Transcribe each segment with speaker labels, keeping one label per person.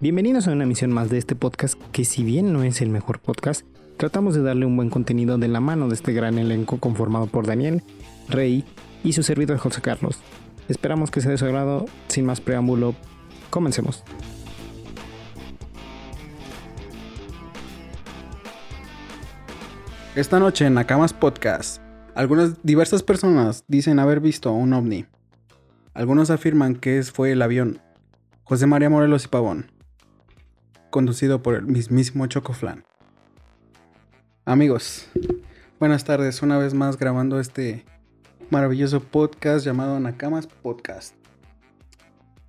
Speaker 1: Bienvenidos a una emisión más de este podcast que si bien no es el mejor podcast, tratamos de darle un buen contenido de la mano de este gran elenco conformado por Daniel, Rey y su servidor José Carlos. Esperamos que sea de su agrado, sin más preámbulo, comencemos.
Speaker 2: Esta noche en Nakamas Podcast, algunas diversas personas dicen haber visto un ovni. Algunos afirman que es- fue el avión José María Morelos y Pavón, conducido por el mismísimo Chocoflan. Amigos, buenas tardes, una vez más grabando este maravilloso podcast llamado Nakamas Podcast.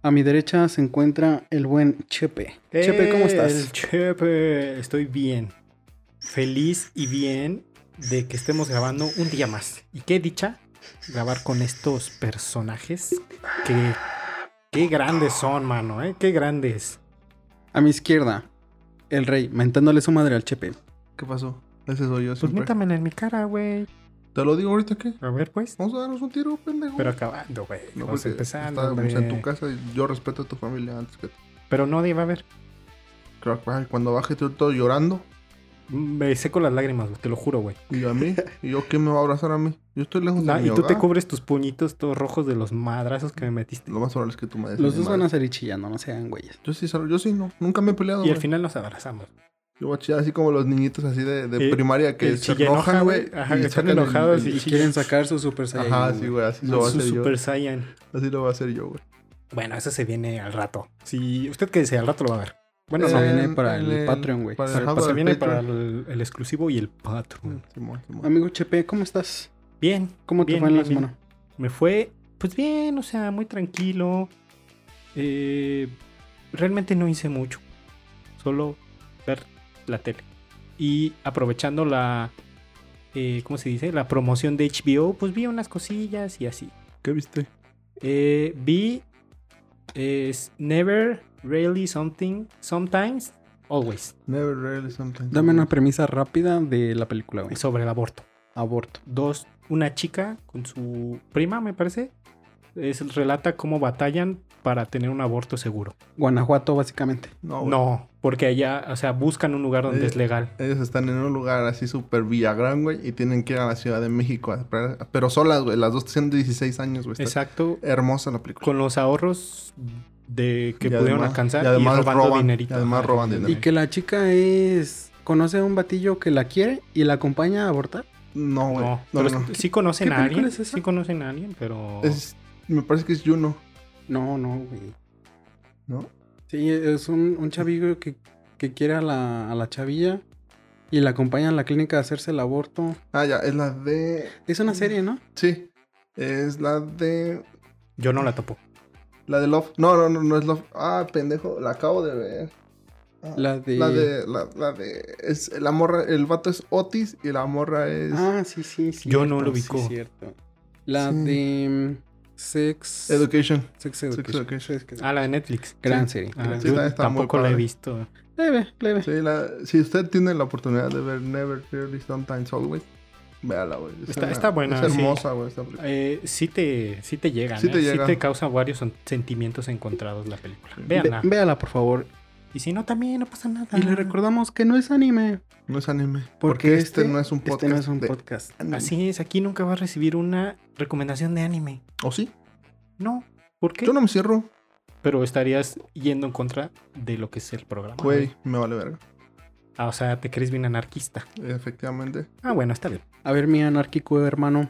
Speaker 2: A mi derecha se encuentra el buen Chepe. Chepe, ¿cómo
Speaker 1: El
Speaker 2: estás?
Speaker 1: Chepe, estoy bien. Feliz y bien de que estemos grabando un día más. Y qué dicha grabar con estos personajes que qué grandes son, mano, eh, qué grandes.
Speaker 2: A mi izquierda, el rey, mentándole su madre al Chepe.
Speaker 3: ¿Qué pasó? Ese soy yo
Speaker 1: Pues
Speaker 3: siempre.
Speaker 1: métamela en mi cara, güey.
Speaker 3: ¿Te lo digo ahorita qué?
Speaker 1: A ver, pues.
Speaker 3: Vamos a darnos un tiro, pendejo.
Speaker 1: Pero acabando, güey.
Speaker 3: no, pues,
Speaker 1: Vamos
Speaker 3: porque
Speaker 1: empezando.
Speaker 3: estábamos
Speaker 1: hombre.
Speaker 3: en tu casa y yo respeto a tu familia antes que...
Speaker 1: Pero no iba a ver.
Speaker 3: Creo que ay, cuando baje tú todo llorando
Speaker 1: Me seco las lágrimas, güey, te lo juro, güey.
Speaker 3: y yo a mí, y yo quién me va a abrazar a mí. Yo estoy lejos
Speaker 1: Nah,
Speaker 3: de mi
Speaker 1: y tú te
Speaker 3: hogar.
Speaker 1: cubres tus puñitos todos rojos de los madrazos que me metiste.
Speaker 3: Lo más probable es que tú me des
Speaker 2: Los dos van a salir chillando, no se hagan güeyes.
Speaker 3: Yo sí, sal- yo sí no, nunca me he peleado.
Speaker 1: Y al
Speaker 3: güey.
Speaker 1: final nos abrazamos.
Speaker 3: Yo voy a chillar así como los niñitos así de, de
Speaker 1: El-
Speaker 3: primaria que
Speaker 1: el
Speaker 3: se
Speaker 1: chilla enoja,
Speaker 3: enojan, güey.
Speaker 1: güey. Ajá,
Speaker 3: y
Speaker 1: que están
Speaker 3: sacan el-
Speaker 1: enojados
Speaker 3: el-
Speaker 1: Sí,
Speaker 2: Y
Speaker 1: sí.
Speaker 2: quieren sacar su Super Saiyan.
Speaker 3: Ajá, sí, güey, así lo voy a
Speaker 1: Su
Speaker 3: hacer yo.
Speaker 1: Super Saiyan.
Speaker 3: Así lo voy a hacer yo, güey.
Speaker 1: Bueno, eso se viene al rato. Si usted que desea, al rato lo va a ver. Bueno,
Speaker 2: Eso
Speaker 1: no.
Speaker 2: Eh,
Speaker 1: Se
Speaker 2: viene para el Patreon, güey.
Speaker 3: para el-
Speaker 2: Se
Speaker 3: ajá,
Speaker 2: pasa-
Speaker 3: para el
Speaker 1: viene para
Speaker 3: Patreon.
Speaker 1: el, el exclusivo y el Patreon.
Speaker 3: Simón, Simón.
Speaker 2: Amigo Chepe, ¿cómo estás?
Speaker 1: Bien,
Speaker 2: ¿Cómo te
Speaker 1: Bien,
Speaker 2: fue en la
Speaker 1: bien, bien.
Speaker 2: semana?
Speaker 1: me fue, pues bien, o sea, muy tranquilo. Eh, realmente no hice mucho. Solo ver la tele. Y aprovechando la, eh, ¿cómo se dice? La promoción de HBO, pues vi unas cosillas y así.
Speaker 3: ¿Qué viste?
Speaker 1: Eh, vi es Never, Really, Something, Sometimes, Always,
Speaker 3: Never really something.
Speaker 2: Dame una premisa rápida de la película, güey.
Speaker 1: sobre el aborto.
Speaker 2: Aborto.
Speaker 1: Dos, una chica con su prima, me parece, es, relata cómo batallan para tener un aborto seguro.
Speaker 2: Guanajuato, básicamente.
Speaker 3: No, güey.
Speaker 1: No, porque allá, o sea, buscan un lugar donde
Speaker 3: Ah, Eh,
Speaker 1: es legal.
Speaker 3: Ellos están en un lugar así súper Villagrán, güey, y tienen que ir a la Ciudad de México. a esperar- Pero solas, güey. Las dos tienen 16 años, güey. Está
Speaker 1: Exacto,
Speaker 3: hermosa la película.
Speaker 1: con los ahorros de que
Speaker 3: Y
Speaker 1: pudieron
Speaker 3: además-
Speaker 1: alcanzar y,
Speaker 3: y además
Speaker 1: robando
Speaker 3: roban,
Speaker 1: dinerito.
Speaker 3: y además
Speaker 1: Ajá,
Speaker 3: roban
Speaker 2: Y
Speaker 3: dinero.
Speaker 2: que la chica es... Conoce a un batillo que la quiere y la acompaña a abortar.
Speaker 3: No, güey.
Speaker 1: No,
Speaker 3: No,
Speaker 1: pero
Speaker 3: no,
Speaker 1: es-
Speaker 3: no.
Speaker 1: sí conocen
Speaker 2: qué
Speaker 1: a
Speaker 2: película
Speaker 1: alguien,
Speaker 2: es esa?
Speaker 1: sí conocen a alguien, pero...
Speaker 3: Es- me parece que es Juno,
Speaker 2: No, no, güey.
Speaker 3: ¿no?
Speaker 2: Sí, es un, un chavillo que, que quiere a la, a la chavilla y la acompaña a la clínica a hacerse el aborto.
Speaker 3: Ah, ya, es la de.
Speaker 2: Es una serie, ¿no?
Speaker 3: Sí. Es la de.
Speaker 1: Yo no la topo.
Speaker 3: La de Love. No, no, no, no es Love. Ah, pendejo, la acabo de ver. Ah,
Speaker 2: La de...
Speaker 3: La de. La, la de. Es, la morra. El vato es Otis y la morra es.
Speaker 2: Ah, sí, sí, sí.
Speaker 1: Yo no lo
Speaker 2: ubico.
Speaker 1: ubico.
Speaker 2: cierto. La
Speaker 3: Sí.
Speaker 2: de mm, Sex...
Speaker 3: Education.
Speaker 2: Sex
Speaker 3: Sex
Speaker 2: Education.
Speaker 3: Education.
Speaker 2: Sex Education.
Speaker 1: Ah, la de Netflix.
Speaker 2: Gran
Speaker 3: sí.
Speaker 2: serie.
Speaker 1: Ah,
Speaker 2: gran
Speaker 3: sí,
Speaker 2: serie.
Speaker 1: yo
Speaker 3: está- está muy
Speaker 1: tampoco la he
Speaker 3: padre.
Speaker 1: visto.
Speaker 2: Leve, leve.
Speaker 3: Sí, la, si usted tiene la oportunidad de ver Never Really Sometimes Always, véala, güey. Es
Speaker 1: Está-
Speaker 3: una-
Speaker 1: está buena,
Speaker 3: Es
Speaker 1: sí.
Speaker 3: hermosa, güey, esta película.
Speaker 1: Eh, sí te, sí te llegan,
Speaker 3: Sí
Speaker 1: ¿eh?
Speaker 3: te
Speaker 1: Sí
Speaker 3: llegan.
Speaker 1: te causa varios son- sentimientos encontrados la película.
Speaker 3: Ve-
Speaker 2: Ve-
Speaker 1: Veanla.
Speaker 2: véala, por favor.
Speaker 1: y si no, también no pasa nada.
Speaker 2: Y le recordamos que no es anime.
Speaker 3: No es anime. Porque,
Speaker 2: Porque
Speaker 3: este,
Speaker 2: este-
Speaker 3: no es un podcast.
Speaker 2: Este no es un
Speaker 3: de
Speaker 2: podcast.
Speaker 3: anime.
Speaker 1: Así es, aquí nunca va a recibir una recomendación de anime.
Speaker 3: ¿O sí?
Speaker 1: No. ¿Por qué?
Speaker 3: Yo no me cierro.
Speaker 1: Pero estarías yendo en contra de lo que es el programa.
Speaker 3: Güey, me vale verga.
Speaker 1: Ah, o sea, te crees bien anarquista.
Speaker 3: Efectivamente.
Speaker 1: Ah, bueno, está bien.
Speaker 2: A ver, mi anárquico hermano,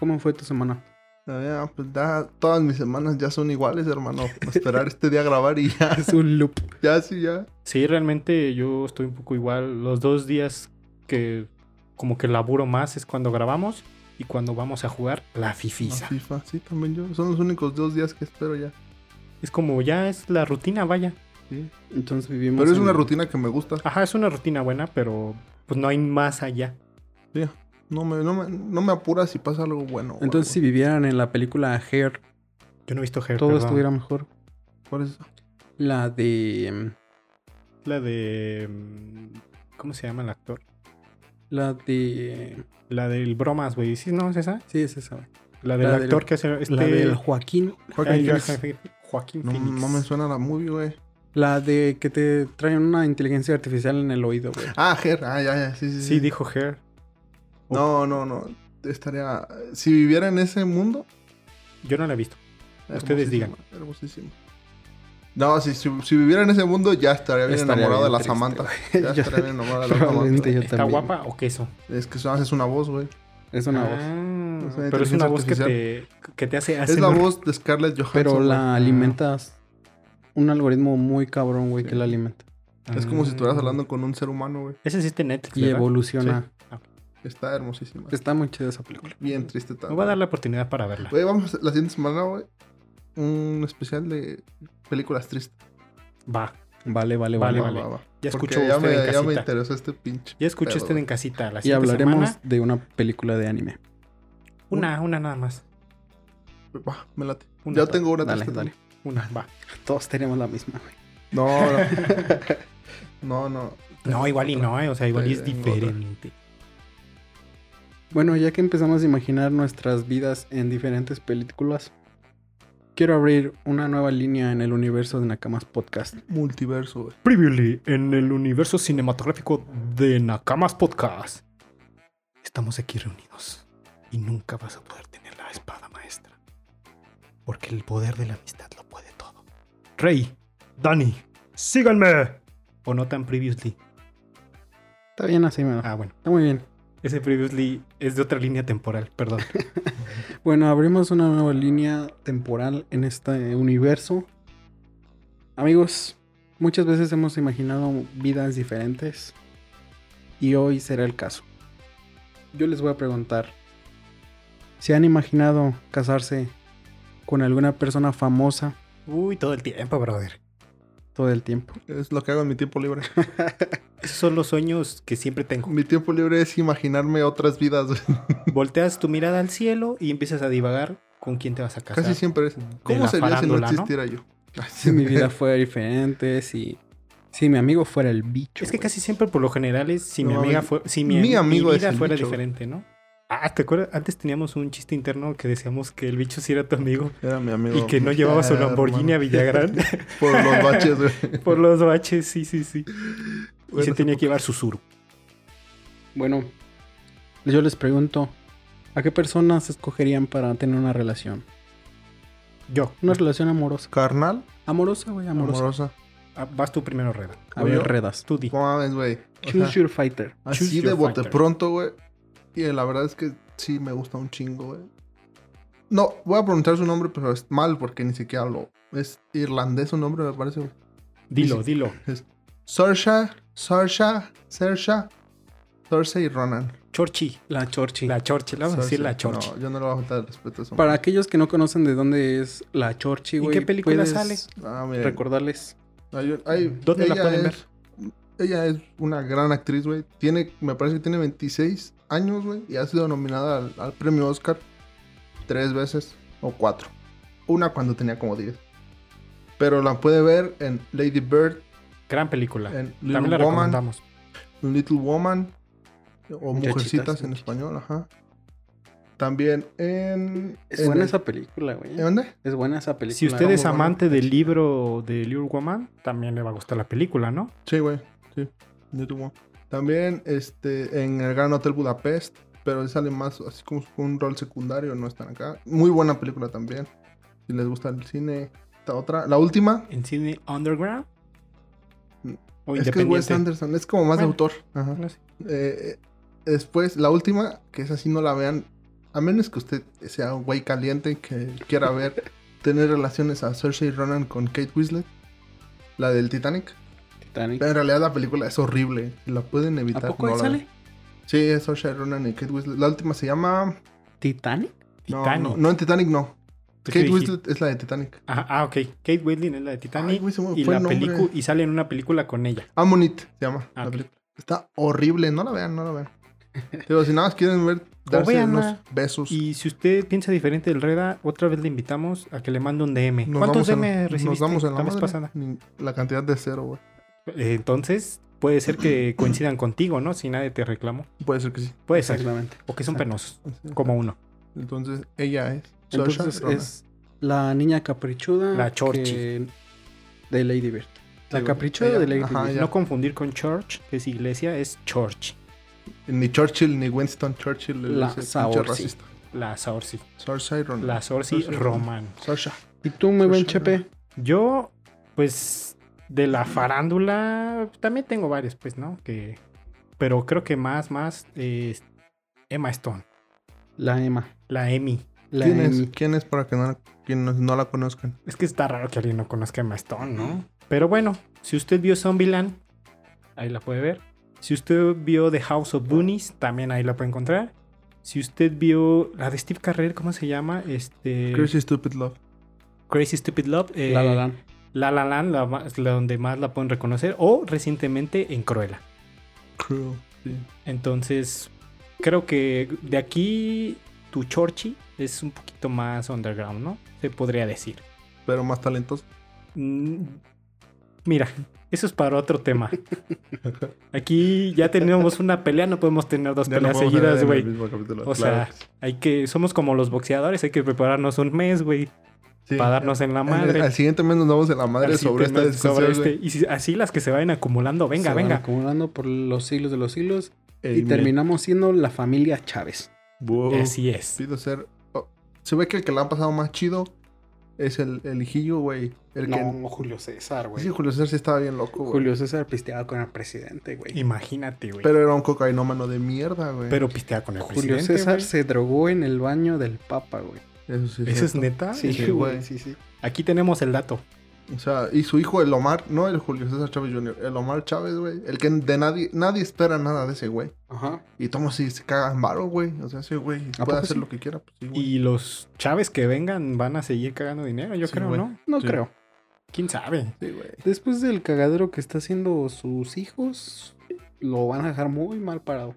Speaker 2: ¿cómo fue tu semana?
Speaker 3: La verdad, pues ya todas mis semanas ya son iguales, hermano. Esperar este día a grabar y ya,
Speaker 2: Es un loop.
Speaker 3: ya sí, ya.
Speaker 1: Sí, realmente yo estoy un poco igual. Los dos días que como que laburo más es cuando grabamos y cuando vamos a jugar la
Speaker 3: La
Speaker 2: Ah,
Speaker 1: fifiza.
Speaker 3: FIFA, sí, también yo. Son los únicos dos días que espero ya.
Speaker 1: Es como ya es la rutina, vaya.
Speaker 3: sí.
Speaker 2: Entonces vivimos.
Speaker 3: Pero es
Speaker 2: en-
Speaker 3: una rutina que me gusta.
Speaker 1: Ajá, es una rutina buena, pero pues no hay más allá.
Speaker 3: No me, no me, no me apura si pasa algo bueno. güey.
Speaker 2: Entonces, si vivieran en la película Hair,
Speaker 1: Yo no he visto Hair.
Speaker 2: todo
Speaker 1: perdón.
Speaker 2: estuviera mejor.
Speaker 3: Por eso.
Speaker 2: La de.
Speaker 1: La de. mm, ¿Cómo se llama el actor?
Speaker 2: La de.
Speaker 1: La del Bromas, güey. ¿Sí, ¿No es esa?
Speaker 2: Sí, es esa. güey.
Speaker 1: La del
Speaker 2: La del-
Speaker 1: actor que hace. Este...
Speaker 2: La del Joaquín.
Speaker 1: Ay,
Speaker 3: Joaquin Phoenix.
Speaker 1: Joaquín
Speaker 3: No,
Speaker 1: Phoenix.
Speaker 3: no me suena la movie, güey.
Speaker 2: La de que te traen una inteligencia artificial en el oído, güey.
Speaker 3: Ah, Ger, ah, ya, ya, sí, sí.
Speaker 1: Sí, dijo Her.
Speaker 3: No, no, no. Estaría. Si viviera en ese mundo.
Speaker 1: Yo no la he visto. Ustedes digan.
Speaker 3: hermosísima, Hermosísima. No, si, si, si viviera en ese mundo, ya estaría bien
Speaker 2: Estaría
Speaker 3: enamorado
Speaker 2: bien
Speaker 3: de la
Speaker 2: triste,
Speaker 3: Samantha.
Speaker 2: güey.
Speaker 3: Ya
Speaker 2: Yo-
Speaker 3: estaría bien enamorado de la Samantha.
Speaker 2: Probablemente yo
Speaker 1: ¿Está
Speaker 2: también.
Speaker 1: guapa o queso?
Speaker 3: Es que eso es una voz, güey.
Speaker 2: Es una voz.
Speaker 1: Ah,
Speaker 3: Es una
Speaker 1: pero es una
Speaker 3: inteligencia
Speaker 1: voz que te, que te hace
Speaker 3: Es la
Speaker 1: ASMR.
Speaker 3: voz de Scarlett Johansson.
Speaker 2: Pero
Speaker 3: güey.
Speaker 2: la alimentas. Un algoritmo muy cabrón, güey, que la alimenta.
Speaker 3: Es como si estuvieras
Speaker 1: Ah.
Speaker 3: hablando con un ser humano, güey.
Speaker 1: Ese existe en Netflix.
Speaker 2: Y
Speaker 1: ¿verdad?
Speaker 2: evoluciona.
Speaker 3: Está hermosísima.
Speaker 2: Está muy chida esa película.
Speaker 3: Bien triste
Speaker 1: Me
Speaker 3: también.
Speaker 1: voy a dar la oportunidad para verla.
Speaker 3: Güey, vamos a- la siguiente semana, güey. Un especial de películas tristes.
Speaker 1: Va.
Speaker 2: Vale, vale,
Speaker 1: Vale, vale.
Speaker 2: vale.
Speaker 1: Ya
Speaker 3: Porque
Speaker 1: escuchó usted
Speaker 3: ya me,
Speaker 1: en
Speaker 3: ya me
Speaker 1: casita.
Speaker 3: interesó este pinche.
Speaker 1: ya escuchó
Speaker 3: pedo,
Speaker 1: usted en
Speaker 3: güey.
Speaker 1: casita. La
Speaker 2: Y
Speaker 1: siguiente
Speaker 2: hablaremos
Speaker 1: semana,
Speaker 2: de una película de anime.
Speaker 1: una, una nada más.
Speaker 3: Va, me late.
Speaker 1: Una
Speaker 3: ya
Speaker 1: otra.
Speaker 3: tengo una
Speaker 2: Dale,
Speaker 3: triste
Speaker 2: dale.
Speaker 1: Una, va.
Speaker 2: Todos tenemos la misma, güey.
Speaker 3: No, no. no, no.
Speaker 1: No, igual y no, eh, o sea, igual y es
Speaker 3: Tengo otra.
Speaker 1: diferente.
Speaker 2: Bueno, ya que empezamos a imaginar nuestras vidas en diferentes películas, quiero abrir una nueva línea en el universo de Nakamas Podcast.
Speaker 3: Multiverso, güey.
Speaker 1: Previously en el universo cinematográfico de Nakamas Podcast. Estamos aquí reunidos y nunca vas a poder tener la espada maestra. Porque el poder de la amistad lo puede todo. Rey, Dani, síganme. O no tan previously.
Speaker 2: Está bien así, mano.
Speaker 1: Ah, bueno.
Speaker 2: Está muy bien.
Speaker 1: Ese previously es de otra línea temporal, perdón.
Speaker 2: Bueno, abrimos una nueva línea temporal en este universo. Amigos, muchas veces hemos imaginado vidas diferentes y hoy será el caso. Yo les voy a preguntar, ¿se han imaginado casarse con alguna persona famosa
Speaker 1: Uy, todo el tiempo, brother.
Speaker 2: todo el tiempo?
Speaker 3: Es lo que hago en mi tiempo libre.
Speaker 1: Esos son los sueños que siempre tengo.
Speaker 3: mi tiempo libre es imaginarme otras vidas, güey.
Speaker 1: Volteas tu mirada al cielo y empiezas a divagar con quién te vas a casar.
Speaker 3: Casi siempre es. ¿Cómo
Speaker 1: la
Speaker 3: sería si no
Speaker 1: farándula, ¿no?
Speaker 3: existiera yo?
Speaker 2: Si mi vida fuera diferente, si, si mi amigo fuera el bicho.
Speaker 1: Es que
Speaker 2: güey.
Speaker 1: casi siempre por lo general es si mi
Speaker 3: No,
Speaker 1: amiga
Speaker 3: mi-
Speaker 1: fue, si mi,
Speaker 3: mi
Speaker 1: mi
Speaker 3: amigo es
Speaker 1: vida
Speaker 3: el
Speaker 1: fuera
Speaker 3: bicho.
Speaker 1: diferente, ¿no? Ah, ¿te acuerdas? Antes teníamos un chiste interno que decíamos que el bicho sí era tu amigo
Speaker 3: Era mi amigo.
Speaker 1: y que no llevaba su
Speaker 3: Ah,
Speaker 1: Lamborghini a
Speaker 3: hermano.
Speaker 1: Villagrán
Speaker 3: Por los baches, güey.
Speaker 1: por los baches, sí, sí, sí. y se
Speaker 3: Bueno,
Speaker 1: tenía que llevar susurro.
Speaker 2: Bueno, yo les pregunto, ¿a qué personas escogerían para tener una relación?
Speaker 1: Yo.
Speaker 2: Una relación amorosa.
Speaker 3: Carnal,
Speaker 2: Amorosa, güey, amorosa.
Speaker 3: amorosa.
Speaker 1: Ah, Vas tú primero, Reda.
Speaker 2: A ver,
Speaker 3: Yo-
Speaker 2: redas.
Speaker 1: Tú di.
Speaker 3: No mames, güey. O sea,
Speaker 2: Choose your fighter.
Speaker 1: Choose
Speaker 3: Así
Speaker 1: your
Speaker 3: Ah, de bote
Speaker 1: fighter.
Speaker 3: pronto, güey. Y la verdad es que sí me gusta un chingo, güey. No, voy a pronunciar su nombre, pero es mal porque ni siquiera hablo. Es irlandés su nombre, me parece. güey.
Speaker 1: Dilo, dilo.
Speaker 3: Es Saoirse, Saoirse, Saoirse, Saoirse y Ronan.
Speaker 1: Chorchi.
Speaker 2: La Chorchi.
Speaker 1: La Chorchi, le vamos a decir
Speaker 3: Saoirse.
Speaker 1: la Chorchi.
Speaker 3: No, yo no le voy a faltar el respeto a eso.
Speaker 2: Para aquellos que no conocen de dónde es la Chorchi,
Speaker 1: ¿Y
Speaker 2: güey.
Speaker 1: qué película
Speaker 2: puedes
Speaker 1: sale?
Speaker 3: Ah, miren.
Speaker 2: Recordarles.
Speaker 3: Hay- hay-
Speaker 1: ¿Dónde la
Speaker 3: ella
Speaker 1: pueden
Speaker 3: es- Ella es una gran actriz, güey. Tiene, me parece que tiene 26 años, güey. Y ha sido nominada al, al premio Oscar tres veces o cuatro. Una cuando tenía como 10. Pero la puede ver en Lady Bird,
Speaker 1: Gran película.
Speaker 3: en
Speaker 1: Ah, También
Speaker 3: Little
Speaker 1: la
Speaker 3: Woman,
Speaker 1: recomendamos.
Speaker 3: Little Woman o
Speaker 2: Muchachitas,
Speaker 3: Mujercitas en
Speaker 2: muchachas.
Speaker 3: español, ajá. También en.
Speaker 2: Es
Speaker 3: en
Speaker 2: buena
Speaker 3: el-
Speaker 2: esa película, güey.
Speaker 3: ¿En dónde?
Speaker 2: Es buena esa película.
Speaker 1: Si usted es
Speaker 3: muy buena.
Speaker 1: amante del libro de Little Woman, también le va a gustar la película, ¿no?
Speaker 3: Sí, güey. Sí. Little Woman. También este, en el Gran Hotel Budapest. Pero él sale más así como un rol secundario. No están acá. Muy buena película también. Si les gusta el cine. Esta otra. La última.
Speaker 1: ¿En cine underground?
Speaker 3: Mm,
Speaker 1: ¿O
Speaker 3: Es que es Wes
Speaker 1: independiente?
Speaker 3: Anderson. Es como más de
Speaker 1: Bueno.
Speaker 3: autor. Ajá.
Speaker 1: No sé.
Speaker 3: Eh, eh, después, la última. Que es así, no la vean. A menos que usted sea un güey caliente que quiera ver. tener relaciones a Cersei Ronan con Kate Winslet. La del Titanic.
Speaker 2: Titanic.
Speaker 3: Pero en realidad la película es horrible. La pueden
Speaker 2: ¿A
Speaker 3: evitar.
Speaker 2: poco
Speaker 3: no
Speaker 2: ahí
Speaker 3: la vean.
Speaker 2: sale?
Speaker 3: Sí, es Saoirse Ronan y Kate Winslet. La última se llama...
Speaker 2: ¿Titanic?
Speaker 3: no,
Speaker 1: Titanic.
Speaker 3: No, no, en Titanic no.
Speaker 1: Pues,
Speaker 3: Kate
Speaker 1: ¿qué dijiste?
Speaker 3: Winslet es la de Titanic.
Speaker 1: Ajá, ah, ok. Kate Winslet es la de
Speaker 3: Ay,
Speaker 1: Titanic
Speaker 3: güey, se me
Speaker 1: y,
Speaker 3: fue
Speaker 1: la
Speaker 3: el nombre.
Speaker 1: pelicu- y sale en una película con ella.
Speaker 3: Ammonite se llama.
Speaker 1: Ah,
Speaker 3: la
Speaker 1: ok.
Speaker 3: película. Está horrible. No la vean, no la vean. Pero si nada más quieren ver, darse
Speaker 1: véanla.
Speaker 3: unos besos.
Speaker 1: Y si usted piensa diferente del Reda, otra vez le invitamos a que le mande un DM.
Speaker 3: Nos
Speaker 1: ¿Cuántos
Speaker 3: damos en-
Speaker 1: DM recibiste
Speaker 3: Nos damos en la,
Speaker 1: la vez
Speaker 3: madre.
Speaker 1: pasada?
Speaker 3: Ni- La cantidad de cero, güey.
Speaker 1: Eh, Entonces, puede ser que coincidan contigo, ¿no? Si nadie te reclamó.
Speaker 3: Puede ser que sí.
Speaker 1: Puede ser.
Speaker 2: Exactamente.
Speaker 1: O que son
Speaker 2: Exacto.
Speaker 1: penosos, como uno.
Speaker 3: Entonces, ella es Saoirse
Speaker 2: Entonces
Speaker 3: Ronan.
Speaker 2: es la niña caprichuda.
Speaker 1: La Chorchi.
Speaker 2: que- De Lady Bird. La
Speaker 3: güey.
Speaker 2: capricho
Speaker 3: Ella-
Speaker 2: de la
Speaker 3: Ajá,
Speaker 2: iglesia.
Speaker 3: ya.
Speaker 1: No confundir con church, que es iglesia, es church.
Speaker 3: Ni Churchill ni Winston Churchill.
Speaker 2: La
Speaker 3: ese pinche
Speaker 2: Saoirse.
Speaker 3: racista.
Speaker 1: La Sorsi.
Speaker 3: Saoirse Ronan.
Speaker 1: La Sorsi
Speaker 3: Sorsi.
Speaker 1: Roman.
Speaker 3: Saoirse.
Speaker 2: ¿Y tú, muy buen
Speaker 3: Sasha.
Speaker 2: Chepe?
Speaker 1: Yo, pues, de la farándula, también tengo varios, pues, ¿no? Que, pero creo que más, más, eh, Emma Stone,
Speaker 2: La Emma.
Speaker 1: la Emmy.
Speaker 2: La
Speaker 3: ¿Quién es?
Speaker 2: Emmy.
Speaker 3: ¿Quién es para que no, quienes no la conozcan?
Speaker 1: Es que está raro que alguien no conozca a Emma Stone, ¿no? Pero bueno, si usted vio Zombieland, ahí la puede ver. Si usted vio The House of Bunnies, también ahí la puede encontrar. Si usted vio la de Steve Carrell, ¿cómo se llama? Este Crazy,
Speaker 3: Crazy Stupid Love.
Speaker 1: Stupid Love. eh,
Speaker 2: La La Land.
Speaker 1: La La Land, la más- la donde más la pueden reconocer. O recientemente en Cruella.
Speaker 3: Cruel. Sí.
Speaker 1: Entonces, creo que de aquí tu Chorchi es un poquito más underground, ¿no? Se podría decir.
Speaker 3: Pero más talentoso.
Speaker 1: Mm, Mira, eso es para otro tema. Aquí ya tenemos una pelea, no podemos tener dos
Speaker 3: Ya no
Speaker 1: peleas
Speaker 3: podemos
Speaker 1: seguidas,
Speaker 3: hablar en el
Speaker 1: güey.
Speaker 3: mismo capítulo,
Speaker 1: O
Speaker 3: claro
Speaker 1: sea,
Speaker 3: que sí.
Speaker 1: Hay que, somos como los boxeadores, hay que prepararnos un mes, güey,
Speaker 3: Sí.
Speaker 1: para darnos en la
Speaker 3: Al-
Speaker 1: madre.
Speaker 3: Al siguiente mes nos damos en la madre
Speaker 1: Al
Speaker 3: sobre
Speaker 1: siguiente
Speaker 3: esta
Speaker 1: mes,
Speaker 3: discusión.
Speaker 1: sobre
Speaker 3: güey.
Speaker 1: este. Y si- así las que se vayan acumulando, venga,
Speaker 2: Se van
Speaker 1: venga.
Speaker 2: Acumulando por los siglos de los siglos. Y
Speaker 1: este
Speaker 3: Amen.
Speaker 2: terminamos siendo la familia Chávez.
Speaker 3: Wow.
Speaker 1: Así es.
Speaker 3: Pido ser. oh, Se ve que el que la han pasado más chido es el, el hijillo, güey. El que.
Speaker 2: Julio César,
Speaker 3: Sí, Julio César sí estaba bien loco, güey.
Speaker 2: Julio César pisteaba con el presidente, güey.
Speaker 1: Imagínate, güey. Pero,
Speaker 3: Pero era un cocainómano de mierda, güey.
Speaker 1: pistea con el
Speaker 2: Julio
Speaker 1: presidente,
Speaker 2: César
Speaker 1: güey.
Speaker 2: se drogó en el baño del Papa, güey.
Speaker 3: Eso sí.
Speaker 1: ¿Eso es
Speaker 3: cierto.
Speaker 1: neta?
Speaker 2: Sí,
Speaker 3: sí,
Speaker 2: güey,
Speaker 3: güey.
Speaker 2: sí, sí.
Speaker 1: Aquí tenemos el dato.
Speaker 3: O sea, y su hijo, el Omar, no el Julio César Chávez Jr., el Omar Chávez, güey. El que de nadie, nadie espera nada de ese güey.
Speaker 2: Ajá.
Speaker 3: Y tomo si se caga en varo, güey. O sea, ese güey
Speaker 2: ¿A
Speaker 3: puede
Speaker 2: poco
Speaker 3: hacer
Speaker 2: sí?
Speaker 3: lo que quiera. Pues, sí, güey.
Speaker 1: Y los chaves que vengan van a seguir cagando dinero, yo
Speaker 3: Sí,
Speaker 1: creo,
Speaker 3: güey.
Speaker 1: ¿no?
Speaker 2: No
Speaker 3: Sí.
Speaker 2: creo.
Speaker 1: ¿Quién sabe?
Speaker 3: Sí, güey.
Speaker 2: Después del cagadero que está haciendo sus hijos, lo van a dejar muy mal parado.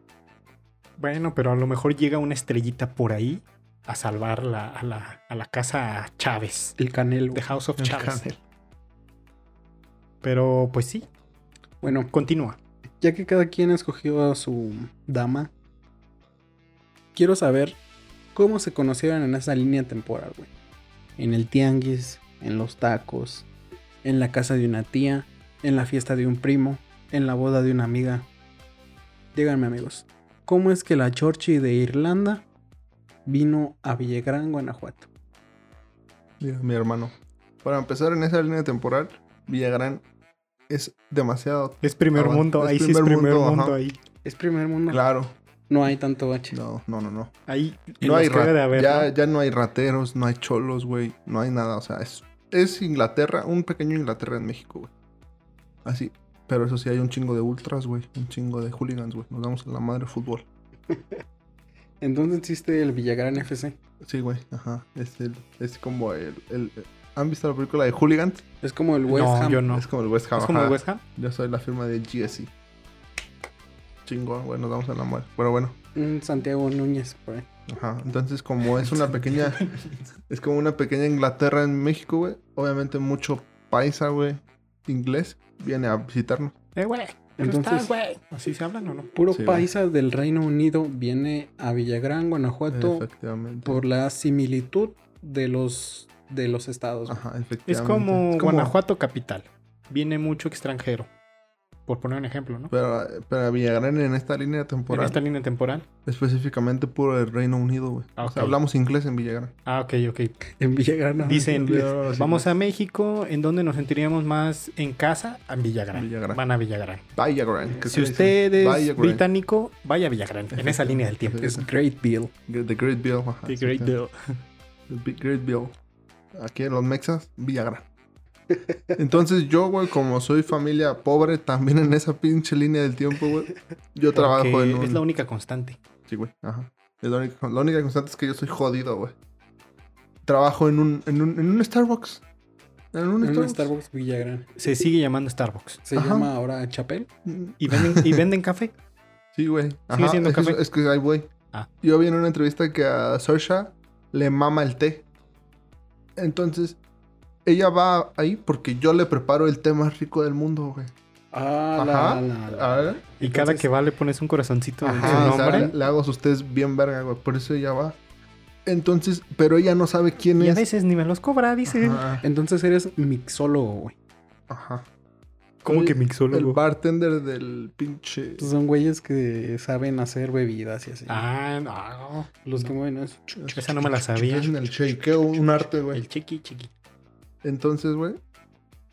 Speaker 1: Bueno, pero a lo mejor llega una estrellita por ahí a salvar la, a, la, a la casa Chávez.
Speaker 2: El canelo.
Speaker 1: The House of
Speaker 3: El
Speaker 1: Chávez.
Speaker 3: Canel.
Speaker 1: Pero pues sí,
Speaker 2: Bueno,
Speaker 1: continúa.
Speaker 2: ya que cada quien escogió a su dama, quiero saber cómo se conocieron en esa línea temporal, güey. En el tianguis, en los tacos, en la casa de una tía, en la fiesta de un primo, en la boda de una amiga. Díganme, amigos, ¿cómo es que la Chorchi de Irlanda vino a Villagrán, Guanajuato?
Speaker 3: Mira, mi hermano. Para empezar en esa línea temporal, Villagrán es demasiado
Speaker 1: Es primer
Speaker 3: Ah, bueno,
Speaker 1: mundo,
Speaker 3: es
Speaker 1: ahí sí es
Speaker 3: primer
Speaker 1: primer mundo,
Speaker 3: mundo, ajá.
Speaker 1: ahí.
Speaker 2: Es primer mundo.
Speaker 3: claro.
Speaker 2: No hay tanto bache.
Speaker 3: No, no, no, no.
Speaker 1: Ahí
Speaker 3: No hay
Speaker 1: que debe
Speaker 3: ra-
Speaker 1: de haber,
Speaker 3: ya,
Speaker 1: ¿no?
Speaker 3: ya no hay rateros, no hay cholos, güey. No hay nada. O sea, es, es Inglaterra, un pequeño Inglaterra en México, güey. Así. Pero eso sí, hay un chingo de ultras, güey. Un chingo de hooligans, güey. Nos damos a la madre fútbol.
Speaker 2: Entonces existe el Villagrán FC.
Speaker 3: Sí, güey. Ajá. Es, el- es como el, el- ¿Han visto la película de hooligans?
Speaker 2: Es como el West
Speaker 1: no,
Speaker 2: Ham.
Speaker 1: yo no.
Speaker 3: Es
Speaker 1: Es
Speaker 3: como el West Ham.
Speaker 1: como el
Speaker 3: ajá.
Speaker 1: West Ham.
Speaker 3: Yo soy la firma de GSE. Chingón, güey. Nos damos a la madre. Pero bueno.
Speaker 2: Un Santiago Núñez, por ahí.
Speaker 3: Ajá, entonces como es una pequeña, es como una pequeña Inglaterra en México, güey. Obviamente mucho paisa, güey, inglés, viene a visitarnos.
Speaker 1: Eh, güey.
Speaker 2: Entonces-
Speaker 1: Entonces, güey. ¿Así se hablan o no?
Speaker 2: Puro
Speaker 3: Sí, güey.
Speaker 2: paisa del Reino Unido viene a Villagrán, Guanajuato,
Speaker 3: Efectivamente.
Speaker 2: por la similitud de los, de los estados.
Speaker 1: Ah.
Speaker 2: güey.
Speaker 3: Ajá, efectivamente.
Speaker 1: Es como, Guanajuato capital. Viene mucho extranjero. Por poner un ejemplo, ¿no?
Speaker 3: Pero, pero Villagrán en esta línea
Speaker 1: En
Speaker 3: temporal,
Speaker 1: esta línea temporal.
Speaker 3: específicamente por el Reino Unido, güey.
Speaker 1: Ah,
Speaker 3: O sea,
Speaker 1: ok.
Speaker 3: hablamos inglés en Villagrán.
Speaker 1: Ah, ok, ok.
Speaker 2: En Villagrán. no.
Speaker 1: Dicen,
Speaker 3: Yo, sí,
Speaker 1: vamos
Speaker 3: güey.
Speaker 1: a México, ¿en donde nos sentiríamos más en casa? A Villagrán.
Speaker 3: Villagrán.
Speaker 1: Van a Villagrán.
Speaker 3: Villagrán. que
Speaker 1: Si
Speaker 3: se dice
Speaker 1: usted es
Speaker 3: Villagrán.
Speaker 1: británico, vaya a Villagrán. En esa línea del tiempo.
Speaker 2: Es Great Deal.
Speaker 3: The Great Bill. ajá,
Speaker 1: The Great
Speaker 3: sí,
Speaker 1: Deal.
Speaker 3: The Big Great Bill. Aquí en los Mexas, Villagrán. Entonces yo, güey, como soy familia pobre, también en esa pinche línea del tiempo, güey. Yo trabajo
Speaker 1: Porque
Speaker 3: en un...
Speaker 1: Es la única constante.
Speaker 3: Sí, güey. Ajá. Es la única, la única constante es que yo soy jodido, güey. Trabajo en un, en un, en un Starbucks. En un
Speaker 2: En un
Speaker 3: Starbucks.
Speaker 2: Starbucks Villagrán.
Speaker 1: Se sigue llamando Starbucks.
Speaker 2: Se
Speaker 3: Ajá.
Speaker 2: llama ahora Chapel.
Speaker 3: Mm,
Speaker 1: ¿Y venden, y venden café?
Speaker 3: Sí, güey. Ajá.
Speaker 1: siendo
Speaker 3: es, que-
Speaker 1: café.
Speaker 3: es que ahí voy.
Speaker 1: Ah.
Speaker 3: Yo vi en una entrevista que a Saoirse le mama el té. Entonces, ella va ahí porque yo le preparo el té más rico del mundo, güey.
Speaker 2: Ah, la,
Speaker 3: Ajá.
Speaker 2: la, la.
Speaker 3: Ah,
Speaker 1: Y cada
Speaker 2: Entonces-
Speaker 1: que va le pones un corazoncito en
Speaker 3: Ajá,
Speaker 1: su
Speaker 3: o sea,
Speaker 1: nombre.
Speaker 3: le, le hago sus test bien verga, güey. Por eso ella va. Entonces, pero ella no sabe quién
Speaker 1: Y a
Speaker 3: es.
Speaker 1: veces ni me los cobra, dice.
Speaker 3: Ajá.
Speaker 2: Entonces eres mixólogo, güey.
Speaker 3: ajá.
Speaker 1: Como
Speaker 3: Oye,
Speaker 1: que
Speaker 3: El
Speaker 1: mixólogo.
Speaker 3: bartender del pinche.
Speaker 2: Son güeyes que saben hacer bebidas y así.
Speaker 1: Ah, no.
Speaker 2: Los que mueven eso.
Speaker 1: Esa no me la sabía.
Speaker 3: Es en el shakeo, un arte, güey.
Speaker 1: El chiqui chiqui.
Speaker 3: Entonces, güey,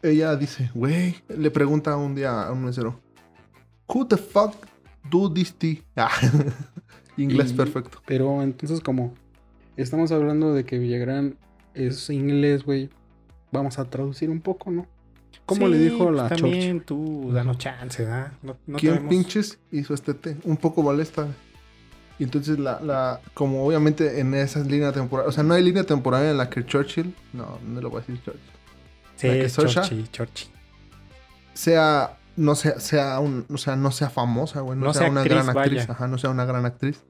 Speaker 3: ella dice, güey, le pregunta un día a un mesero, Who the fuck do this tea? Ah, inglés
Speaker 2: Y-
Speaker 3: perfecto.
Speaker 2: Pero entonces, como estamos hablando de que Villagrán es inglés, güey, vamos a traducir un poco, ¿no? ¿Cómo le
Speaker 1: Sí,
Speaker 2: dijo
Speaker 1: pues
Speaker 2: la Church?
Speaker 1: También tú, danos chance, ¿da? No, no
Speaker 3: ¿Quién
Speaker 1: tenemos-
Speaker 3: pinches hizo este té? Un poco molesta. Y entonces, la, la, como obviamente en esas líneas temporales, o sea, no hay línea temporal en la que Churchill, no, no lo voy a decir Churchill,
Speaker 1: Sí,
Speaker 3: la que
Speaker 1: es
Speaker 3: Sorcha.
Speaker 1: Chorchi, Chorchi.
Speaker 3: sea, no sea, sea un, o sea, no sea famosa, güey, no,
Speaker 1: No
Speaker 3: sea,
Speaker 1: sea
Speaker 3: una
Speaker 1: actriz,
Speaker 3: gran actriz,
Speaker 1: vaya.
Speaker 3: ajá, no sea una gran actriz.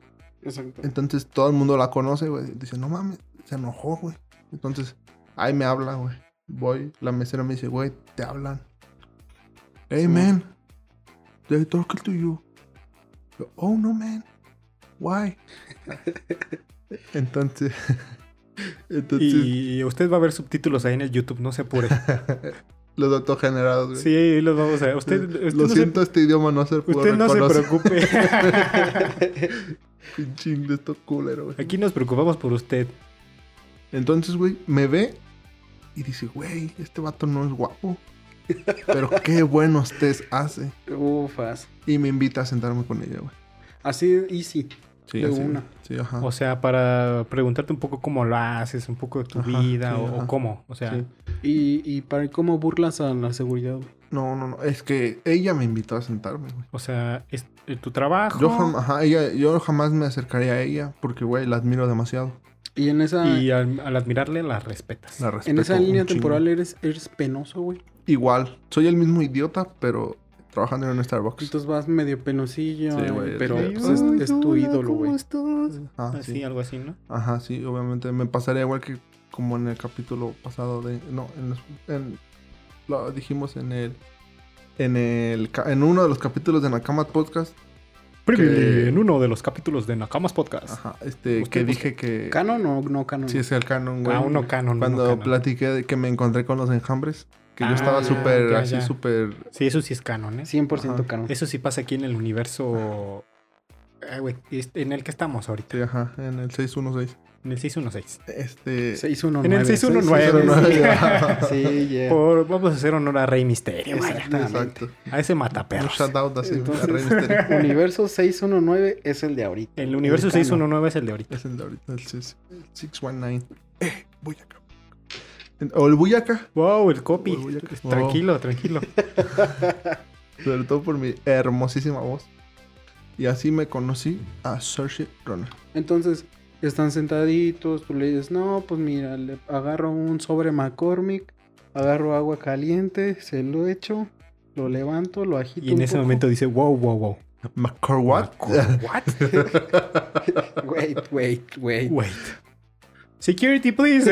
Speaker 2: Exacto.
Speaker 3: Entonces todo el mundo la conoce, güey. Dice, no mames, se enojó, güey. Entonces, ahí me habla, güey. Voy, la mesera me dice, güey, te hablan. Hey,
Speaker 2: Sí.
Speaker 3: man. They talking to you. Yo, oh, no, man. Why? Entonces... Entonces,
Speaker 1: Y usted va a ver subtítulos ahí en el YouTube, no se apure.
Speaker 3: los autogenerados, güey.
Speaker 1: Sí, los vamos a ver. Usted, usted
Speaker 3: Lo
Speaker 1: no,
Speaker 3: siento, este idioma no se
Speaker 1: se,
Speaker 3: pudo
Speaker 1: usted no se
Speaker 3: reconocer.
Speaker 1: preocupe.
Speaker 3: Pinche inglés todo culero, güey.
Speaker 1: Aquí nos preocupamos por usted.
Speaker 3: Entonces, güey, me ve y dice, güey, este vato no es guapo. Pero qué buenos test hace.
Speaker 2: Ufas.
Speaker 3: Y me invita a sentarme con ella, güey.
Speaker 2: Así, easy.
Speaker 3: Sí,
Speaker 2: De una.
Speaker 3: Sí, ajá.
Speaker 1: O sea, para preguntarte un poco cómo lo haces, un poco de tu
Speaker 3: Ajá,
Speaker 1: vida
Speaker 3: sí,
Speaker 1: o, o
Speaker 3: ajá.
Speaker 1: cómo. O sea,
Speaker 3: Sí.
Speaker 2: Y, y para cómo burlas a la seguridad, güey.
Speaker 3: No, no, no. Es que ella me invitó a sentarme, güey.
Speaker 1: o sea es, eh, tu trabajo.
Speaker 3: Yo, jam- ajá, ella, yo jamás me acercaría a ella porque, güey, la admiro demasiado.
Speaker 2: Y en esa,
Speaker 1: Y al, al admirarle, la respetas.
Speaker 3: La respeto.
Speaker 2: en esa
Speaker 3: un
Speaker 2: línea
Speaker 3: chingo.
Speaker 2: temporal eres, eres penoso, güey.
Speaker 3: Igual. Soy el mismo idiota, pero trabajando en un Starbucks.
Speaker 2: Entonces vas medio penosillo,
Speaker 3: Sí,
Speaker 2: eh,
Speaker 3: güey,
Speaker 2: pero
Speaker 3: sí.
Speaker 2: pues, es, es tu ídolo, güey.
Speaker 3: Ah,
Speaker 1: Así,
Speaker 3: sí.
Speaker 1: algo así, ¿no?
Speaker 3: Ajá, sí, obviamente. Me pasaría igual que como en el capítulo pasado de. No, en, los- en- lo dijimos en el. En el ca- en uno de los capítulos de Nakamat Podcast.
Speaker 1: Previously, en uno de los capítulos de Nakamas Podcast.
Speaker 3: Ajá. Este,
Speaker 1: Usted busque.
Speaker 3: que dije que.
Speaker 2: ¿Canon o no canon?
Speaker 3: Sí, es el canon, güey.
Speaker 1: Ah, uno canon. uno
Speaker 3: Cuando
Speaker 1: canon.
Speaker 3: platiqué de que me encontré con los enjambres. Que yo
Speaker 1: Ah,
Speaker 3: estaba
Speaker 2: ya,
Speaker 3: súper,
Speaker 1: ya,
Speaker 3: así
Speaker 1: ya.
Speaker 3: súper.
Speaker 1: Sí, eso sí es canon, ¿eh?
Speaker 2: 100%
Speaker 3: Ajá. Este,
Speaker 2: canon.
Speaker 1: Eso sí pasa aquí en el universo. Ah, güey, este- en el que estamos ahorita.
Speaker 3: Sí, ajá. En el 616.
Speaker 1: En el 616.
Speaker 3: Este.
Speaker 2: 619.
Speaker 1: En el 619.
Speaker 3: 619.
Speaker 2: Sí, yeah.
Speaker 1: Por- vamos a hacer honor a Rey Misterio. vaya.
Speaker 3: Exacto.
Speaker 1: A ese
Speaker 3: Un
Speaker 1: mataperros.
Speaker 3: shoutout así. este
Speaker 2: Entonces-
Speaker 3: a Rey Misterio.
Speaker 2: Universo 619 es el de ahorita.
Speaker 1: El universo
Speaker 2: canon.
Speaker 1: 619 es el de ahorita.
Speaker 3: Es el de ahorita, el 6- 619. Eh, Buyaka. En- O el Buyaka,
Speaker 1: Wow, el copy.
Speaker 3: Uy, uy, acá-
Speaker 1: Tranquilo, tranquilo.
Speaker 3: sobre todo por mi hermosísima voz. Y así me conocí a Saoirse Ronan.
Speaker 2: Entonces, están sentaditos, tú le dices, no, pues mira, le agarro un sobre McCormick, agarro agua caliente, se lo echo, lo levanto, lo agito.
Speaker 1: Y en
Speaker 2: un
Speaker 1: ese
Speaker 2: poco.
Speaker 1: momento dice, wow, wow, wow.
Speaker 3: McCorwatt.
Speaker 1: What?
Speaker 2: Wait, wait, wait.
Speaker 1: Wait. Security, please.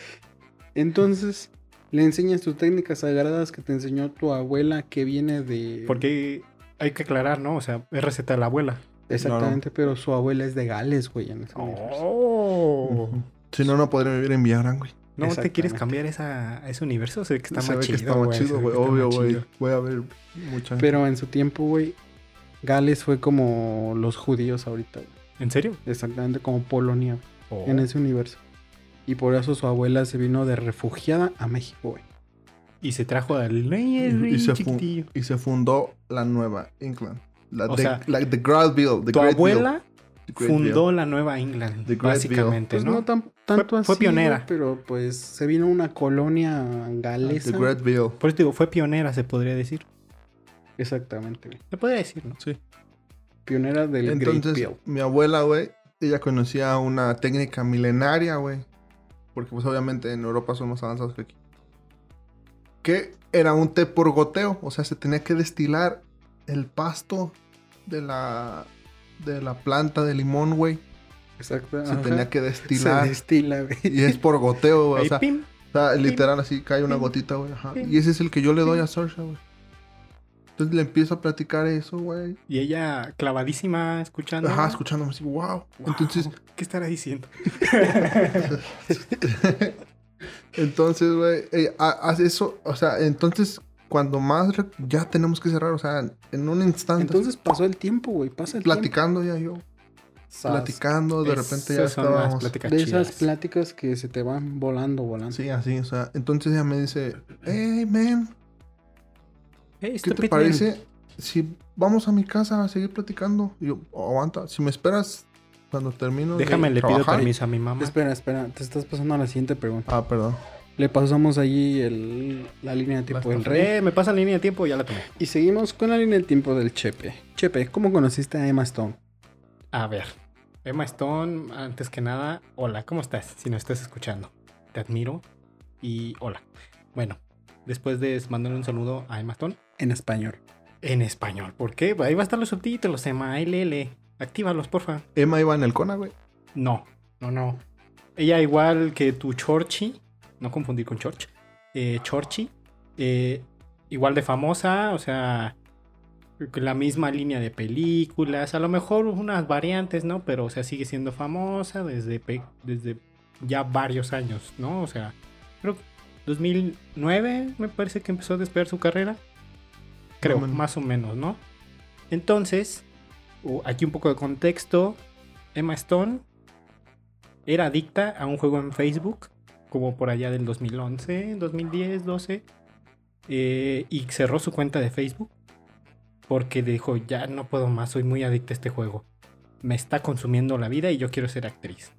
Speaker 2: Entonces, le enseñas tus técnicas sagradas que te enseñó tu abuela que viene de.
Speaker 1: Porque hay que aclarar, ¿no? O sea, es receta de la abuela.
Speaker 2: Exactamente, pero su abuela es de Gales, güey, en ese universo.
Speaker 1: Oh.
Speaker 3: Si no, no podría vivir en Villagrán, güey.
Speaker 1: ¿No te quieres
Speaker 2: Exactamente.
Speaker 1: cambiar esa, a ese universo? Se ve que está
Speaker 3: Se
Speaker 1: más
Speaker 3: ve que
Speaker 1: chido.
Speaker 3: está más
Speaker 1: güey, se
Speaker 3: chido,
Speaker 1: ve
Speaker 3: güey.
Speaker 1: que está
Speaker 3: Obvio,
Speaker 1: más
Speaker 3: güey.
Speaker 1: chido.
Speaker 3: Voy a ver mucha gente.
Speaker 2: Pero en su tiempo, güey, Gales fue como los judíos ahorita, güey.
Speaker 1: ¿En serio?
Speaker 2: Exactamente como Polonia güey,
Speaker 1: Oh.
Speaker 2: en ese universo. Y por eso su abuela se vino de refugiada a México, güey.
Speaker 1: Y se trajo al
Speaker 3: Y, y se fu-
Speaker 1: chiquitillo.
Speaker 3: y se fundó la nueva England. La,
Speaker 1: O
Speaker 3: de,
Speaker 1: sea,
Speaker 3: la- the Great Bill. The
Speaker 1: Tu
Speaker 3: Great Bill,
Speaker 1: abuela
Speaker 3: the Great
Speaker 1: fundó la Nueva England,
Speaker 3: The Great
Speaker 1: básicamente,
Speaker 2: Pues
Speaker 1: ¿no?
Speaker 2: no, tan- tanto
Speaker 1: Fue-
Speaker 2: así.
Speaker 1: fue pionera.
Speaker 2: güey, pero pues se vino una colonia
Speaker 3: Bill. Ah, The
Speaker 2: galesa.
Speaker 3: Great Bill.
Speaker 1: Por eso te digo, fue pionera, se podría decir.
Speaker 2: Exactamente, güey.
Speaker 1: Se podría decir, ¿no?
Speaker 2: Pionera del
Speaker 3: Entonces,
Speaker 2: Great Bill.
Speaker 3: mi abuela, güey, ella conocía una técnica milenaria, güey. Porque, pues, obviamente en Europa son más avanzados que aquí. Que era un té por goteo. O sea, se tenía que destilar el pasto de la, de la planta de limón, güey.
Speaker 2: Exacto.
Speaker 3: Se
Speaker 2: ajá.
Speaker 3: tenía que
Speaker 2: Se
Speaker 3: destilar.
Speaker 2: destila, güey.
Speaker 3: Y es por goteo, güey. O
Speaker 1: Ahí,
Speaker 3: sea,
Speaker 1: pim.
Speaker 3: o sea, literal así cae una
Speaker 1: pim,
Speaker 3: gotita, güey. ajá.
Speaker 1: pim,
Speaker 3: Y ese es el que yo le doy a Saoirse, güey. Entonces le empiezo a platicar eso, güey.
Speaker 1: Y ella clavadísima, escuchando.
Speaker 3: Ajá, escuchándome así, wow.
Speaker 1: Wow,
Speaker 3: Entonces,
Speaker 1: ¿Qué estará diciendo?
Speaker 3: entonces, güey, eh, ha- hace eso, o sea, entonces cuando más re- ya tenemos que cerrar, o sea, en un instante.
Speaker 2: Entonces pasó el tiempo, güey. Pasa el
Speaker 3: platicando ya yo,
Speaker 2: tiempo. Sas.
Speaker 3: platicando, de repente ya
Speaker 1: Esas son las
Speaker 3: estábamos.
Speaker 1: pláticas
Speaker 2: De esas
Speaker 1: chidas.
Speaker 2: pláticas que se te van volando, volando.
Speaker 3: Sí, así, o sea, entonces ella me dice, hey, man,
Speaker 1: Hey,
Speaker 3: ¿qué te
Speaker 1: stupid man.
Speaker 3: parece si vamos a mi casa a seguir platicando? Y yo, "Oh, aguanta, si me esperas cuando termino de
Speaker 1: Déjame, le pido
Speaker 3: trabajar".
Speaker 1: permiso a mi mamá.
Speaker 2: Espera, espera. Te estás pasando a la siguiente pregunta.
Speaker 3: Ah, perdón.
Speaker 2: Le pasamos allí el, la línea de tiempo
Speaker 3: Las
Speaker 2: del rey.
Speaker 1: Eh, me pasa la línea de tiempo, ya la tomé.
Speaker 2: Y seguimos con la línea de tiempo del Chepe. Chepe, ¿cómo conociste a Emma Stone?
Speaker 1: A ver, Emma Stone, antes que nada, hola, ¿cómo estás? Si no estás escuchando, te admiro y hola. Bueno, después de mandarle un saludo a Emma Stone
Speaker 2: En español.
Speaker 1: en español, ¿por qué? Ahí va a estar los subtítulos, Emma, LL, actívalos, porfa.
Speaker 3: Emma iba en el Cona, güey.
Speaker 1: No, no, no. Ella igual que tu Chorchi, no confundir con Chorch, eh, Chorchi, eh, igual de famosa, o sea, con la misma línea de películas, a lo mejor unas variantes, ¿no? Pero, o sea, sigue siendo famosa desde, pe- desde ya varios años, ¿no? O sea, creo que 2009 me parece que empezó a despegar su carrera. Creo,
Speaker 3: Más o menos.
Speaker 1: más o menos, ¿no? Entonces, o- aquí un poco de contexto. Emma Stone era adicta a un juego en Facebook, como por allá del 2011, 2010, 12, eh, y cerró su cuenta de Facebook porque dijo, ya no puedo más, soy muy adicta a este juego. Me está consumiendo la vida y yo quiero ser actriz.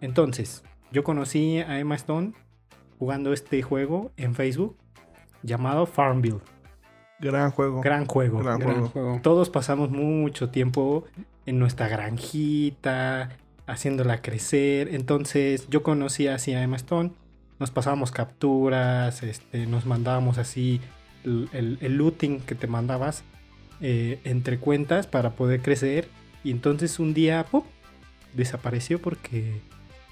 Speaker 1: Entonces, yo conocí a Emma Stone jugando este juego en Facebook llamado Farmville.
Speaker 3: Gran juego.
Speaker 1: Gran juego.
Speaker 3: Oh, Gran
Speaker 2: Gran
Speaker 3: juego.
Speaker 2: juego.
Speaker 1: Todos pasamos mucho tiempo en nuestra granjita, haciéndola crecer. Entonces yo conocía así a Emma Stone. Nos pasábamos capturas, este, nos mandábamos así el, el- el looting que te mandabas eh, entre cuentas para poder crecer. Y entonces un día ¡pum!, desapareció porque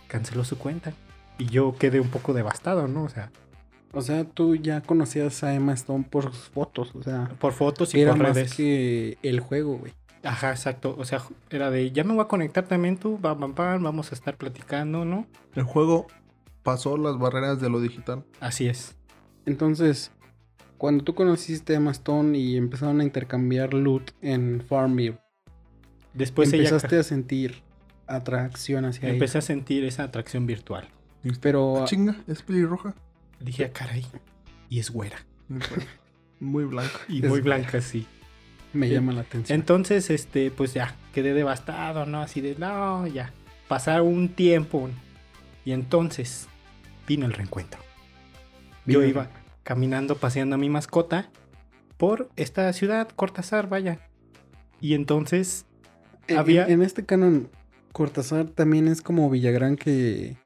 Speaker 1: canceló su cuenta. Y yo quedé un poco devastado, ¿no? O sea,
Speaker 2: O sea, tú ya conocías a Emma Stone por sus fotos. O sea,
Speaker 1: por fotos y
Speaker 2: era
Speaker 1: por
Speaker 2: más
Speaker 1: redes.
Speaker 2: que el juego, güey.
Speaker 1: Ajá, exacto. O sea, era de, ya me voy a conectar también tú, pam, pam, pam, vamos a estar platicando, ¿no?
Speaker 3: El juego pasó las barreras de lo digital.
Speaker 1: Así es.
Speaker 2: Entonces, cuando tú conociste a Emma Stone y empezaron a intercambiar loot en Farmville,
Speaker 1: Después Pues ella
Speaker 2: empezaste a sentir atracción hacia ella.
Speaker 1: empecé a sentir esa atracción virtual.
Speaker 2: Pero
Speaker 3: Ah, Chinga, es pelirroja.
Speaker 1: Dije, ah, caray, y es güera.
Speaker 3: Muy blanca.
Speaker 1: Y
Speaker 2: Es
Speaker 1: muy
Speaker 2: güera.
Speaker 1: blanca, sí.
Speaker 2: me
Speaker 1: en-
Speaker 2: llama la atención.
Speaker 1: Entonces, este, pues ya, quedé devastado, ¿no? Así de, no, ya. Pasar un tiempo. Y entonces vino el reencuentro. Yo
Speaker 2: Bien.
Speaker 1: iba caminando, paseando a mi mascota por esta ciudad, Cortázar, vaya. Y entonces
Speaker 2: En-
Speaker 1: había-
Speaker 2: En, este canon, Cortázar también es como Villagrán que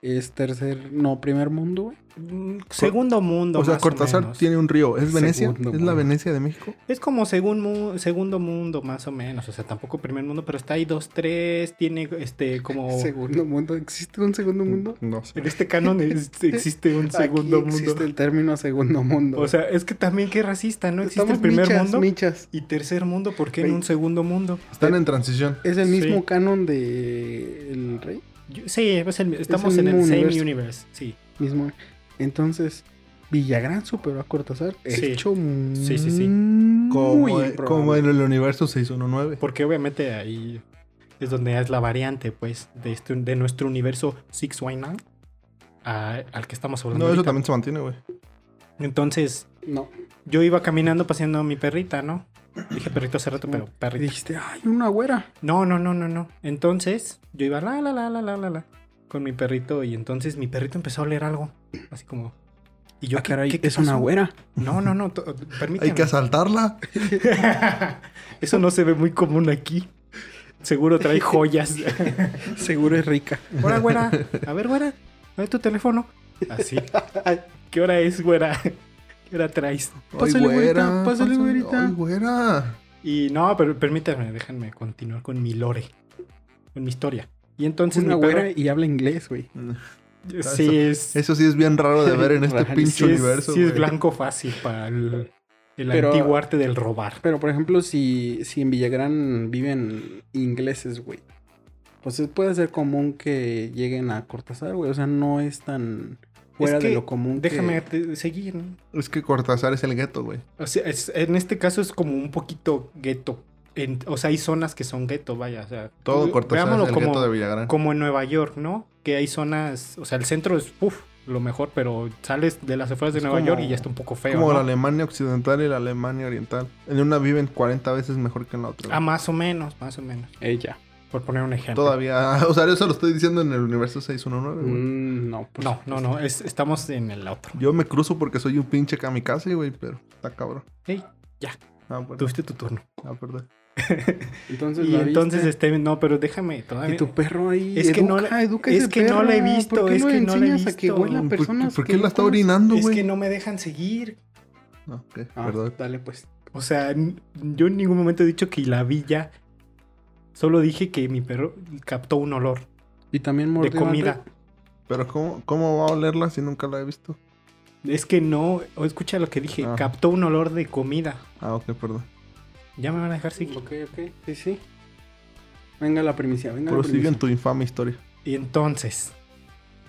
Speaker 2: es tercer, no, primer mundo, güey.
Speaker 1: Mm, Segundo mundo.
Speaker 3: o sea,
Speaker 1: más
Speaker 3: Cortázar
Speaker 1: menos.
Speaker 3: tiene un río. ¿Es Venecia?
Speaker 2: Segundo
Speaker 3: ¿Es la
Speaker 2: mundo.
Speaker 3: Venecia de México?
Speaker 1: Es como segun mu- segundo mundo, más o menos. O sea, tampoco primer mundo, pero está ahí dos, tres. Tiene este como.
Speaker 2: Segundo mundo, ¿existe un segundo mundo?
Speaker 3: No sé.
Speaker 1: En este canon es- existe un segundo
Speaker 2: Aquí
Speaker 1: mundo.
Speaker 2: Existe el término segundo mundo.
Speaker 1: O sea, es que también qué racista, ¿no? Existe
Speaker 2: Estamos
Speaker 1: el primer
Speaker 2: michas,
Speaker 1: mundo
Speaker 2: michas.
Speaker 1: y tercer mundo. ¿Por qué en un segundo mundo?
Speaker 3: Están en transición.
Speaker 2: Es el
Speaker 1: Sí.
Speaker 2: mismo canon de El Rey.
Speaker 1: Yo- sí, es el- estamos en el
Speaker 2: mismo
Speaker 1: same
Speaker 2: universo.
Speaker 1: universe. Sí,
Speaker 2: Mismo. Entonces, Villagrán superó a Cortázar.
Speaker 1: Sí.
Speaker 2: Hecho
Speaker 1: Sí, sí, sí.
Speaker 2: muy
Speaker 3: Como,
Speaker 2: improbable.
Speaker 3: como en el universo 619.
Speaker 1: porque obviamente ahí es donde es la variante, pues, de, este, de nuestro universo 619 a- al que estamos hablando.
Speaker 3: No, eso
Speaker 1: ahorita.
Speaker 3: también se mantiene, güey.
Speaker 1: Entonces,
Speaker 2: No.
Speaker 1: yo iba caminando paseando a mi perrita, ¿no? Dije perrito hace rato, pero perrita.
Speaker 2: Dijiste, ay, una güera.
Speaker 1: No, no, no, no, no. Entonces, yo iba la, la, la, la, la, la, la, con mi perrito y entonces mi perrito empezó a oler algo. Así como... Y yo,
Speaker 2: Ah,
Speaker 1: ¿qué-
Speaker 2: caray,
Speaker 1: qué- qué
Speaker 2: es una
Speaker 1: pasó?
Speaker 2: güera.
Speaker 1: No, no, no, to- permíteme.
Speaker 3: Hay que asaltarla.
Speaker 1: Eso no se ve muy común aquí. Seguro trae joyas.
Speaker 2: Seguro es rica.
Speaker 1: Hola, güera. A ver, güera. A ver tu teléfono. Así. ¿Qué hora es, güera? ¿Qué hora traes?
Speaker 2: Pásale, güerita, pásale, güerita.
Speaker 3: Ay, güera.
Speaker 1: Y no, pero permítanme, déjenme continuar con mi lore, con mi historia. Y
Speaker 2: Es
Speaker 1: entonces
Speaker 2: una
Speaker 1: mi perro-
Speaker 2: güera y habla inglés, güey.
Speaker 1: sí es,
Speaker 3: Eso sí es bien raro de ver en este
Speaker 2: Rarísimo.
Speaker 3: pinche
Speaker 1: sí es-
Speaker 3: universo.
Speaker 1: sí es
Speaker 3: güey.
Speaker 1: blanco fácil para el, el
Speaker 2: Pero-
Speaker 1: antiguo arte del robar.
Speaker 2: Pero, por ejemplo, si, si en Villagrán viven ingleses, güey.
Speaker 4: eh,
Speaker 2: Pues es- puede ser común que lleguen a Cortázar, güey. O sea, no es tan
Speaker 4: fuera
Speaker 1: que
Speaker 4: de lo común. que-
Speaker 1: Déjame te- seguir. ¿no?
Speaker 3: Es que Cortázar es el gueto, güey.
Speaker 1: O sea, es- en este caso es como un poquito gueto. En- O sea, hay zonas que son gueto, vaya. O sea,
Speaker 3: Todo
Speaker 1: tú-
Speaker 3: Cortázar es
Speaker 1: Pues, veámoslo
Speaker 3: el gueto de Villagrán.
Speaker 1: como en Nueva York, ¿no? Que hay zonas, o sea, el centro es, uff, lo mejor, pero sales de las afueras de
Speaker 3: Es
Speaker 1: Nueva
Speaker 3: como-
Speaker 1: York y ya está un poco feo.
Speaker 3: Como
Speaker 1: ¿no?
Speaker 3: la Alemania occidental y la Alemania oriental. En una viven 40 veces mejor que en la otra. güey.
Speaker 1: Ah, más o menos, más o menos.
Speaker 4: Ella.
Speaker 1: Por poner un ejemplo.
Speaker 3: Todavía. O sea, eso lo estoy diciendo en el universo 619, güey.
Speaker 4: Mm, no, por
Speaker 1: No,
Speaker 4: supuesto.
Speaker 1: no, no, es- estamos en el otro.
Speaker 3: Yo me cruzo porque soy un pinche kamikaze, güey, pero está cabrón.
Speaker 1: Ey,
Speaker 3: Ah, bueno.
Speaker 1: tuviste tu turno.
Speaker 3: Ah, perdón.
Speaker 4: Entonces,
Speaker 1: Y
Speaker 4: ¿la
Speaker 1: entonces,
Speaker 4: viste?
Speaker 1: este, no, pero déjame todavía.
Speaker 4: Y tu perro ahí.
Speaker 1: Es que no la-
Speaker 4: educa
Speaker 1: es
Speaker 4: ese
Speaker 1: que no la he
Speaker 4: perro, ¿por
Speaker 1: visto,
Speaker 4: qué
Speaker 1: es
Speaker 4: lo
Speaker 1: que no la he
Speaker 4: enseñas a que
Speaker 1: visto.
Speaker 4: huela a
Speaker 1: ¿Por-
Speaker 4: Ah, personas
Speaker 3: ¿Por, por
Speaker 4: que
Speaker 3: qué
Speaker 4: no
Speaker 3: la está
Speaker 4: conoces?
Speaker 3: orinando,
Speaker 1: Es
Speaker 3: güey?
Speaker 1: que no me dejan seguir.
Speaker 3: No, ok,
Speaker 4: Ah,
Speaker 3: perdón.
Speaker 4: Dale, pues.
Speaker 1: O sea, n- yo en ningún momento he dicho que la villa. Solo dije que mi perro captó un olor
Speaker 4: Y también
Speaker 1: de
Speaker 4: mordió. al
Speaker 1: comida.
Speaker 4: perro.
Speaker 3: Pero ¿cómo, ¿cómo va a olerla si nunca la he visto?
Speaker 1: Es que no, o escucha lo que dije,
Speaker 3: Ah.
Speaker 1: captó un olor de comida.
Speaker 3: Ah, ok, perdón.
Speaker 1: Ya me van a dejar seguir.
Speaker 4: Ok, ok. Sí, sí. Venga la primicia, venga la
Speaker 3: Prosigue
Speaker 4: primicia.
Speaker 3: en tu infame historia.
Speaker 1: Y entonces,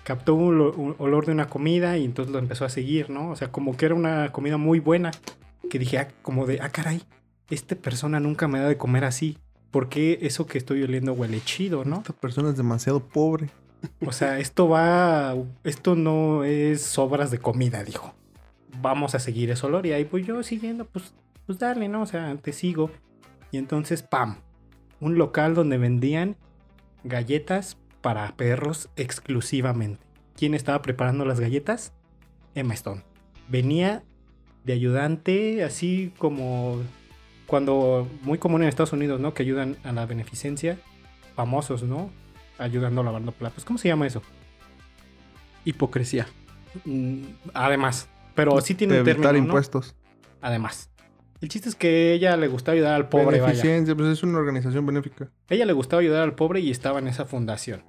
Speaker 1: captó un, lo- un olor de una comida y entonces lo empezó a seguir, ¿no? O sea, como que era una comida muy buena. Que dije, ah, como de, ah, caray, esta persona nunca me da de comer así. Porque eso que estoy oliendo huele chido, ¿no?
Speaker 3: Esta persona es demasiado pobre.
Speaker 1: O sea, esto va, esto no es sobras de comida, dijo. Vamos a seguir ese olor y ahí pues yo siguiendo, pues, pues dale, ¿no? O sea, te sigo. Y entonces, ¡pam! Un local donde vendían galletas para perros exclusivamente. ¿Quién estaba preparando las galletas? Emma Stone. Venía de ayudante, así como cuando, muy común en Estados Unidos, ¿no? Que ayudan a la beneficencia. Famosos, ¿no? ayudando lavando platos. ¿Cómo se llama eso?
Speaker 4: Hipocresía.
Speaker 1: Mm, Además, pero sí tiene
Speaker 3: De
Speaker 1: un término,
Speaker 3: evitar
Speaker 1: ¿no?
Speaker 3: impuestos.
Speaker 1: Además. El chiste es que ella le gustaba ayudar al pobre, vaya.
Speaker 3: Beneficencia, pues es una organización benéfica.
Speaker 1: Ella le gustaba ayudar al pobre y estaba en esa fundación.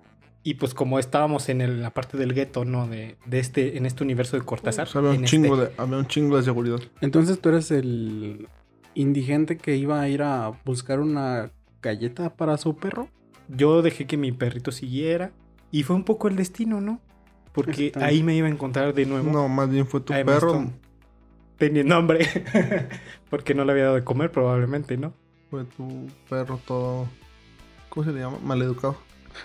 Speaker 1: Y pues como estábamos en el- la parte del gueto, ¿no? De, de este, en este universo de Cortázar.
Speaker 3: O sea, había un
Speaker 1: en
Speaker 3: chingo
Speaker 1: este-
Speaker 3: de, había un chingo de seguridad.
Speaker 4: Entonces tú eres el indigente que iba a ir a buscar una galleta para su perro.
Speaker 1: Yo dejé que mi perrito siguiera. Y fue un poco el destino, ¿no? Porque
Speaker 4: Exactamente.
Speaker 1: ahí me iba a encontrar de nuevo.
Speaker 3: No, más bien fue tu
Speaker 1: Además,
Speaker 3: perro.
Speaker 1: Tom. Teniendo hambre. Porque no le había dado de comer probablemente, ¿no?
Speaker 3: Fue tu perro todo. ¿Cómo se le llama? Maleducado.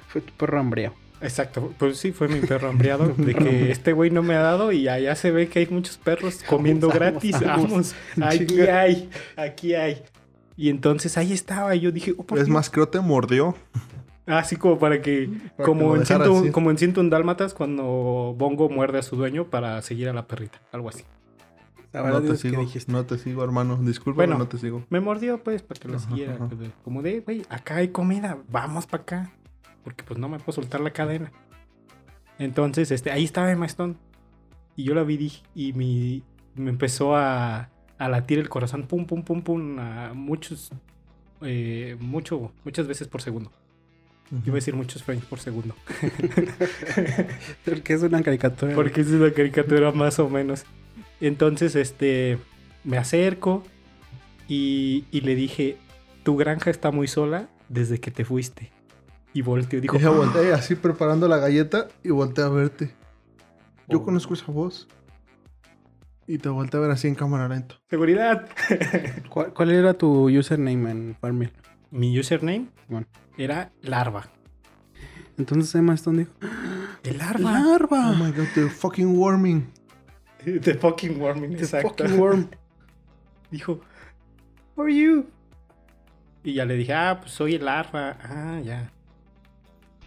Speaker 4: Fue tu perro hambriado.
Speaker 1: Exacto, pues sí, fue mi perro hambriado de que este güey no me ha dado y allá se ve que hay muchos perros comiendo
Speaker 4: Vamos,
Speaker 1: gratis.
Speaker 4: vamos,
Speaker 1: Vamos, aquí
Speaker 4: Chinga.
Speaker 1: hay, aquí hay. Y entonces ahí estaba y yo dije, oh, ¿por
Speaker 3: Es
Speaker 1: qué? Ah,
Speaker 3: más, creo te mordió.
Speaker 1: así como para que,
Speaker 3: Para
Speaker 1: como,
Speaker 3: que lo
Speaker 1: en
Speaker 3: dejaras,
Speaker 1: ciento,
Speaker 3: sí.
Speaker 1: como en 101 dálmatas cuando Bongo muerde a su dueño para seguir a la perrita, algo así.
Speaker 4: Sabrá
Speaker 3: no te
Speaker 4: Dios qué
Speaker 3: sigo.
Speaker 4: dijiste.
Speaker 3: No te sigo, hermano. Disculpa,
Speaker 1: Bueno.
Speaker 3: no te sigo.
Speaker 1: Me mordió pues para que lo
Speaker 3: Ajá,
Speaker 1: siguiera,
Speaker 3: ajá.
Speaker 1: como de, güey, acá hay comida, vamos para acá, porque pues no me puedo soltar la cadena. Entonces, este, ahí estaba Emma Stone. Y yo la vi dij- y mi- me empezó a, a latir el corazón, pum, pum, pum, pum, a muchos, eh, mucho, muchas veces por segundo. Iba a decir muchos frames por segundo,
Speaker 4: Porque es una caricatura.
Speaker 1: porque esa es la caricatura más o menos. Entonces, este, me acerco y, y le dije, tu granja está muy sola desde que te fuiste. Y volteó, dijo,
Speaker 3: Ella
Speaker 1: "Ah".
Speaker 3: voltea así preparando la galleta y voltea a verte. Yo
Speaker 1: Oh.
Speaker 3: conozco esa voz. Y te voltea a ver así en cámara lenta.
Speaker 1: "Ah, seguridad.
Speaker 4: ¿Cuál, cuál era tu username en Farmville?
Speaker 1: Mi username
Speaker 4: Bueno.
Speaker 1: era larva.
Speaker 4: Entonces Emma Stone dijo:
Speaker 1: El
Speaker 3: Oh
Speaker 4: ¡Larva!
Speaker 3: my god, the fucking warming.
Speaker 1: The fucking warming,
Speaker 4: The
Speaker 1: exacto.
Speaker 4: fucking worm.
Speaker 1: Dijo, "Who are you? Y ya le dije, ah, pues soy el larva. Ah, ya.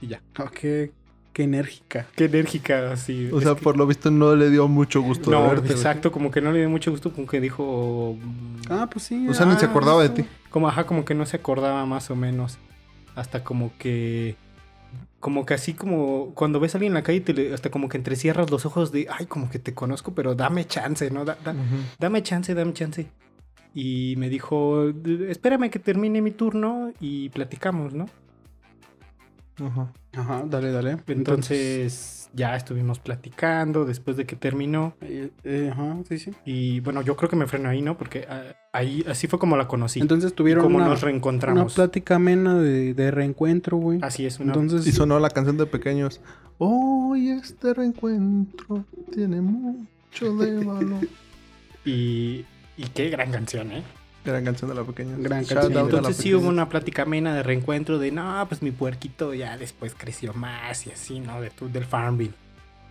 Speaker 1: Y ya.
Speaker 4: Oh, qué, qué enérgica.
Speaker 1: Qué enérgica, así.
Speaker 3: O
Speaker 1: Es
Speaker 3: sea,
Speaker 1: que-
Speaker 3: por lo visto no le dio mucho gusto de
Speaker 1: No,
Speaker 3: verte. güey.
Speaker 1: exacto, como que no le dio mucho gusto, como que dijo. mm,
Speaker 4: Ah, pues sí.
Speaker 3: O sea, ni
Speaker 4: ah,
Speaker 3: se acordaba de
Speaker 4: esto.
Speaker 3: ti.
Speaker 1: Como, ajá, como que no se acordaba más o menos. Hasta como que. Como que así como cuando ves a alguien en la calle, te le- hasta como que entrecierras los ojos de, ay, como que te conozco, pero dame chance, ¿no? Da- da-
Speaker 3: Ujú.
Speaker 1: dame chance, dame chance. Y me dijo, "D- espérame que termine mi turno y platicamos, ¿no?
Speaker 3: Ajá.
Speaker 4: Ajá, dale, dale.
Speaker 1: Entonces, ya estuvimos platicando después de que terminó.
Speaker 2: Eh, eh, ajá, sí, sí.
Speaker 1: Y bueno, yo creo que me freno ahí, ¿no? Porque ah, ahí así fue como la conocí.
Speaker 2: Entonces
Speaker 1: y
Speaker 2: tuvieron
Speaker 1: como
Speaker 2: una,
Speaker 1: nos
Speaker 2: una
Speaker 1: reencontramos.
Speaker 2: plática amena de, de reencuentro, güey.
Speaker 1: Así es, una
Speaker 2: Entonces,
Speaker 3: Y sonó la canción de pequeños. Hoy este reencuentro tiene mucho de valor.
Speaker 1: Y, y qué gran canción, ¿eh?
Speaker 3: Gran canción de la pequeña.
Speaker 2: Gran
Speaker 3: Shout
Speaker 2: canción.
Speaker 3: out a la
Speaker 1: Entonces sí
Speaker 3: Pequeños.
Speaker 1: hubo una plática amena de reencuentro de, no, pues mi puerquito ya después creció más y así, ¿no? De tu, del Farmville.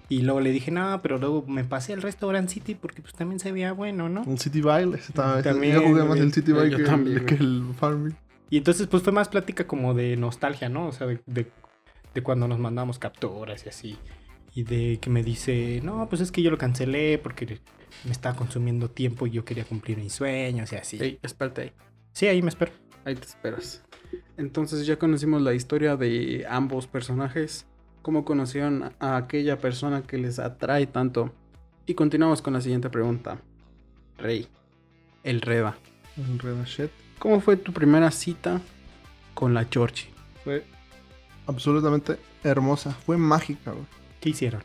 Speaker 1: Y luego le dije, no, pero luego me pasé al restaurant City porque pues también se veía bueno, ¿no?
Speaker 3: Un City Baile. Estaba,
Speaker 1: También,
Speaker 3: yo jugué más
Speaker 1: güey.
Speaker 3: el City
Speaker 2: Yo
Speaker 3: Baile que,
Speaker 2: también,
Speaker 3: el-
Speaker 2: güey.
Speaker 3: que el Farmville.
Speaker 1: Y entonces pues fue más plática como de nostalgia, ¿no? O sea, de, de- de cuando nos mandamos capturas y así. Y de que me dice, no, pues es que yo lo cancelé porque me estaba consumiendo tiempo y yo quería cumplir mis sueños y así.
Speaker 2: Ey, espérate ahí.
Speaker 1: Sí, ahí me espero.
Speaker 2: Ahí te esperas. Entonces ya conocimos la historia de ambos personajes, cómo conocieron a aquella persona que les atrae tanto. Y continuamos con la siguiente pregunta. Rey, el Reba.
Speaker 3: El Renachet
Speaker 2: ¿Cómo fue tu primera cita con la Georgie?
Speaker 3: fue absolutamente hermosa. Fue mágica, güey.
Speaker 1: ¿Qué hicieron?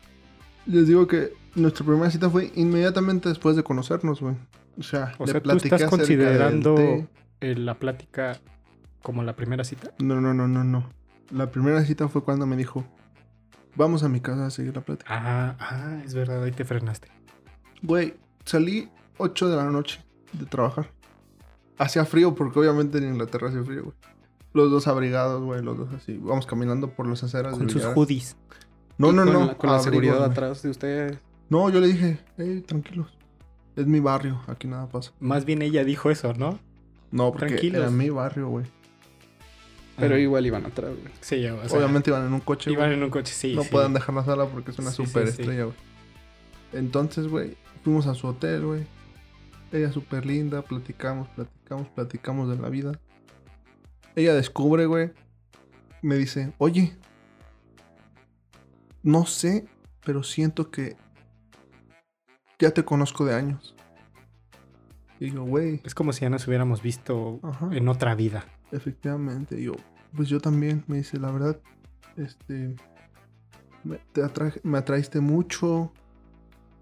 Speaker 3: Les digo que nuestra primera cita fue inmediatamente después de conocernos, güey. O sea,
Speaker 1: O
Speaker 3: le
Speaker 1: sea, ¿tú
Speaker 3: platiqué
Speaker 1: estás
Speaker 3: acerca del
Speaker 1: considerando
Speaker 3: té.
Speaker 1: eh, la plática como la primera cita?
Speaker 3: No, no, no, no, no. La primera cita fue cuando me dijo, vamos a mi casa a seguir la plática.
Speaker 1: Ah, ah, es verdad, ahí te frenaste.
Speaker 3: Güey, salí 8 de la noche de trabajar. Hacía frío porque obviamente en Inglaterra hacía frío, güey. Los dos abrigados, güey, los dos así. Vamos caminando por las aceras.
Speaker 1: Con
Speaker 3: de
Speaker 1: sus
Speaker 3: Villarreal.
Speaker 1: hoodies.
Speaker 3: No,
Speaker 2: Y
Speaker 3: no,
Speaker 2: con
Speaker 3: no.
Speaker 2: la- con la
Speaker 3: abrigos,
Speaker 2: seguridad
Speaker 3: güey.
Speaker 2: atrás de ustedes.
Speaker 3: No, yo le dije, hey, tranquilos. Es mi barrio, aquí nada pasa.
Speaker 1: Más bien ella dijo eso, ¿no?
Speaker 3: No, porque
Speaker 1: Tranquilos.
Speaker 3: era mi barrio, güey.
Speaker 2: Pero
Speaker 1: Ah,
Speaker 2: igual iban atrás, güey.
Speaker 1: Sí, o sea,
Speaker 3: Obviamente iban en un coche,
Speaker 1: iban
Speaker 3: güey.
Speaker 1: en un coche, sí.
Speaker 3: No
Speaker 1: sí.
Speaker 3: pueden dejar la sala porque es una
Speaker 1: Sí, sí, sí.
Speaker 3: superestrella, güey. Entonces, güey, fuimos a su hotel, güey. Ella súper linda, platicamos, platicamos, platicamos de la vida. Ella descubre, güey. Me dice, oye, no sé, pero siento que ya te conozco de años. Y yo, güey,
Speaker 1: Es como si ya nos hubiéramos visto
Speaker 3: ajá.
Speaker 1: en otra vida.
Speaker 3: Efectivamente, y yo, pues yo también, me dice, la verdad, este, me, te atraje- me atraíste mucho,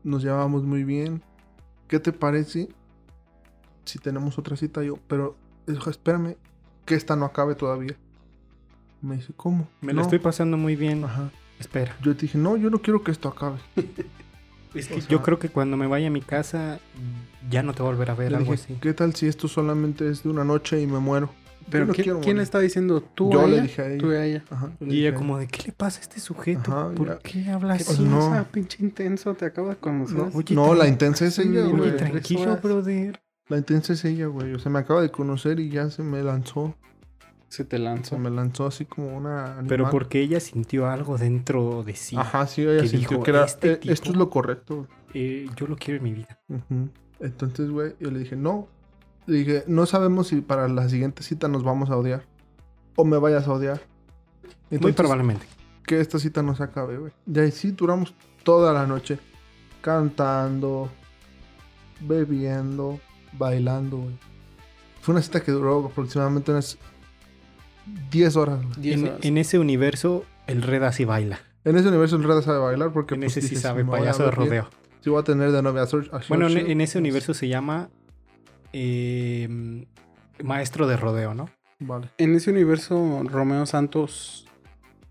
Speaker 3: nos llevábamos muy bien, ¿qué te parece si tenemos otra cita? Yo, pero es- espérame, que esta no acabe todavía. Me dice, ¿cómo?
Speaker 1: Me lo
Speaker 3: No.
Speaker 1: estoy pasando muy bien.
Speaker 3: Ajá.
Speaker 1: Espera.
Speaker 3: Yo te dije, no, yo no quiero que esto acabe.
Speaker 1: Es
Speaker 3: O
Speaker 2: Pues,
Speaker 1: que
Speaker 3: sea-
Speaker 1: yo creo que cuando me vaya a mi casa ya no te volveré a ver
Speaker 3: Le
Speaker 1: algo
Speaker 3: dije,
Speaker 1: así.
Speaker 3: ¿qué tal si esto solamente es de una noche y me muero?
Speaker 2: Pero
Speaker 3: no
Speaker 2: ¿quién,
Speaker 3: quiero
Speaker 2: quién le
Speaker 3: morir.
Speaker 2: está diciendo tú
Speaker 3: Yo
Speaker 2: a
Speaker 3: le
Speaker 2: ella?
Speaker 3: dije a ella.
Speaker 2: Tú a ella.
Speaker 3: Ajá. yo le
Speaker 1: Y
Speaker 3: dije,
Speaker 1: ella como de, ¿qué le pasa a este sujeto?
Speaker 3: Ajá,
Speaker 1: ¿Por
Speaker 3: ya.
Speaker 1: qué habla
Speaker 2: ¿Qué
Speaker 1: así?
Speaker 2: pasa,
Speaker 3: no.
Speaker 2: pinche intenso? Te acabas de conocer.
Speaker 3: No,
Speaker 1: oye,
Speaker 3: no, la
Speaker 1: tra-
Speaker 3: intensa es ella,
Speaker 2: oye,
Speaker 1: Oye,
Speaker 3: güey.
Speaker 2: tres
Speaker 1: tranquilo,
Speaker 2: horas.
Speaker 1: brother.
Speaker 3: La intensa es ella, güey. O sea, me acaba de conocer y ya se me lanzó.
Speaker 2: Se te
Speaker 3: Se
Speaker 2: lanzó.
Speaker 3: me lanzó así como una. animal.
Speaker 1: Pero porque ella sintió algo dentro de sí.
Speaker 3: Ajá, sí, ella
Speaker 1: que
Speaker 3: sintió
Speaker 1: dijo,
Speaker 3: que era.
Speaker 1: "Este
Speaker 3: "Eh,
Speaker 1: tipo".
Speaker 3: Esto es lo correcto.
Speaker 1: Eh, yo lo quiero en mi vida.
Speaker 3: güey". Ujú. Entonces, güey, yo le dije, no. Le dije, no sabemos si para la siguiente cita nos vamos a odiar. O me vayas a odiar.
Speaker 1: Muy
Speaker 3: Entonces,
Speaker 1: probablemente.
Speaker 3: que esta cita no se acabe, güey. Y ahí sí duramos toda la noche. Cantando, bebiendo, bailando, güey. Fue una cita que duró aproximadamente unas 10 horas, güey.
Speaker 2: Diez
Speaker 1: En,
Speaker 2: horas.
Speaker 1: en ese universo, el Red así baila.
Speaker 3: En ese universo el Reda sabe bailar porque
Speaker 1: en
Speaker 3: pues,
Speaker 1: ese sí
Speaker 3: dices,
Speaker 1: sabe,
Speaker 3: "Me voy a
Speaker 1: payaso de
Speaker 3: ver bien".
Speaker 1: rodeo.
Speaker 3: Sí voy a tener de novia a Sor- a pues,
Speaker 1: Bueno, en,
Speaker 3: Churchill.
Speaker 1: en ese universo se llama eh, Maestro de Rodeo, ¿no?
Speaker 3: Vale.
Speaker 2: En ese universo, Romeo Santos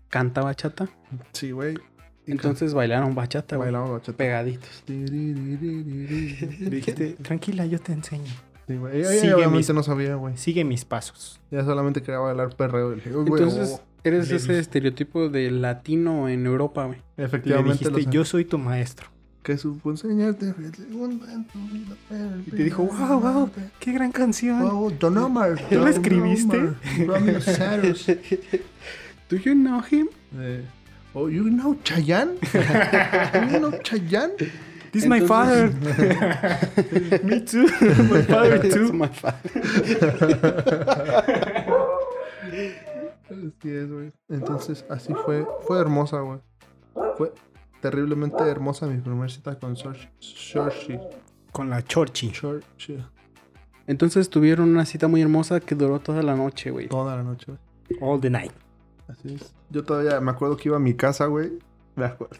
Speaker 2: canta bachata.
Speaker 3: Sí, güey.
Speaker 2: Entonces bailaron bachata, güey.
Speaker 3: pues, bailamos bachata.
Speaker 2: Pegaditos.
Speaker 1: Le dijiste, tranquila, yo te enseño.
Speaker 3: Sí, güey. Ella, ella
Speaker 1: Sigue
Speaker 3: obviamente
Speaker 1: mis-
Speaker 3: no sabía, güey.
Speaker 1: Sigue mis pasos.
Speaker 3: Ella solamente quería bailar perreo. Y le dije, "Uy, güey, oh,
Speaker 2: Entonces, eres
Speaker 1: Le
Speaker 2: ese
Speaker 1: dije-
Speaker 2: estereotipo de latino en Europa, güey.
Speaker 3: oh".
Speaker 1: Le
Speaker 3: efectivamente
Speaker 1: dijiste,
Speaker 3: lo
Speaker 1: yo soy tu maestro.
Speaker 3: que supo enseñarte el segundo en tu vida.
Speaker 1: Y te dijo, wow, wow, qué gran canción.
Speaker 3: Wow, Don Omar.
Speaker 1: ¿Tú lo
Speaker 3: Don
Speaker 1: escribiste?
Speaker 3: Omar, Romeo Saros.
Speaker 2: ¿Do you know him?
Speaker 3: Eh, Oh, you know Chayanne? you know Chayanne?
Speaker 1: This is my
Speaker 2: Entonces-
Speaker 1: father. Me too. My father
Speaker 2: It's
Speaker 1: too.
Speaker 2: my father.
Speaker 3: Así es, güey. Entonces, así fue. Fue hermosa, güey. Fue terriblemente hermosa mi primera cita con Sorchi. Sorchi.
Speaker 1: Con la Chorchi.
Speaker 3: Sorchi.
Speaker 2: Entonces tuvieron una cita muy hermosa que duró toda la noche, güey.
Speaker 3: Toda la noche, güey.
Speaker 1: All the night.
Speaker 3: Así es. Yo todavía me acuerdo que iba a mi casa, güey. Me acuerdo.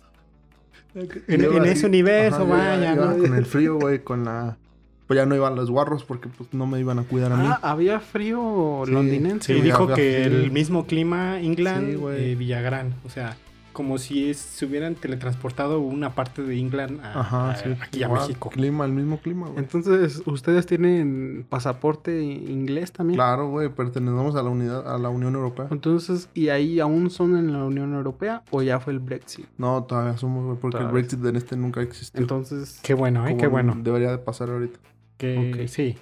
Speaker 1: En, en ese universo, vaya, ¿no?
Speaker 3: Con el frío, güey, con la... Pues ya no iban los guarros porque pues, no me iban a cuidar a mí.
Speaker 2: Ah, había frío
Speaker 3: Sí.
Speaker 2: londinense.
Speaker 1: Sí,
Speaker 3: Sí,
Speaker 2: güey.
Speaker 1: dijo
Speaker 3: había-
Speaker 1: que
Speaker 3: sí.
Speaker 1: el mismo clima England,
Speaker 3: Sí, güey.
Speaker 1: eh, Villagrán. O sea, como si es- se hubieran teletransportado una parte de England a-
Speaker 3: Ajá,
Speaker 1: a-
Speaker 3: sí.
Speaker 1: ah, aquí a
Speaker 3: Igual,
Speaker 1: México.
Speaker 3: Clima, el mismo clima, güey.
Speaker 2: Entonces, ¿ustedes tienen pasaporte inglés también?
Speaker 3: Claro, güey, pertenecemos a la unidad, a la Unión Europea.
Speaker 2: Entonces, ¿y ahí aún son en la Unión Europea o ya fue el Brexit?
Speaker 3: No, todavía somos, güey, porque el
Speaker 2: Todavía.
Speaker 3: Brexit en este nunca existió.
Speaker 2: Entonces,
Speaker 1: Qué bueno, ¿eh?
Speaker 3: como
Speaker 1: Qué bueno.
Speaker 3: Debería de pasar ahorita.
Speaker 1: Que,
Speaker 2: ok.
Speaker 1: Sí.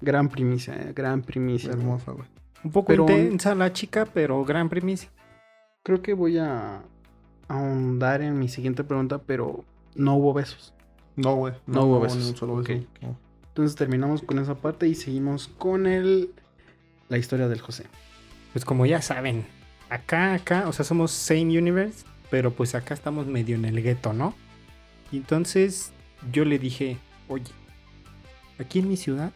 Speaker 2: gran primicia, eh, gran primicia.
Speaker 3: Hermosa, güey.
Speaker 1: Un poco
Speaker 2: Pero-
Speaker 1: intensa la chica, pero gran premisa.
Speaker 2: Creo que voy a ahondar en mi siguiente pregunta, pero no hubo besos.
Speaker 3: No, güey.
Speaker 2: No hubo
Speaker 3: ni
Speaker 2: besos.
Speaker 3: un solo beso.
Speaker 2: Ok.
Speaker 3: No.
Speaker 2: Entonces terminamos con esa parte y seguimos con el la historia del José.
Speaker 1: Pues como ya saben, acá, acá, o sea, somos same universe, pero pues acá estamos medio en el gueto, ¿no? Y entonces yo le dije, oye, aquí en mi ciudad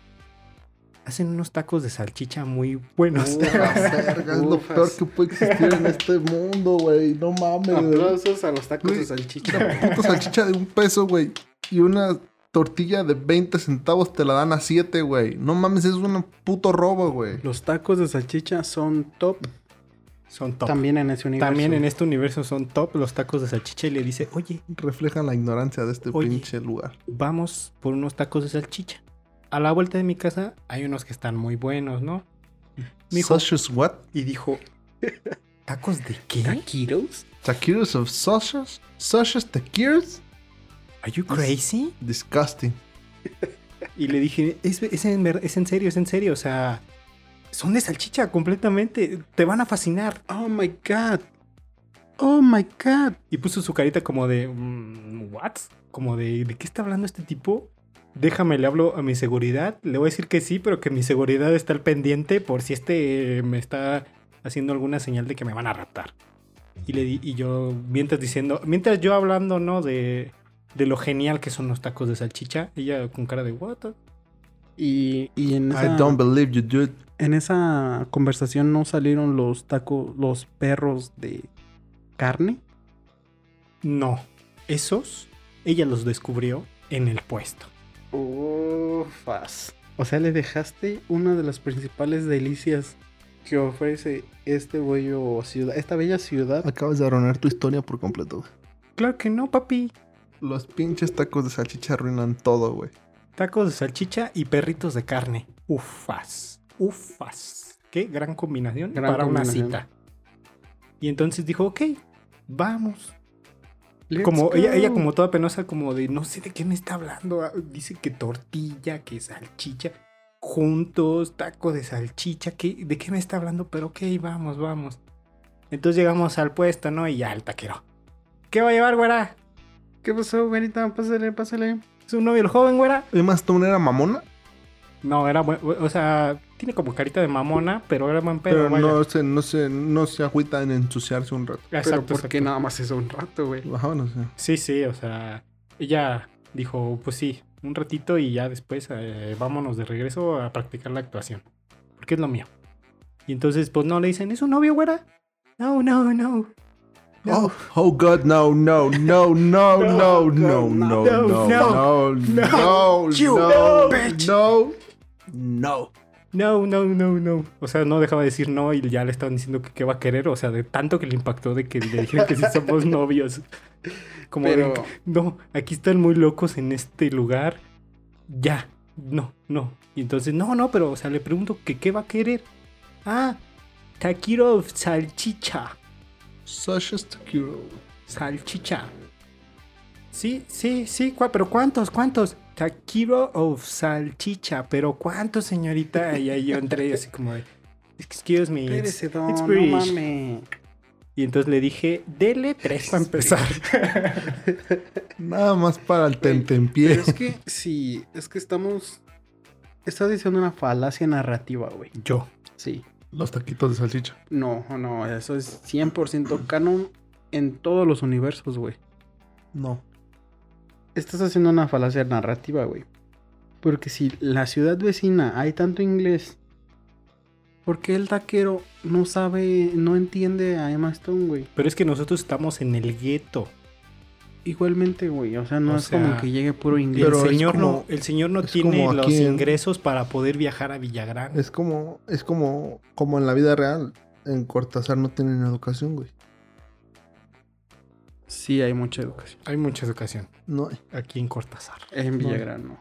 Speaker 1: hacen unos tacos de salchicha muy buenos.
Speaker 3: Ufa, verga, es lo
Speaker 2: Ufas.
Speaker 3: peor que puede existir en este mundo, güey. No mames, güey.
Speaker 2: Aplausos a los tacos de salchicha.
Speaker 3: Puta salchicha de un peso, güey. Y una tortilla de 20 centavos te la dan a 7, güey. No mames, es un puto robo, güey.
Speaker 2: los tacos de salchicha son top,
Speaker 1: Son top. También,
Speaker 2: también en ese universo.
Speaker 1: en este universo son top los tacos de salchicha y le dice, oye,
Speaker 3: Reflejan la ignorancia de este
Speaker 1: Oye.
Speaker 3: pinche lugar.
Speaker 1: vamos por unos tacos de salchicha. A la vuelta de mi casa hay unos que están muy buenos, ¿no? Mijo.
Speaker 3: ¿Sausages what?
Speaker 1: Y dijo, ¿tacos de qué?
Speaker 2: taquitos.
Speaker 3: ¿Taquitos of sausages? ¿Sausages taquitos?
Speaker 1: ¿Are you crazy?
Speaker 3: Disgusting.
Speaker 1: Y le dije, es, es en, ver- es en serio, es en serio, o sea, son de salchicha completamente, te van a fascinar.
Speaker 2: Oh my god. Oh my god.
Speaker 1: Y puso su carita como de, "Mm, ¿what? Como de, ¿de qué está hablando este tipo? Déjame, le hablo a mi seguridad, le voy a decir que sí, pero que mi seguridad está al pendiente por si este eh, me está haciendo alguna señal de que me van a raptar. Y, le di, y yo, mientras diciendo, mientras yo hablando, ¿no? De, de lo genial que son los tacos de salchicha, ella con cara de, ¿what? the-"
Speaker 2: Y, y en esa...
Speaker 3: I don't believe you, dude.
Speaker 2: En esa conversación no salieron los tacos, los perros de carne.
Speaker 1: No, esos ella los descubrió en el puesto.
Speaker 2: Ufas. O sea, le dejaste una de las principales delicias que ofrece este bello ciudad, esta bella ciudad.
Speaker 3: Acabas de arruinar tu historia por completo, güey.
Speaker 1: Claro que no, papi.
Speaker 3: Los pinches tacos de salchicha arruinan todo, güey.
Speaker 1: Tacos de salchicha y perritos de carne. Ufas, ufas. Qué gran combinación
Speaker 2: Gran
Speaker 1: para
Speaker 2: combinación.
Speaker 1: una cita. Y entonces dijo, ok, vamos.
Speaker 2: Let's
Speaker 1: como
Speaker 2: go.
Speaker 1: ella, ella como toda penosa, como de no sé de qué me está hablando. ah, Dice que tortilla, que salchicha, juntos, taco de salchicha, que, ¿de qué me está hablando? Pero ok, vamos, vamos. Entonces llegamos al puesto, ¿no? Y ya el taquero. ¿Qué va a llevar, güera?
Speaker 2: ¿Qué pasó, Benita? Pásale, pásale.
Speaker 1: ¿Su novio el joven, güera?
Speaker 3: Emma Stone era mamona,
Speaker 1: No, era buen, o sea, tiene como carita de mamona, pero era buen pedo.
Speaker 3: pero,
Speaker 1: vaya.
Speaker 3: no, se, no, se, no se agüita en ensuciarse un rato.
Speaker 2: Pero
Speaker 1: Exacto,
Speaker 2: porque
Speaker 1: exacto.
Speaker 2: nada más es un rato, güey.
Speaker 3: Ajá, no sé.
Speaker 1: Sí, sí, o sea, ella dijo, pues sí, un ratito y ya después eh, vámonos de regreso a practicar la actuación, porque es lo mío. Y entonces, pues no, le dicen, ¿es un novio, güera? No, no, no.
Speaker 3: Oh, oh God, no, no, no, no, no, no, no, no, no, no, no,
Speaker 1: You
Speaker 3: no,
Speaker 1: bitch.
Speaker 3: no, no.
Speaker 1: No, no, no, no. O sea, no dejaba de decir no y ya le estaban diciendo que qué va a querer. O sea, de tanto que le impactó de que le dijeron que sí somos novios. Como de,
Speaker 2: Pero
Speaker 1: no, aquí están muy locos en este lugar. Ya, no, no. Y entonces, no, no, pero, o sea, le pregunto que qué va a querer. Ah, taquiro salchicha.
Speaker 3: Sasha Stakiro.
Speaker 1: Salchicha. Sí, sí, sí, cua- pero ¿cuántos? ¿Cuántos? Taquiro of salchicha, pero ¿cuántos, señorita? Y ahí yo entré así como de, excuse me, it's,
Speaker 2: espérese, don,
Speaker 1: it's
Speaker 2: no
Speaker 1: British".
Speaker 2: mames.
Speaker 1: Y entonces le dije, dele tres para empezar.
Speaker 3: Nada más para el tentempié.
Speaker 2: Pero es que sí, es que estamos. Estás diciendo una falacia narrativa, güey.
Speaker 1: yo.
Speaker 2: Sí.
Speaker 3: Los taquitos de salchicha.
Speaker 2: No, no, eso es 100% canon en todos los universos, güey.
Speaker 3: No.
Speaker 2: Estás haciendo una falacia narrativa, güey. Porque si la ciudad vecina hay tanto inglés, ¿por qué el taquero no sabe, no entiende a Emma Stone, güey?
Speaker 1: Pero es que nosotros estamos en el gueto.
Speaker 2: igualmente, güey. O sea, no
Speaker 1: O
Speaker 2: es
Speaker 1: sea,
Speaker 2: como que llegue puro inglés.
Speaker 3: Pero
Speaker 1: el
Speaker 3: es
Speaker 1: señor no,
Speaker 3: como-
Speaker 1: el señor no
Speaker 3: es
Speaker 1: tiene
Speaker 3: como
Speaker 1: los
Speaker 3: aquí en-
Speaker 1: ingresos para poder viajar a Villagrán.
Speaker 3: Es como, es como, como en la vida real. En Cortázar no tienen educación, güey.
Speaker 2: Sí, hay mucha educación.
Speaker 1: Hay mucha educación
Speaker 3: No hay.
Speaker 1: aquí en Cortázar.
Speaker 2: En Villagrán, no.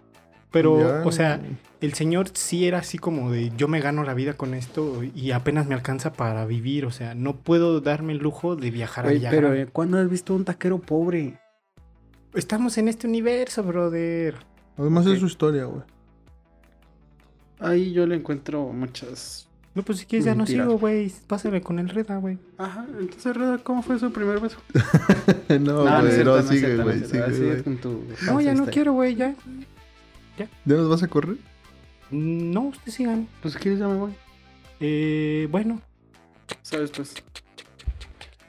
Speaker 1: Pero,
Speaker 3: Ya,
Speaker 1: o sea, el señor sí era así como de yo me gano la vida con esto y apenas me alcanza para vivir. O sea, no puedo darme el lujo de viajar a
Speaker 2: Güey,
Speaker 1: Villagrán.
Speaker 2: pero eh, ¿cuándo has visto un taquero pobre?
Speaker 1: Estamos en este universo, brother.
Speaker 3: Además
Speaker 2: Ok.
Speaker 3: es su historia, güey.
Speaker 2: Ahí yo le encuentro muchas.
Speaker 1: No, pues si quieres ya no
Speaker 2: Mentira.
Speaker 1: sigo, güey. Pásale con el Reda, güey.
Speaker 2: Ajá, entonces, Reda, ¿cómo fue su primer beso?
Speaker 3: no,
Speaker 2: es
Speaker 3: güey,
Speaker 2: cierto,
Speaker 3: no,
Speaker 2: es
Speaker 3: sigue,
Speaker 2: cierto, no
Speaker 3: güey,
Speaker 2: es cierto.
Speaker 3: sigue,
Speaker 2: Así es
Speaker 3: güey.
Speaker 2: con tu
Speaker 1: No, ya
Speaker 2: falsa
Speaker 1: no
Speaker 2: historia.
Speaker 1: quiero, güey, ya.
Speaker 3: ¿Ya nos vas a correr?
Speaker 1: Mm, No, ustedes sigan.
Speaker 2: Pues, si ¿quieres ya me voy?
Speaker 1: Eh, bueno,
Speaker 2: ¿Sabes? Pues,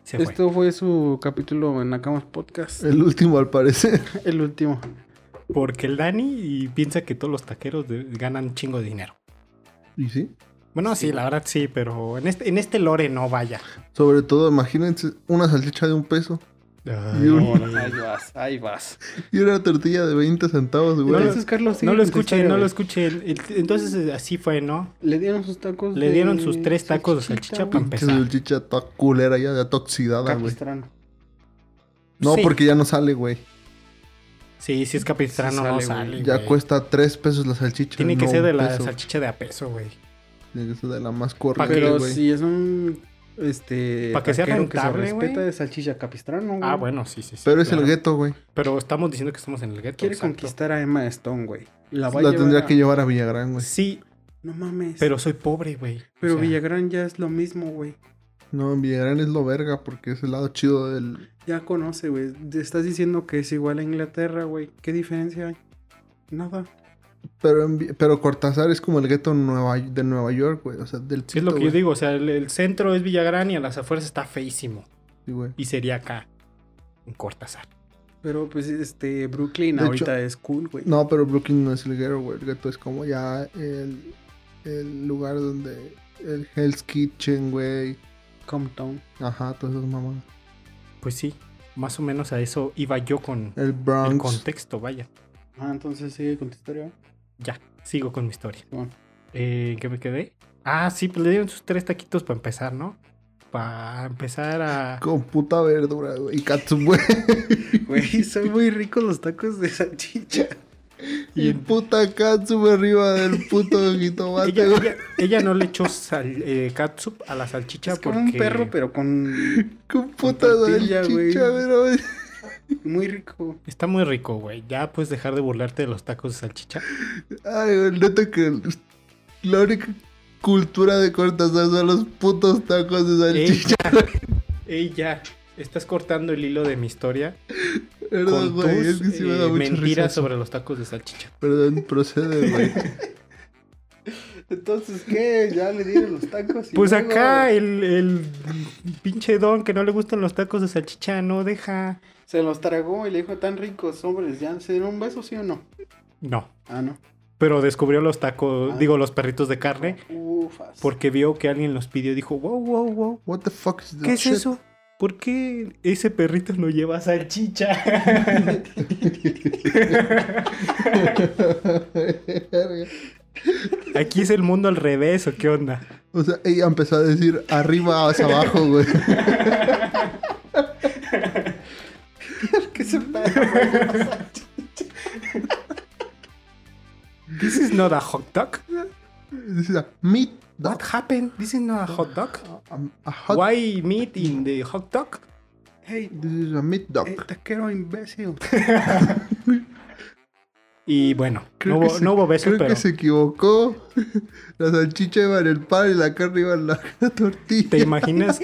Speaker 1: se fue.
Speaker 2: esto fue su capítulo en Acamos Podcast.
Speaker 3: El último, al parecer.
Speaker 2: El último.
Speaker 1: Porque el Dani y piensa que todos los taqueros de- ganan chingo de dinero.
Speaker 3: ¿Y sí?
Speaker 1: Bueno, sí, la verdad sí, pero en este, en este lore no vaya.
Speaker 3: Sobre todo, imagínense una salchicha de un peso Y un-
Speaker 1: no,
Speaker 2: Ahí vas, ahí vas.
Speaker 3: y una tortilla de 20 centavos, güey.
Speaker 2: Entonces, Carlos, sigue
Speaker 1: no lo
Speaker 2: con tu
Speaker 1: escuchen,
Speaker 2: historia,
Speaker 1: no lo
Speaker 2: güey.
Speaker 1: escuchen. El- Entonces eh, así fue, ¿no?
Speaker 2: Le dieron sus tacos.
Speaker 1: Le
Speaker 2: de
Speaker 1: dieron sus tres tacos de salchicha
Speaker 2: güey.
Speaker 1: pa'
Speaker 3: Pinche
Speaker 1: empezar.
Speaker 3: salchicha toda culera ya, ya toxidada, güey.
Speaker 2: Capistrano.
Speaker 3: No,
Speaker 1: Sí.
Speaker 3: porque ya no sale, güey.
Speaker 1: Sí, si es capistrano, no
Speaker 2: Sí sale, güey.
Speaker 1: sale.
Speaker 3: Ya
Speaker 1: güey.
Speaker 3: cuesta 3 pesos la salchicha.
Speaker 1: Tiene que
Speaker 3: no
Speaker 1: ser de
Speaker 3: un
Speaker 1: la
Speaker 3: peso.
Speaker 1: salchicha de a peso, güey.
Speaker 3: Tiene que ser de la
Speaker 1: Pa'
Speaker 3: más
Speaker 1: que-
Speaker 3: corriente,
Speaker 2: Pero
Speaker 3: güey.
Speaker 2: si es un. Este.
Speaker 1: Pa' que sea
Speaker 2: taquero
Speaker 1: rentable,
Speaker 2: se
Speaker 1: güey.
Speaker 2: respeta de salchicha capistrano, güey.
Speaker 1: Ah, bueno, sí, sí. sí,
Speaker 3: Pero es el
Speaker 1: claro.
Speaker 3: gueto, güey.
Speaker 1: Pero estamos diciendo que estamos en el gueto.
Speaker 2: Quiere
Speaker 1: exacto.
Speaker 2: conquistar a Emma Stone, güey. La, va a
Speaker 3: La
Speaker 2: llevar
Speaker 3: tendría
Speaker 2: a-
Speaker 3: que llevar a Villagrán, güey.
Speaker 1: Sí,
Speaker 2: No mames. Pero,
Speaker 1: pero soy pobre, güey. O sea,
Speaker 2: Villagrán ya es lo mismo, güey.
Speaker 3: No, en Villagrán es lo verga porque es el lado chido del...
Speaker 2: Ya conoce, güey. Te Estás diciendo que es igual a Inglaterra, güey. ¿Qué diferencia hay? Nada.
Speaker 3: Pero, en Vi- pero Cortázar es como el gueto Nueva... de Nueva York, güey. O sea, del
Speaker 1: sí es lo
Speaker 3: chito,
Speaker 1: que yo
Speaker 3: güey.
Speaker 1: digo, o sea, el, el centro es Villagrán y a las afueras está feísimo.
Speaker 3: Sí, güey.
Speaker 1: Y sería acá, en Cortázar.
Speaker 2: Pero pues este, Brooklyn
Speaker 3: De hecho-
Speaker 2: ahorita es cool, güey.
Speaker 3: No, pero Brooklyn no es el gueto, güey. El gueto es como ya el, el lugar donde... El Hell's Kitchen, güey.
Speaker 2: Compton.
Speaker 3: Ajá, todas esas mamadas.
Speaker 1: Pues sí, más o menos a eso iba yo con
Speaker 3: El
Speaker 1: el
Speaker 3: Bronx.
Speaker 1: contexto, vaya.
Speaker 2: Ah, entonces sigue con tu historia.
Speaker 1: Ya, sigo con mi historia.
Speaker 2: Bueno.
Speaker 1: Eh, ¿En qué me quedé? Ah, sí, pues le dieron sus tres taquitos para empezar, ¿no? Para empezar a...
Speaker 3: Con puta verdura, güey. Y katsu, güey.
Speaker 2: Güey, son muy ricos los tacos de salchicha.
Speaker 3: Y puta katsu arriba del puto
Speaker 1: Ella,
Speaker 3: jitomate, güey.
Speaker 1: ella- ella no le echó sal, eh, catsup a la salchicha
Speaker 2: Es
Speaker 1: porque...
Speaker 2: como un perro, pero con...
Speaker 3: Con puta
Speaker 2: tortilla,
Speaker 3: salchicha,
Speaker 2: güey.
Speaker 3: pero...
Speaker 2: Muy rico.
Speaker 1: Está muy rico, güey. Ya puedes dejar de burlarte de los tacos de salchicha.
Speaker 3: Ay, güey, neta que el- la única cultura de Cortázar son los putos tacos de salchicha,
Speaker 1: Ella, ella, estás cortando el hilo de mi historia
Speaker 3: ¿verdad,
Speaker 1: con tus
Speaker 3: güey? Es que sí me da
Speaker 1: eh,
Speaker 3: mucha
Speaker 1: mentiras
Speaker 3: risa. eso.
Speaker 1: sobre los tacos de salchicha.
Speaker 3: Perdón, procede, güey.
Speaker 2: Entonces, ¿qué? Ya le dieron los tacos.
Speaker 1: Pues acá el, el pinche don que no le gustan los tacos de salchicha no deja...
Speaker 2: Se los tragó y le dijo tan ricos, hombres, ¿ya se dieron un beso, sí o no?
Speaker 1: No,
Speaker 2: Ah, no.
Speaker 1: pero descubrió los tacos,
Speaker 2: Ah.
Speaker 1: digo, los perritos de carne
Speaker 2: Ufas.
Speaker 1: porque vio que alguien los pidió y dijo, wow, wow, wow,
Speaker 3: What the fuck is that
Speaker 1: ¿qué es
Speaker 3: shit?
Speaker 1: eso? ¿Por qué ese perrito no lleva salchicha? Aquí es el mundo al revés, ¿o qué onda?
Speaker 3: o sea, ella empezó a decir arriba hacia abajo, güey.
Speaker 2: ¿Qué se pasa?
Speaker 1: This is not a hot dog.
Speaker 3: Dice, meat,
Speaker 1: What
Speaker 3: dog,
Speaker 1: happened? This is not a hot dog.
Speaker 3: a, a hot,
Speaker 1: Why meat in the hot dog?
Speaker 2: Hey,
Speaker 3: this is a meat dog.
Speaker 1: Eh,
Speaker 2: hey, taquero imbécil.
Speaker 1: Y bueno, no
Speaker 3: Creo que
Speaker 1: hubo,
Speaker 3: se-
Speaker 1: no hubo beso,
Speaker 3: Creo
Speaker 1: pero
Speaker 3: que se equivocó. La salchicha iba en el pan y la carne iba en la tortilla.
Speaker 1: ¿te imaginas?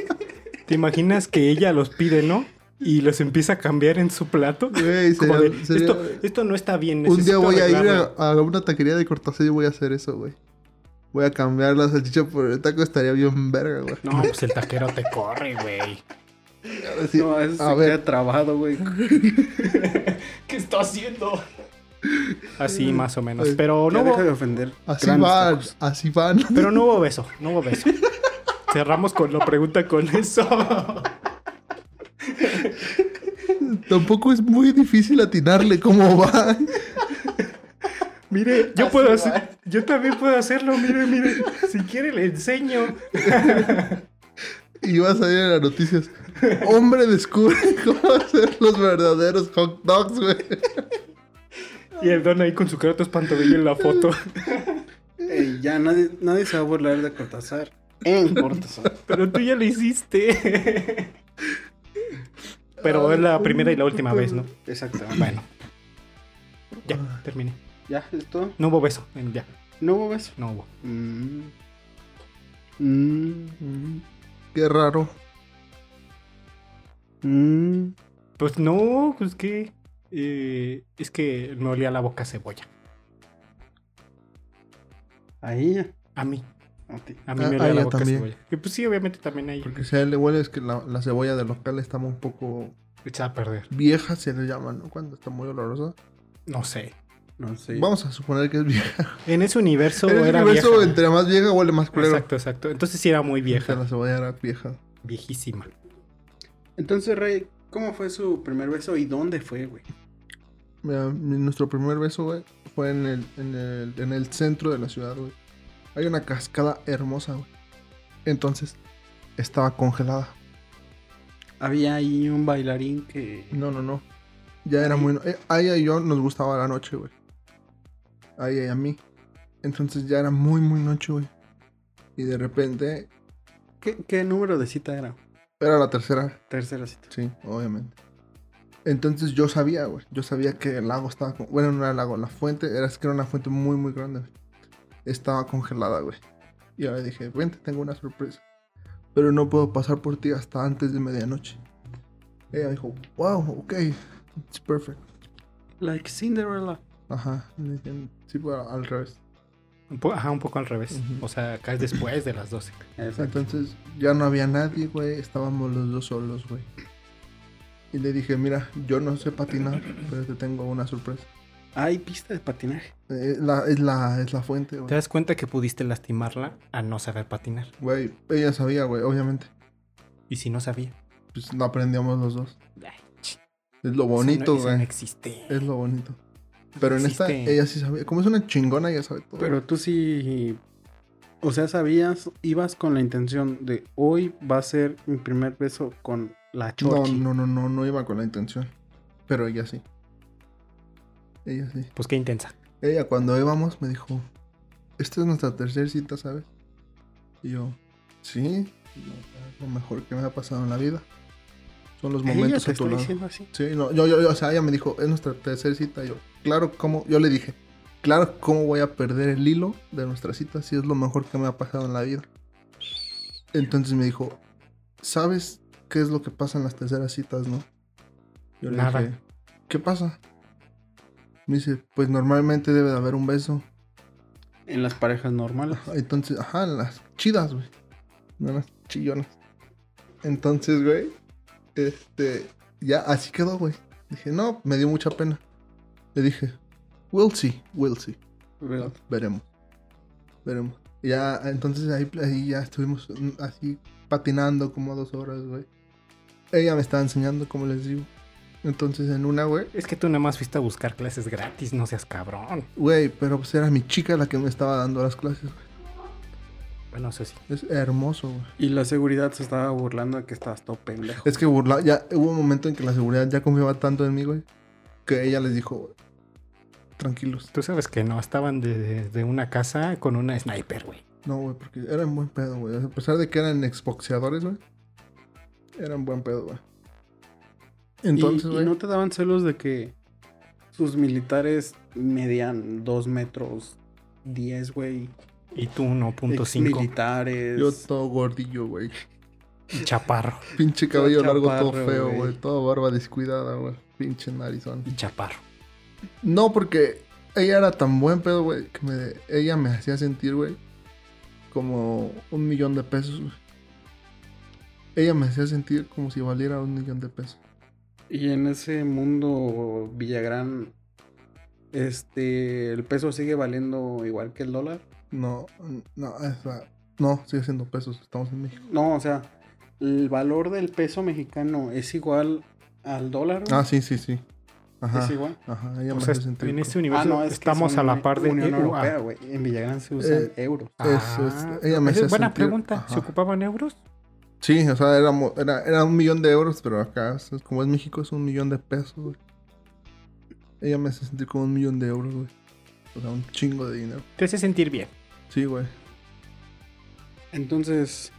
Speaker 1: ¿Te imaginas que ella los pide, no? Y los empieza a cambiar en su plato.
Speaker 3: Güey,
Speaker 1: Como
Speaker 3: sería-
Speaker 1: de,
Speaker 3: sería-
Speaker 1: esto, esto no está bien.
Speaker 3: Un día
Speaker 1: necesito
Speaker 3: voy a ir
Speaker 1: arreglarlo".
Speaker 3: a, a una taquería de Cortázar y voy a hacer eso, güey. Voy a cambiar la salchicha por el taco, estaría bien verga, güey.
Speaker 1: No, pues el taquero te corre, güey.
Speaker 3: A ver si-
Speaker 2: no, eso
Speaker 3: a
Speaker 2: se
Speaker 3: ver,
Speaker 2: queda trabado, güey.
Speaker 1: ¿Qué está haciendo? Así más o menos.
Speaker 3: Ay,
Speaker 1: Pero no,
Speaker 2: Ya deja de
Speaker 1: hubo,
Speaker 2: ofender.
Speaker 3: así
Speaker 2: Grandes
Speaker 3: van,
Speaker 2: tacos.
Speaker 3: así van.
Speaker 1: pero no hubo beso, no hubo beso. Cerramos con la pregunta con eso.
Speaker 3: Tampoco es muy difícil atinarle cómo va.
Speaker 1: Mire, yo puedo hacer, yo también puedo hacerlo, mire, mire. Si quiere le enseño.
Speaker 3: Y va a salir en las noticias. Hombre descubre cómo hacer los verdaderos hot dogs, güey.
Speaker 1: Y el don ahí con su crato espantobillo en la foto.
Speaker 2: Ey, ya nadie, nadie se va a burlar de Cortázar. En Cortázar.
Speaker 1: Pero tú ya lo hiciste. Pero es la primera y la última vez, ¿no?
Speaker 2: Exactamente.
Speaker 1: Bueno. Ya, terminé.
Speaker 2: Ya, es todo.
Speaker 1: No hubo beso. eh, Ya,
Speaker 2: No hubo beso.
Speaker 1: no hubo.
Speaker 2: Mm. Mm.
Speaker 3: Qué raro.
Speaker 2: Mm.
Speaker 1: Pues no, pues que. eh, es que me olía la boca a cebolla.
Speaker 2: Ahí ya.
Speaker 1: A mí.
Speaker 2: A ti.
Speaker 1: A mí
Speaker 3: Ah,
Speaker 1: me
Speaker 3: ah,
Speaker 1: olía la
Speaker 3: ya
Speaker 1: boca
Speaker 3: también.
Speaker 1: a cebolla. Que, pues sí, obviamente también ahí.
Speaker 3: Porque si a él le huele es que la, la cebolla del local está un poco
Speaker 1: Se va a perder.
Speaker 3: vieja, se le llama, ¿no? Cuando está muy olorosa.
Speaker 1: No sé.
Speaker 2: No sé.
Speaker 3: Vamos a suponer que es vieja.
Speaker 1: En ese universo
Speaker 3: en el
Speaker 1: era
Speaker 3: universo,
Speaker 1: vieja.
Speaker 3: entre más vieja huele más culero.
Speaker 1: Exacto, exacto. Entonces sí era muy
Speaker 3: Vieja.
Speaker 1: vieja.
Speaker 3: La cebolla era vieja.
Speaker 1: Viejísima.
Speaker 2: Entonces, Rey, ¿cómo fue su primer beso y dónde fue, güey?
Speaker 3: Mira, mi- nuestro primer beso, güey, fue en el, en, el, en el centro de la ciudad, güey. Hay una cascada hermosa, güey. Entonces, estaba congelada.
Speaker 2: Había ahí un bailarín que.
Speaker 3: No, no, no. Ya era muy... eh, A ella y yo nos gustaba la noche, güey. A ella y a mí. Entonces ya era muy, muy noche, güey. Y de repente...
Speaker 2: ¿Qué, qué número de cita era?
Speaker 3: Era la tercera.
Speaker 2: Tercera cita.
Speaker 3: Sí, obviamente. Entonces yo sabía, güey. Yo sabía que el lago estaba... con- Bueno, no era el lago, la fuente. Era, es que era una fuente muy, muy grande, güey. Estaba congelada, güey. Y ahora dije, vente, tengo una sorpresa. Pero no puedo pasar por ti hasta antes de medianoche. Ella dijo, wow, ok. It's perfect.
Speaker 2: Like Cinderella.
Speaker 3: Ajá, le dicen, sí, pero al revés.
Speaker 1: Un po- Ajá, un poco al revés. O sea, acá es después de las 12.
Speaker 2: Exacto.
Speaker 3: Entonces ya no había nadie, güey, estábamos los dos solos, güey. Y le dije, mira, yo no sé patinar, pero te tengo una sorpresa.
Speaker 2: Hay pista de patinaje.
Speaker 3: Eh, Es la, es la, es la fuente,
Speaker 1: ¿Te
Speaker 3: güey.
Speaker 1: das cuenta que pudiste lastimarla a no saber patinar?
Speaker 3: Güey, ella sabía, güey, obviamente.
Speaker 1: Y si no sabía.
Speaker 3: Pues lo aprendíamos los dos.
Speaker 1: Ay, ch-
Speaker 3: Es lo
Speaker 1: esa
Speaker 3: bonito,
Speaker 1: no- esa no
Speaker 3: güey.
Speaker 1: existe.
Speaker 3: Es lo bonito. Pero en esta,
Speaker 1: Existe.
Speaker 3: ella sí sabía. Como es una chingona, ella sabe todo.
Speaker 2: Pero tú sí. O sea, sabías, ibas con la intención de hoy va a ser mi primer beso con la
Speaker 3: no,
Speaker 2: chorchi.
Speaker 3: no, no, no, no iba con la intención. Pero ella sí. Ella sí.
Speaker 1: Pues qué intensa.
Speaker 3: Ella cuando íbamos me dijo, esta es nuestra tercera cita, ¿sabes? Y yo, sí, no, lo mejor que me ha pasado en la vida. Son los
Speaker 2: Ella
Speaker 3: momentos
Speaker 2: te
Speaker 3: a tu
Speaker 2: está
Speaker 3: lado.
Speaker 2: diciendo así.
Speaker 3: Sí, no, yo, yo, yo, o sea, ella me dijo, es nuestra tercera cita. Y yo, claro, ¿cómo? Yo le dije, claro, ¿cómo voy a perder el hilo de nuestra cita si es lo mejor que me ha pasado en la vida? Entonces me dijo, ¿sabes qué es lo que pasa en las terceras citas, no? Yo le
Speaker 1: Nada.
Speaker 3: dije, ¿qué pasa? Me dice, pues normalmente debe de haber un beso.
Speaker 2: En las parejas normales.
Speaker 3: Ajá, Entonces, ajá, las chidas, güey. No las chillonas. Entonces, güey, este, ya así quedó, güey. Dije, no, me dio mucha pena. Le dije, we'll see, we'll see.
Speaker 2: ¿verdad?
Speaker 3: Veremos. Veremos. Y Ya, entonces ahí, ahí ya estuvimos mm, así patinando como dos horas, güey. Ella me estaba enseñando, como les digo. Entonces en una, güey,
Speaker 1: Es que tú nada más fuiste a buscar clases gratis, no seas cabrón.
Speaker 3: güey, pero pues era mi chica la que me estaba dando las clases. güey.
Speaker 1: Bueno, eso sí.
Speaker 3: Es hermoso, güey.
Speaker 2: Y la seguridad se estaba burlando de que estabas todo pendejo.
Speaker 3: Es que burla, ya hubo un momento en que la seguridad ya confiaba tanto en mí, güey, que ella les dijo, tranquilos.
Speaker 1: Tú sabes que no, estaban desde una casa con una sniper, güey.
Speaker 3: No, güey, porque eran buen pedo, güey. A pesar de que eran exboxeadores, güey, eran buen pedo, güey. Entonces,
Speaker 2: y, y
Speaker 3: güey,
Speaker 2: no te daban celos de que sus militares medían 2 metros 10, güey.
Speaker 1: Y tú 1.5
Speaker 2: Militares.
Speaker 3: yo todo gordillo, güey.
Speaker 1: y chaparro.
Speaker 3: Pinche cabello
Speaker 2: Todo
Speaker 3: largo, todo
Speaker 2: chaparro,
Speaker 3: feo,
Speaker 2: güey.
Speaker 3: güey. Toda barba descuidada, güey. Pinche narizón.
Speaker 1: Y chaparro.
Speaker 3: No, porque ella era tan buen pedo, güey, que me- ella me hacía sentir, güey, como un millón de pesos, güey. Ella me hacía sentir como si valiera un millón de pesos.
Speaker 2: Y en ese mundo Villagrán, este, el peso sigue valiendo igual que el dólar.
Speaker 3: No, no, o sea, no, sigue siendo pesos, estamos en México.
Speaker 2: No, o sea, el valor del peso mexicano es igual al dólar. güey.
Speaker 3: Ah, sí, sí, sí. Ajá.
Speaker 2: Es igual.
Speaker 3: Ajá, ella
Speaker 1: O
Speaker 3: más
Speaker 1: sea,
Speaker 3: excéntrico.
Speaker 1: en este
Speaker 2: Ah,
Speaker 1: universo
Speaker 2: no, es que
Speaker 1: estamos
Speaker 2: son
Speaker 1: a la par de
Speaker 2: Unión
Speaker 1: EUA.
Speaker 2: Europea, güey. En Villagrán se usan
Speaker 3: Eh,
Speaker 2: euros.
Speaker 1: Ah,
Speaker 3: Es- es- ella me
Speaker 1: esa
Speaker 3: hace
Speaker 1: es buena
Speaker 3: sentir-
Speaker 1: pregunta.
Speaker 3: ajá.
Speaker 1: ¿Se ocupaban euros?
Speaker 3: Sí, o sea, era, mo- era, era un millón de euros, pero acá, es- como es México, es un millón de pesos, güey. Ella me hace sentir como un millón de euros, güey. O sea, un chingo de dinero.
Speaker 1: Te hace sentir bien.
Speaker 3: Sí, güey.
Speaker 2: Entonces,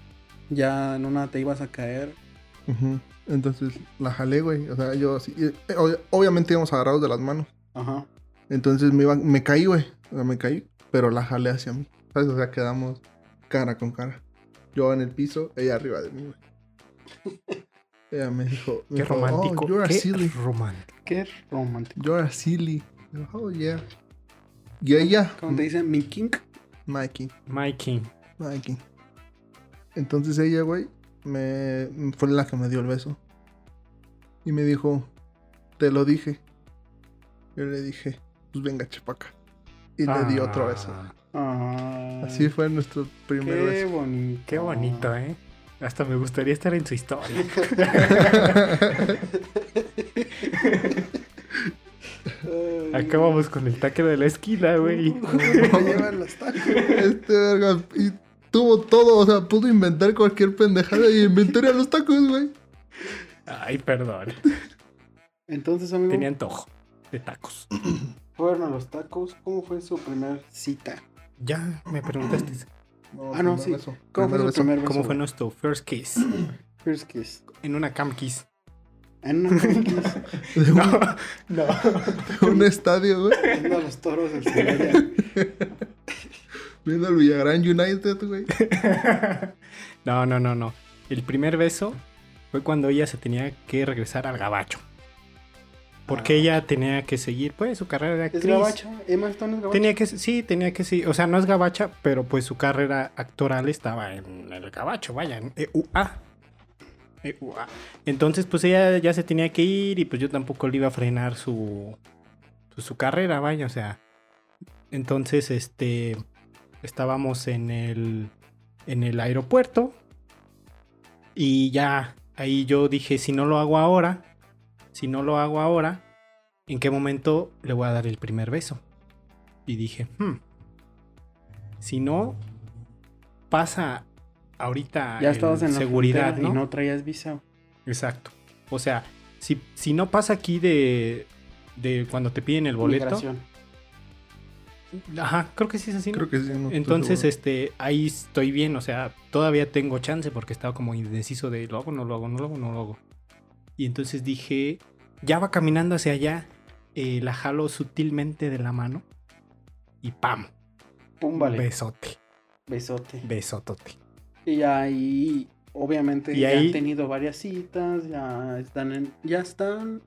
Speaker 2: ya en una te ibas a caer.
Speaker 3: Ujú. Entonces la jalé, güey. O sea, yo así. eh, eh, ob- obviamente íbamos agarrados de las manos.
Speaker 2: Ajá.
Speaker 3: Entonces me, iba, me caí, güey. O sea, me caí, pero la jalé hacia mí. ¿Sabes? O sea, quedamos cara con cara. Yo en el piso, ella arriba de mí, güey. ella me dijo. me
Speaker 1: Qué
Speaker 3: dijo,
Speaker 1: romántico.
Speaker 3: Oh, you're a
Speaker 1: Qué
Speaker 3: silly.
Speaker 1: romántico.
Speaker 2: Qué romántico.
Speaker 3: You're a silly. Yo, Oh, yeah. Y ella,
Speaker 2: Como te dicen, mi kink.
Speaker 3: Mikey.
Speaker 1: Mikey.
Speaker 3: Mikey. Entonces ella, güey, me fue la que me dio el beso. Y me dijo, te lo dije. Yo le dije, pues venga, chepaca. Y
Speaker 1: Ah,
Speaker 3: le di otro beso.
Speaker 2: Ah,
Speaker 3: Así fue nuestro
Speaker 2: Qué
Speaker 3: primer beso.
Speaker 2: bonito.
Speaker 1: Qué bonito, ¿eh? Hasta me gustaría estar en su historia. Acabamos con el taque de la esquina, güey.
Speaker 2: Me llevan los tacos.
Speaker 3: Este verga. Y tuvo todo, o sea, pudo inventar cualquier pendejada y inventar los tacos, güey.
Speaker 1: Ay, perdón.
Speaker 2: Entonces, amigo,
Speaker 1: Tenía antojo de tacos.
Speaker 2: fueron a los tacos. ¿Cómo fue su primer cita?
Speaker 1: Ya me preguntaste
Speaker 2: Ah, no,
Speaker 3: primer
Speaker 2: sí.
Speaker 3: beso.
Speaker 2: ¿Cómo
Speaker 3: Primer
Speaker 2: fue su
Speaker 3: beso.
Speaker 2: primer beso?
Speaker 1: cómo fue
Speaker 2: güey?
Speaker 1: nuestro first kiss
Speaker 2: First kiss.
Speaker 1: en una cam kiss.
Speaker 2: En una kiss.
Speaker 3: De un,
Speaker 1: No.
Speaker 3: de un estadio, güey.
Speaker 2: Viendo a los toros del Celaya.
Speaker 3: Viendo al Villagrán United, güey.
Speaker 1: No, no, no, no. El primer beso fue cuando ella se tenía que regresar al gabacho. Porque
Speaker 2: Ah.
Speaker 1: ella tenía que seguir, pues, su carrera de
Speaker 2: ¿Es
Speaker 1: actriz.
Speaker 2: gabacha? ¿Emma Stone es gabacha?
Speaker 1: Tenía que, sí, tenía que, sí. O sea, no es gabacha, pero pues su carrera actoral estaba en el gabacho, vaya, en E EUA. EUA. E Entonces, pues ella ya se tenía que ir y pues yo tampoco le iba a frenar su, pues, su carrera, vaya, o sea. Entonces, este, estábamos en el, en el aeropuerto y ya ahí yo dije, si no lo hago ahora, si no lo hago ahora, ¿en qué momento le voy a dar el primer beso? Y dije, "Hmm, si no pasa ahorita
Speaker 2: Ya estabas en la
Speaker 1: Ah, seguridad, ¿no?
Speaker 2: frontera y no traías visa.
Speaker 1: Exacto. O sea, si, si no pasa aquí de, de cuando te piden el boleto,
Speaker 2: Migración.
Speaker 1: ajá, creo que sí es así. ¿no?
Speaker 3: Creo que sí. no estoy
Speaker 1: Entonces,
Speaker 3: seguro.
Speaker 1: este, ahí estoy bien, o sea, todavía tengo chance porque estaba como indeciso de lo hago, no lo hago, no lo hago, no lo hago. Y entonces dije, ya va caminando hacia allá, eh, la jalo sutilmente de la mano y ¡pam!
Speaker 2: Pum, vale.
Speaker 1: Besote,
Speaker 2: Besote.
Speaker 1: besotote.
Speaker 2: Y ahí, obviamente,
Speaker 1: Y
Speaker 2: ya
Speaker 1: ahí-
Speaker 2: han tenido varias citas, ya están, en- ya están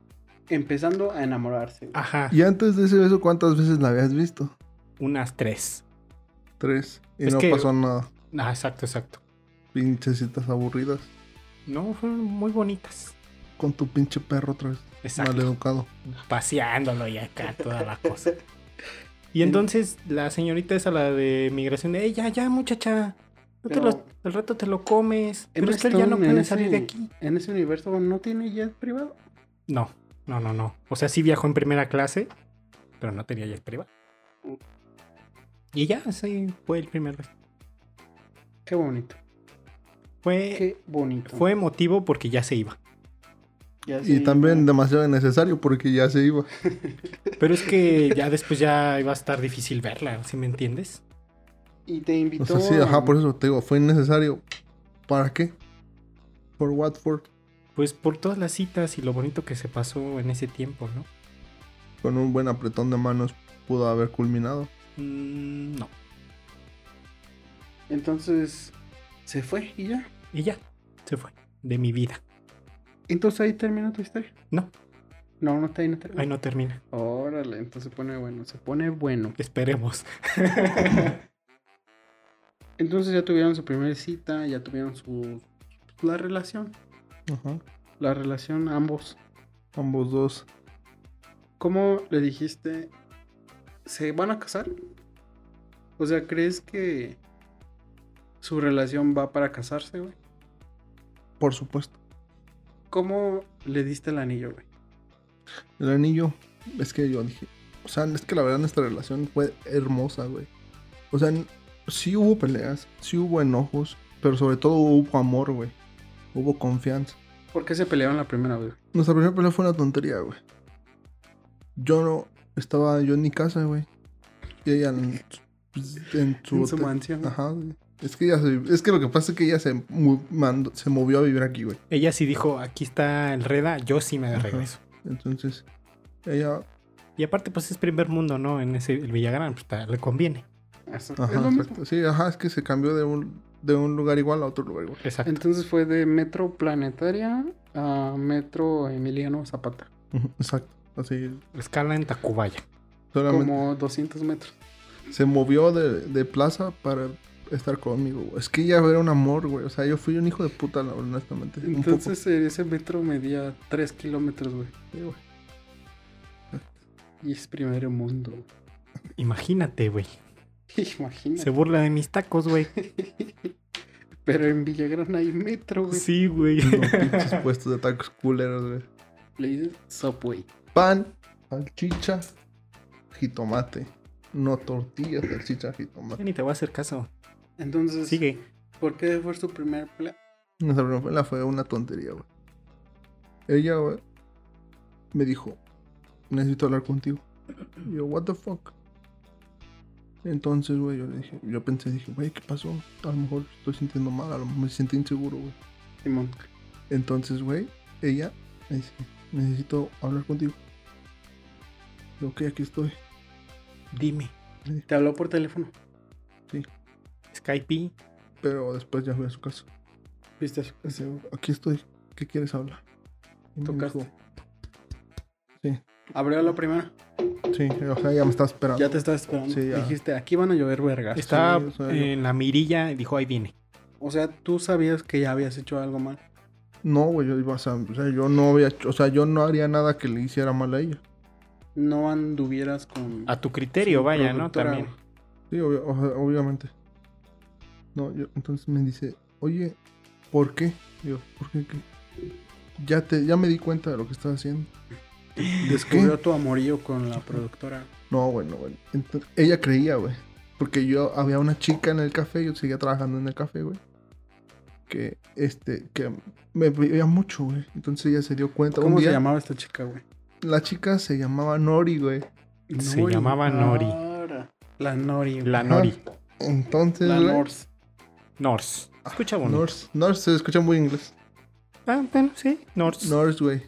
Speaker 2: empezando a enamorarse. güey.
Speaker 1: Ajá,
Speaker 3: Y antes de ese beso, ¿cuántas veces la habías visto?
Speaker 1: unas tres.
Speaker 3: Tres. Y
Speaker 1: Es
Speaker 3: no
Speaker 1: que-
Speaker 3: pasó nada.
Speaker 1: Ah, exacto, exacto.
Speaker 3: Pinches citas aburridas.
Speaker 1: No, fueron muy bonitas.
Speaker 3: Con tu pinche perro otra vez.
Speaker 1: Exacto.
Speaker 3: Maleducado.
Speaker 1: paseándolo y acá toda la cosa. Y entonces la señorita esa, la de migración, de, "Ey, ya, ya, muchacha, no te
Speaker 2: Pero-
Speaker 1: lo- al rato te lo comes, pero
Speaker 2: Emma
Speaker 1: es que él ya no
Speaker 2: Stone en
Speaker 1: puede
Speaker 2: ese-
Speaker 1: salir de aquí.
Speaker 2: En ese universo no tiene jet privado.
Speaker 1: No, no, no, no. O sea, sí viajó en primera clase, pero no tenía jet privado. Y ya, sí, fue el primer beso.
Speaker 2: Qué bonito.
Speaker 1: Fue,
Speaker 2: Qué bonito.
Speaker 1: Eh, fue emotivo porque ya se iba.
Speaker 2: Ya
Speaker 3: Y
Speaker 2: se-
Speaker 3: también demasiado innecesario porque ya se iba.
Speaker 1: Pero es que ya después ya iba a estar difícil verla, ¿sí me entiendes?
Speaker 2: Y te invitó.
Speaker 3: O sea, sí, ajá, por eso te digo, fue innecesario. ¿Para qué? ¿Por Watford?
Speaker 1: Pues por todas las citas y lo bonito que se pasó en ese tiempo, ¿no?
Speaker 3: Con un buen apretón de manos pudo haber culminado.
Speaker 1: Mm, no.
Speaker 2: Entonces, se fue y ya.
Speaker 1: Y ya, se fue. De mi vida.
Speaker 2: Entonces ahí termina tu historia.
Speaker 1: No,
Speaker 2: No, no está ahí, no está ahí.
Speaker 1: ahí no termina.
Speaker 2: Órale, entonces se pone bueno, se pone bueno.
Speaker 1: Esperemos.
Speaker 2: Entonces ya tuvieron su primera cita, ya tuvieron su... La relación,
Speaker 3: Ajá.
Speaker 2: la relación ambos.
Speaker 3: Ambos dos.
Speaker 2: ¿Cómo le dijiste? ¿Se van a casar? O sea, ¿crees que su relación va para casarse, güey?
Speaker 3: Por supuesto.
Speaker 2: ¿Cómo le diste el anillo, güey?
Speaker 3: El anillo, es que yo dije, o sea, es que la verdad nuestra relación fue hermosa, güey. O sea, n- sí hubo peleas, sí hubo enojos, pero sobre todo hubo amor, güey. Hubo confianza.
Speaker 2: ¿Por qué se pelearon la primera vez?
Speaker 3: Nuestra primera pelea fue una tontería, güey. Yo no estaba yo en mi casa, güey. Y ella en, pues, en su,
Speaker 2: En su
Speaker 3: hotel.
Speaker 2: mansión.
Speaker 3: Ajá, güey. Es que ella se, es que lo que pasa es que ella se mu- mandó- se movió a vivir aquí, güey.
Speaker 1: Ella sí dijo, aquí está el Reda, yo sí me regreso.
Speaker 3: Entonces, ella
Speaker 1: Y aparte, pues es primer mundo, ¿no? En ese, el Villagrán, pues ta- le conviene.
Speaker 2: Eso.
Speaker 3: Ajá,
Speaker 2: Es lo mismo.
Speaker 3: exacto. Sí, ajá, es que se cambió de un, de un lugar igual a otro lugar igual.
Speaker 1: Exacto.
Speaker 2: Entonces fue de Metro Planetaria a Metro Emiliano Zapata.
Speaker 3: Exacto. Así,
Speaker 1: Escala en Tacubaya.
Speaker 3: solamente
Speaker 2: Como 200 metros.
Speaker 3: se movió de, de plaza para estar conmigo. güey. Es que ella era un amor, güey. O sea, yo fui un hijo de puta, la- honestamente. Un poco,
Speaker 2: Entonces eh, ese metro medía 3 kilómetros, güey.
Speaker 3: sí, güey.
Speaker 2: Y es primer mundo.
Speaker 1: Imagínate, güey.
Speaker 2: Imagínate.
Speaker 1: Se burla de mis tacos, güey.
Speaker 2: Pero en Villagrán hay metro, güey.
Speaker 1: Sí, güey.
Speaker 3: Los pinches puestos de tacos culeros, güey.
Speaker 2: Le dices Subway.
Speaker 3: Pan, salchicha, jitomate. No tortillas, salchicha, jitomate.
Speaker 1: Ya ni te voy a hacer caso.
Speaker 2: Entonces,
Speaker 1: Sigue.
Speaker 2: ¿por qué fue su primer plan?
Speaker 3: Nuestra primera pelea fue una tontería, güey. Ella, güey, me dijo, necesito hablar contigo. Y yo, what the fuck. Entonces, güey, yo le dije, yo pensé, dije, güey, ¿qué pasó? A lo mejor estoy sintiendo mal, a lo mejor me siento inseguro, güey.
Speaker 2: Simón.
Speaker 3: Entonces, güey, ella me dice, necesito hablar contigo. Yo, ok, aquí estoy.
Speaker 1: Dime.
Speaker 2: Te habló por teléfono.
Speaker 1: Skype.
Speaker 3: Pero después ya fui a su casa.
Speaker 2: Viste a su
Speaker 3: Le digo, aquí estoy, ¿qué quieres hablar? Y me
Speaker 2: Tocaste.
Speaker 3: dijo, Sí,
Speaker 2: Abrió la primera.
Speaker 3: sí, o sea, ella me está esperando.
Speaker 2: Ya te estaba esperando.
Speaker 3: Sí, ya.
Speaker 2: Dijiste, aquí van a llover vergas.
Speaker 1: Estaba
Speaker 3: o sea, yo-
Speaker 1: en la mirilla y dijo, ahí viene.
Speaker 2: O sea, tú sabías que ya habías hecho algo mal.
Speaker 3: No, güey, yo iba a o sea, yo no había, hecho- o sea, yo no haría nada que le hiciera mal a ella.
Speaker 2: No anduvieras con.
Speaker 1: A tu criterio,
Speaker 2: su
Speaker 1: vaya, ¿no?
Speaker 2: productora,
Speaker 1: También.
Speaker 2: güey.
Speaker 3: Sí, obvia- o sea, obviamente. No, yo, entonces me dice, oye, ¿por qué? Yo, ¿por qué qué? Ya te, ya me di cuenta de lo que estás haciendo.
Speaker 2: Descubrió tu amorío con la productora.
Speaker 3: No, güey, no, güey. Ento- ella creía, güey. Porque yo había una chica en el café, yo seguía trabajando en el café, güey. Que, este, que me veía mucho, güey. Entonces ella se dio cuenta.
Speaker 2: ¿Cómo
Speaker 3: un
Speaker 2: se
Speaker 3: día,
Speaker 2: llamaba esta chica, güey?
Speaker 3: La chica se llamaba Nori, güey.
Speaker 1: Se llamaba Nori.
Speaker 2: Ah, Ahora. La Ah, Nori. güey.
Speaker 1: La Nori.
Speaker 3: Ah, Entonces,
Speaker 2: La
Speaker 3: güey,
Speaker 2: Norse.
Speaker 1: Norse. Escucha bonito.
Speaker 3: Norse, Norse se escucha muy inglés.
Speaker 1: Ah, bueno, sí. Norse.
Speaker 3: Norse, güey.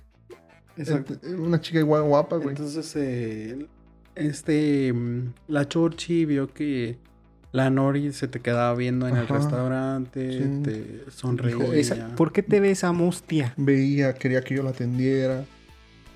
Speaker 2: Pues, Exacto.
Speaker 3: Ent- eh, Una chica igual guapa, güey.
Speaker 2: Entonces, eh, este. mm, La Chorchi vio que la Nori se te quedaba viendo en el
Speaker 3: Ajá.
Speaker 2: restaurante,
Speaker 3: Sí.
Speaker 2: te
Speaker 1: Dijo,
Speaker 2: sonreía.
Speaker 1: "Esa- ¿Por qué te ves a mustia?
Speaker 3: Veía, quería que yo la atendiera.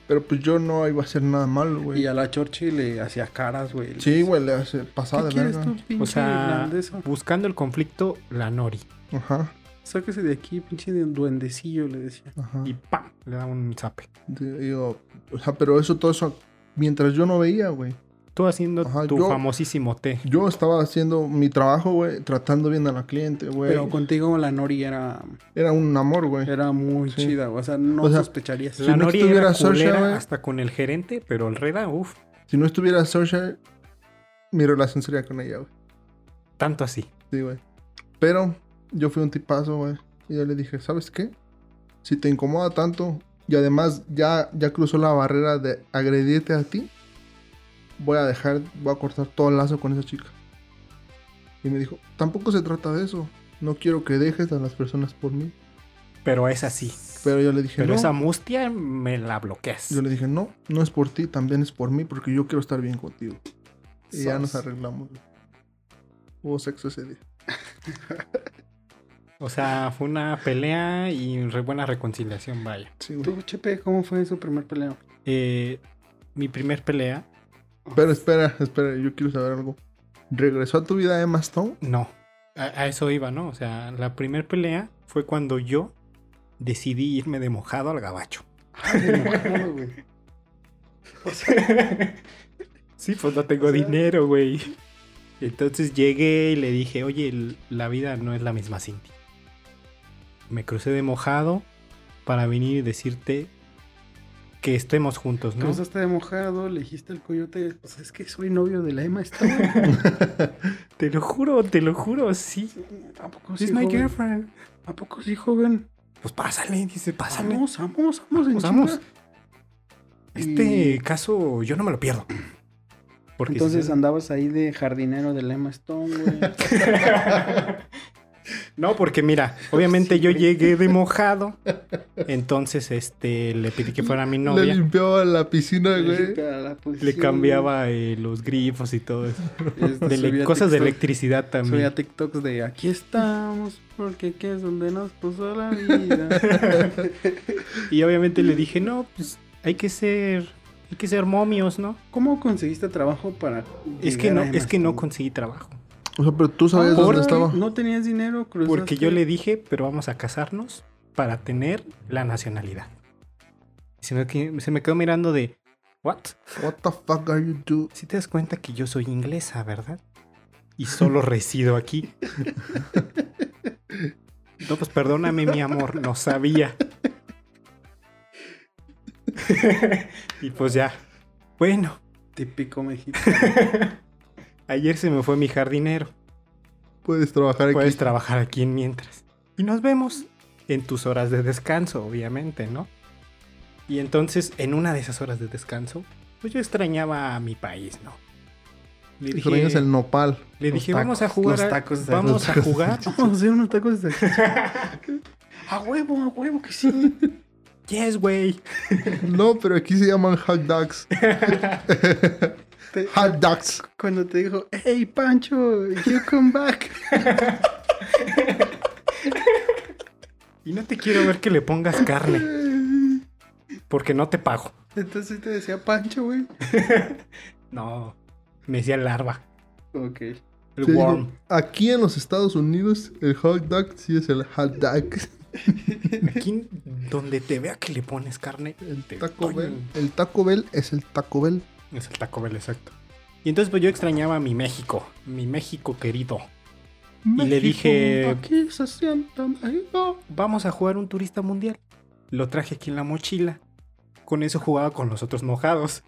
Speaker 3: Pero pues yo no iba a hacer nada malo,
Speaker 2: Y
Speaker 3: güey.
Speaker 2: a la Chorchi le hacía caras, güey.
Speaker 3: Sí, güey, le hace pasada
Speaker 2: ¿Qué
Speaker 3: de
Speaker 2: quieres
Speaker 3: verga.
Speaker 2: tú, pinche
Speaker 1: O sea,
Speaker 2: irlandesa?
Speaker 1: buscando el conflicto, la Nori.
Speaker 3: Ajá,
Speaker 2: Sáquese de aquí, pinche de- duendecillo, le decía.
Speaker 3: ajá.
Speaker 1: Y ¡pam! Le da un zape.
Speaker 3: De- yo, o sea, pero eso, todo eso, mientras yo no veía, güey.
Speaker 1: Tú haciendo
Speaker 3: Ajá,
Speaker 1: tu
Speaker 3: yo-
Speaker 1: famosísimo té.
Speaker 3: Yo estaba haciendo mi trabajo, güey, tratando bien a la cliente, güey.
Speaker 2: Pero contigo la Nori era,
Speaker 3: Era un amor, güey.
Speaker 2: era muy
Speaker 3: Sí.
Speaker 2: chida, güey. O sea, no
Speaker 3: O sea,
Speaker 2: sospecharías.
Speaker 3: Si
Speaker 1: la
Speaker 3: no
Speaker 1: Nori
Speaker 3: estuviera
Speaker 1: era
Speaker 3: Sorcha,
Speaker 1: culera
Speaker 3: güey.
Speaker 1: hasta con el gerente, pero el Reda, uff,
Speaker 3: Si no estuviera Social, mi relación sería con ella, güey.
Speaker 1: tanto así.
Speaker 3: Sí, güey. Pero yo fui un tipazo, güey. Y yo le dije, ¿sabes qué? Si te incomoda tanto y además ya, ya cruzó la barrera de agredirte a ti, voy a dejar, voy a cortar todo el lazo con esa chica. Y me dijo, tampoco se trata de eso. No quiero que dejes a las personas por mí.
Speaker 1: Pero es así.
Speaker 3: Pero yo le dije,
Speaker 1: Pero
Speaker 3: no.
Speaker 1: esa mustia me la bloqueas.
Speaker 3: Yo le dije, no, no es por ti, también es por mí, porque yo quiero estar bien contigo. Y ya
Speaker 2: Sas.
Speaker 3: nos arreglamos. güey. Hubo sexo ese día.
Speaker 1: O sea, fue una pelea y re buena reconciliación, vaya.
Speaker 3: Sí, güey.
Speaker 2: Tú, Chepe, ¿cómo fue su primer peleo?
Speaker 1: Eh, mi primer pelea,
Speaker 3: Pero espera, espera, yo quiero saber algo. ¿Regresó a tu vida Emma Stone?
Speaker 1: no. A, a eso iba, ¿no? O sea, la primer pelea fue cuando yo decidí irme de mojado al gabacho. Sí, pues no tengo
Speaker 2: O sea-
Speaker 1: dinero, güey. Entonces llegué y le dije, oye, l- la vida no es la misma sin ti. Me crucé de mojado para venir y decirte que estemos juntos, ¿no?
Speaker 2: Cruzaste de mojado, le dijiste al coyote, pues es que soy novio de la Emma Stone.
Speaker 1: Te lo juro, te lo juro, sí.
Speaker 2: ¿A poco sí,
Speaker 1: She's my
Speaker 2: joven?
Speaker 1: girlfriend.
Speaker 2: ¿A poco sí, joven?
Speaker 1: Pues pásale, dice, pásale.
Speaker 2: Vamos, vamos, vamos, en
Speaker 1: Vamos, vamos.
Speaker 2: chinga.
Speaker 1: Este caso yo no me lo pierdo. Porque
Speaker 2: Entonces
Speaker 1: si-
Speaker 2: andabas ahí de jardinero de la Emma Stone, güey.
Speaker 1: No, porque mira, obviamente yo llegué de mojado. Entonces, este, le pedí que fuera mi
Speaker 3: Le
Speaker 1: novia.
Speaker 3: limpiaba la piscina, güey.
Speaker 2: Chica, la
Speaker 1: Le
Speaker 2: posición,
Speaker 1: cambiaba eh, los grifos y todo eso.
Speaker 2: güey. Este,
Speaker 1: De le-
Speaker 2: subía
Speaker 1: cosas de
Speaker 2: TikTok.
Speaker 1: electricidad
Speaker 2: Subía
Speaker 1: también.
Speaker 2: TikToks de aquí estamos, porque aquí es donde nos puso la vida.
Speaker 1: Y obviamente le dije, no, pues hay que ser, hay que ser momios, ¿no?
Speaker 2: ¿Cómo conseguiste trabajo para.?
Speaker 1: Es que
Speaker 2: llegar
Speaker 1: no,
Speaker 2: a Emma
Speaker 1: es que no
Speaker 2: Stone?
Speaker 1: conseguí trabajo.
Speaker 3: O sea, pero tú sabes
Speaker 1: ¿Por?
Speaker 3: dónde estaba.
Speaker 2: No tenías dinero, cruzaste.
Speaker 1: Porque yo le dije, pero vamos a casarnos para tener la nacionalidad. Y se me, que- se me quedó mirando de, ¿what?
Speaker 3: What the fuck are you doing?
Speaker 1: Si te das cuenta que yo soy inglesa, ¿verdad? Y solo resido aquí. No, pues perdóname, mi amor, no sabía. y pues ya. Bueno,
Speaker 2: Típico México.
Speaker 1: ayer se me fue mi jardinero.
Speaker 3: Puedes trabajar aquí.
Speaker 1: Puedes trabajar aquí mientras. Y nos vemos en tus horas de descanso, obviamente, ¿no? Y entonces, en una de esas horas de descanso, pues yo extrañaba a mi país, ¿no? Le
Speaker 3: Y
Speaker 1: dije-
Speaker 3: traías el nopal.
Speaker 1: Le
Speaker 2: Los
Speaker 1: dije,
Speaker 2: tacos,
Speaker 1: vamos a jugar.
Speaker 2: los
Speaker 1: a-
Speaker 2: tacos de-
Speaker 1: vamos
Speaker 2: los
Speaker 1: a
Speaker 2: tacos de
Speaker 1: jugar.
Speaker 2: Vamos a hacer unos tacos de salchicha. A huevo, a huevo que sí.
Speaker 1: Yes, güey.
Speaker 3: No, pero aquí se llaman hot dogs.
Speaker 2: Te-
Speaker 3: Hot dogs.
Speaker 2: cuando te dijo, hey Pancho, you come back.
Speaker 1: Y no te quiero ver que le pongas carne, porque no te pago.
Speaker 2: Entonces te decía Pancho, güey.
Speaker 1: No. Me decía larva.
Speaker 2: Ok.
Speaker 1: El
Speaker 3: Te digo,
Speaker 1: worm.
Speaker 3: aquí en los Estados Unidos, el hot dog sí es el hot dog.
Speaker 1: Aquí, donde te vea que le pones carne,
Speaker 3: El
Speaker 1: te
Speaker 3: Taco
Speaker 1: doy
Speaker 3: Bell. El Taco Bell es el Taco Bell.
Speaker 1: Es el Taco Bell, exacto. Y entonces pues yo extrañaba a mi México, mi México querido. y le dije,
Speaker 2: Aquí se sienta México.
Speaker 1: vamos a jugar un turista mundial. Lo traje aquí en la mochila. Con eso jugaba con los otros mojados.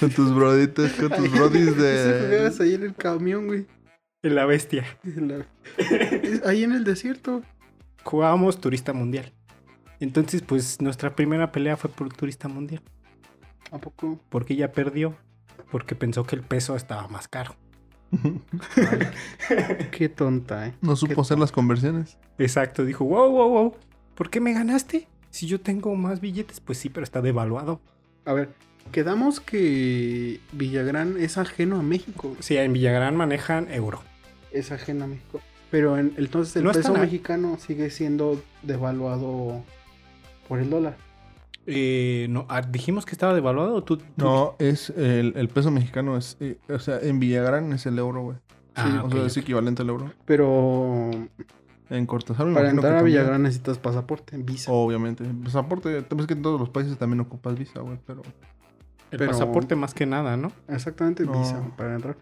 Speaker 3: Con tus broditos, con tus brodis
Speaker 2: Ese
Speaker 3: de.
Speaker 2: jugabas ahí en el camión, güey.
Speaker 1: En la bestia.
Speaker 2: En la- Es ahí en el desierto.
Speaker 1: Jugábamos turista mundial. Entonces pues nuestra primera pelea fue por turista mundial.
Speaker 2: ¿A poco?
Speaker 1: Porque ella perdió. Porque pensó que el peso estaba más caro.
Speaker 2: Qué tonta, eh.
Speaker 3: No supo hacer las conversiones.
Speaker 1: Exacto, dijo, wow, wow, wow. ¿Por qué me ganaste? Si yo tengo más billetes, pues sí, pero está devaluado.
Speaker 2: A ver, quedamos que Villagrán es ajeno a México.
Speaker 1: O sea, en Villagrán manejan euro.
Speaker 2: Es ajeno a México. Pero en- entonces el
Speaker 1: No
Speaker 2: peso
Speaker 1: están a-
Speaker 2: mexicano sigue siendo devaluado por el dólar.
Speaker 1: Eh, no, ah, dijimos que estaba devaluado. ¿o Tú, tú-
Speaker 3: No, es el, el peso mexicano. es eh, O sea, en Villagrán es el euro, güey.
Speaker 1: Ah,
Speaker 3: Sí, o
Speaker 1: ok,
Speaker 3: sea, es
Speaker 1: ok.
Speaker 3: equivalente al euro.
Speaker 2: Pero
Speaker 3: En Cortázar, me
Speaker 2: para
Speaker 3: imagino
Speaker 2: entrar a
Speaker 3: que también. Oh.
Speaker 2: Villagrán necesitas pasaporte, visa.
Speaker 3: Obviamente. Pasaporte, es que en todos los países también ocupas visa, güey, pero...
Speaker 1: El
Speaker 2: pero-
Speaker 1: pasaporte más que nada, ¿no?
Speaker 2: Exactamente,
Speaker 3: No.
Speaker 2: visa para entrar.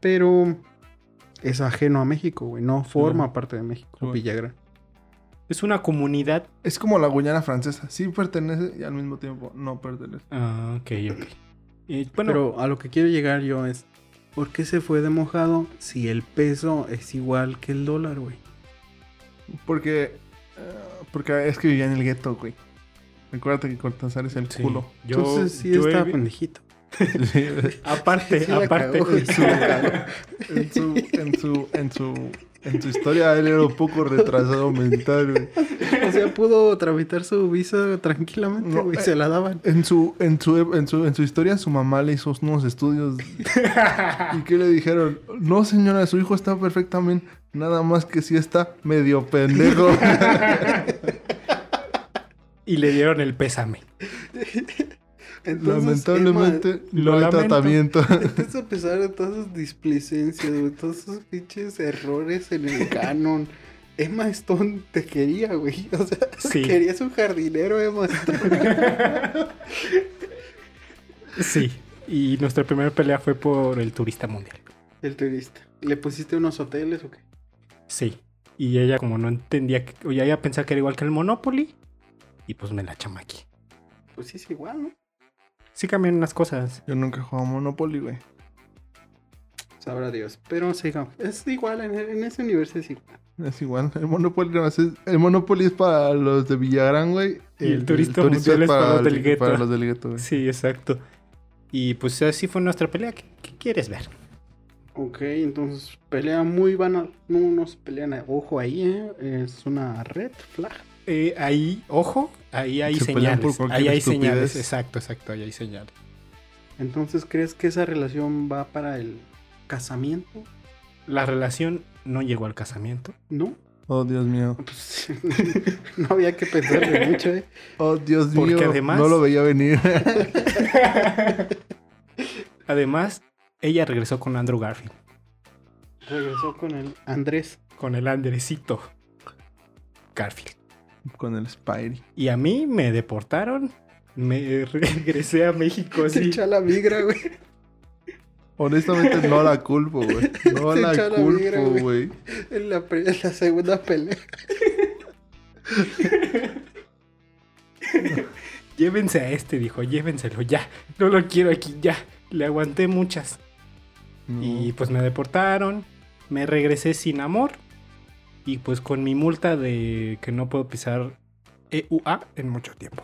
Speaker 2: Pero es ajeno a México, güey. No forma parte de México,
Speaker 3: Sí, güey.
Speaker 2: Villagrán.
Speaker 1: Es una comunidad.
Speaker 3: Es como la Guyana francesa. Sí pertenece y al mismo tiempo no pertenece.
Speaker 1: Ah, ok, ok. Eh, bueno,
Speaker 2: Pero a lo que quiero llegar yo es, ¿por qué se fue de mojado si el peso es igual que el dólar, güey?
Speaker 3: Porque... eh, porque es que vivía en el gueto, güey. Recuérdate que Cortázar es el
Speaker 1: sí,
Speaker 3: culo.
Speaker 1: Yo,
Speaker 2: Entonces sí
Speaker 1: yo he
Speaker 2: está
Speaker 1: vi-
Speaker 2: pendejito.
Speaker 1: Aparte,
Speaker 2: Sí la
Speaker 1: aparte.
Speaker 2: cagó.
Speaker 3: En su, en su... En su... En su... En su historia él era un poco retrasado mental, güey.
Speaker 2: O sea, pudo tramitar su visa tranquilamente,
Speaker 3: No,
Speaker 2: güey.
Speaker 3: eh.
Speaker 2: Se la daban.
Speaker 3: En su, en su, en su, en su historia, su mamá le hizo unos estudios. ¿Y qué le dijeron? No, señora, su hijo está perfectamente. Nada más que sí está medio pendejo.
Speaker 1: Y le dieron el pésame.
Speaker 3: Lamentablemente,
Speaker 1: lo
Speaker 3: no hay
Speaker 1: lamento.
Speaker 3: tratamiento.
Speaker 2: Entonces, a pesar de todas sus displicencias, güey, todos esos pinches errores en el canon, Emma Stone te quería, güey. O sea,
Speaker 1: Sí.
Speaker 2: querías un jardinero, Emma Stone.
Speaker 1: Sí. Y nuestra primera pelea fue por el turista mundial.
Speaker 2: El turista. ¿Le pusiste unos hoteles o qué?
Speaker 1: Sí. Y ella como no entendía, que, o ya ella pensaba que era igual que el Monopoly. Y pues me la chamaqué.
Speaker 2: Pues sí, es igual, ¿no?
Speaker 1: Sí cambian las cosas.
Speaker 3: Yo nunca he jugado Monopoly, güey.
Speaker 2: Sabrá Dios. Pero siga. Es igual, en, en ese universo es igual.
Speaker 3: Es igual. El Monopoly, nomás es, el Monopoly es para los de Villagrán, güey.
Speaker 1: Y el turista mundial es para los del
Speaker 3: el-
Speaker 1: gueto.
Speaker 3: Para los del gueto, güey.
Speaker 1: Sí, exacto. Y pues así fue nuestra pelea. ¿Qué, qué quieres ver?
Speaker 2: Ok, entonces pelea muy vana. No, no se pelean. a- Ojo ahí, ¿eh? Es una red flag.
Speaker 1: Eh, ahí, ojo, ahí hay
Speaker 3: Se pelean por
Speaker 1: señales.
Speaker 3: cualquier
Speaker 1: Ahí hay
Speaker 3: estupidez.
Speaker 1: señales. Exacto, exacto, ahí hay señales.
Speaker 2: Entonces, ¿crees que esa relación va para el casamiento?
Speaker 1: La relación no llegó al casamiento.
Speaker 2: ¿No?
Speaker 3: Oh, Dios mío.
Speaker 2: Pues, no había que pensarle mucho, ¿eh?
Speaker 3: Oh, Dios
Speaker 1: Porque
Speaker 3: mío.
Speaker 1: además-
Speaker 3: No lo veía venir.
Speaker 1: Además, ella regresó con Andrew Garfield,
Speaker 2: Regresó con el Andrés.
Speaker 1: con el Andresito Garfield.
Speaker 3: Con el Spidey.
Speaker 1: Y a mí me deportaron. Me regresé a México
Speaker 2: Se
Speaker 1: así.
Speaker 2: echa la migra, güey.
Speaker 3: Honestamente, no la culpo, güey. No
Speaker 2: Se
Speaker 3: la
Speaker 2: echó la migra,
Speaker 3: culpo,
Speaker 2: güey.
Speaker 3: güey.
Speaker 2: En la, pe- en la segunda pelea.
Speaker 1: Llévense a este, dijo, llévenselo ya. No lo quiero aquí ya. Le aguanté muchas.
Speaker 3: No.
Speaker 1: Y pues me deportaron. Me regresé sin amor. Y pues con mi multa de que no puedo pisar EUA en mucho tiempo.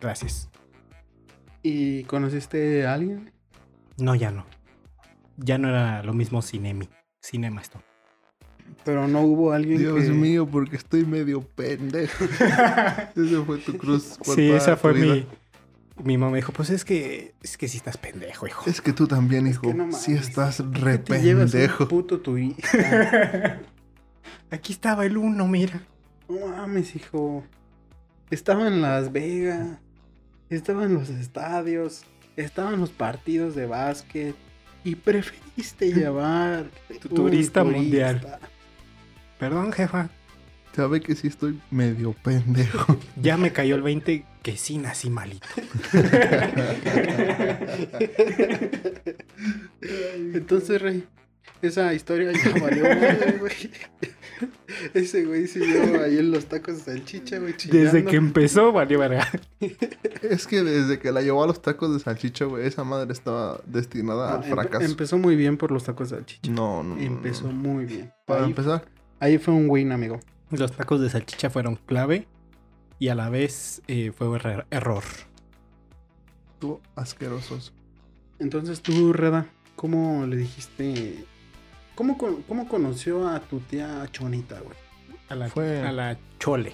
Speaker 1: Gracias.
Speaker 2: ¿Y conociste a alguien?
Speaker 1: No, ya no. Ya no era lo mismo Cinemi. Cinema esto.
Speaker 2: Pero no hubo alguien
Speaker 3: Dios
Speaker 2: que...
Speaker 3: mío, porque estoy medio pendejo. Esa fue tu cruz. por
Speaker 1: Sí,
Speaker 3: toda
Speaker 1: esa
Speaker 3: tu
Speaker 1: fue
Speaker 3: vida.
Speaker 1: mi. Mi mamá me dijo, pues es que es que si estás pendejo, hijo.
Speaker 3: Es que tú también,
Speaker 2: Es
Speaker 3: hijo.
Speaker 2: que no mames.
Speaker 3: sí estás re
Speaker 2: ¿Qué te llevas un
Speaker 3: pendejo.
Speaker 2: puto tuí?
Speaker 1: Aquí estaba el uno, mira.
Speaker 2: No mames, hijo. Estaba en Las Vegas. Estaba en los estadios. Estaba en los partidos de básquet. Y preferiste llevar...
Speaker 1: Tu
Speaker 2: un
Speaker 1: turista mundial. Perdón, jefa.
Speaker 3: Sabe que sí estoy medio pendejo.
Speaker 1: Ya me cayó el 20 que sí nací malito.
Speaker 2: Entonces, Rey, esa historia ya valió madre, güey. Ese güey siguió ahí en los tacos de salchicha, güey,
Speaker 1: Desde
Speaker 2: chillando.
Speaker 1: que empezó, valió verga.
Speaker 3: Es que desde que la llevó a los tacos de salchicha, güey, esa madre estaba destinada
Speaker 2: No,
Speaker 1: Ah,
Speaker 3: al
Speaker 2: empe-
Speaker 3: fracaso.
Speaker 2: Em, empezó muy bien por los tacos de salchicha.
Speaker 3: no,
Speaker 1: Mm.
Speaker 3: no, no,
Speaker 2: Empezó
Speaker 3: no.
Speaker 2: muy bien.
Speaker 1: Ah,
Speaker 3: Para
Speaker 2: Ahí,
Speaker 3: empezar,
Speaker 2: ahí fue un win, amigo.
Speaker 1: Los tacos de salchicha fueron clave y a la vez eh, fue un erra- error.
Speaker 3: tú asquerosos.
Speaker 2: Entonces tú, Reda, ¿cómo le dijiste? ¿Cómo, con- cómo conoció a tu tía Chonita, güey?
Speaker 1: A la,
Speaker 3: Fue-
Speaker 1: a la chole.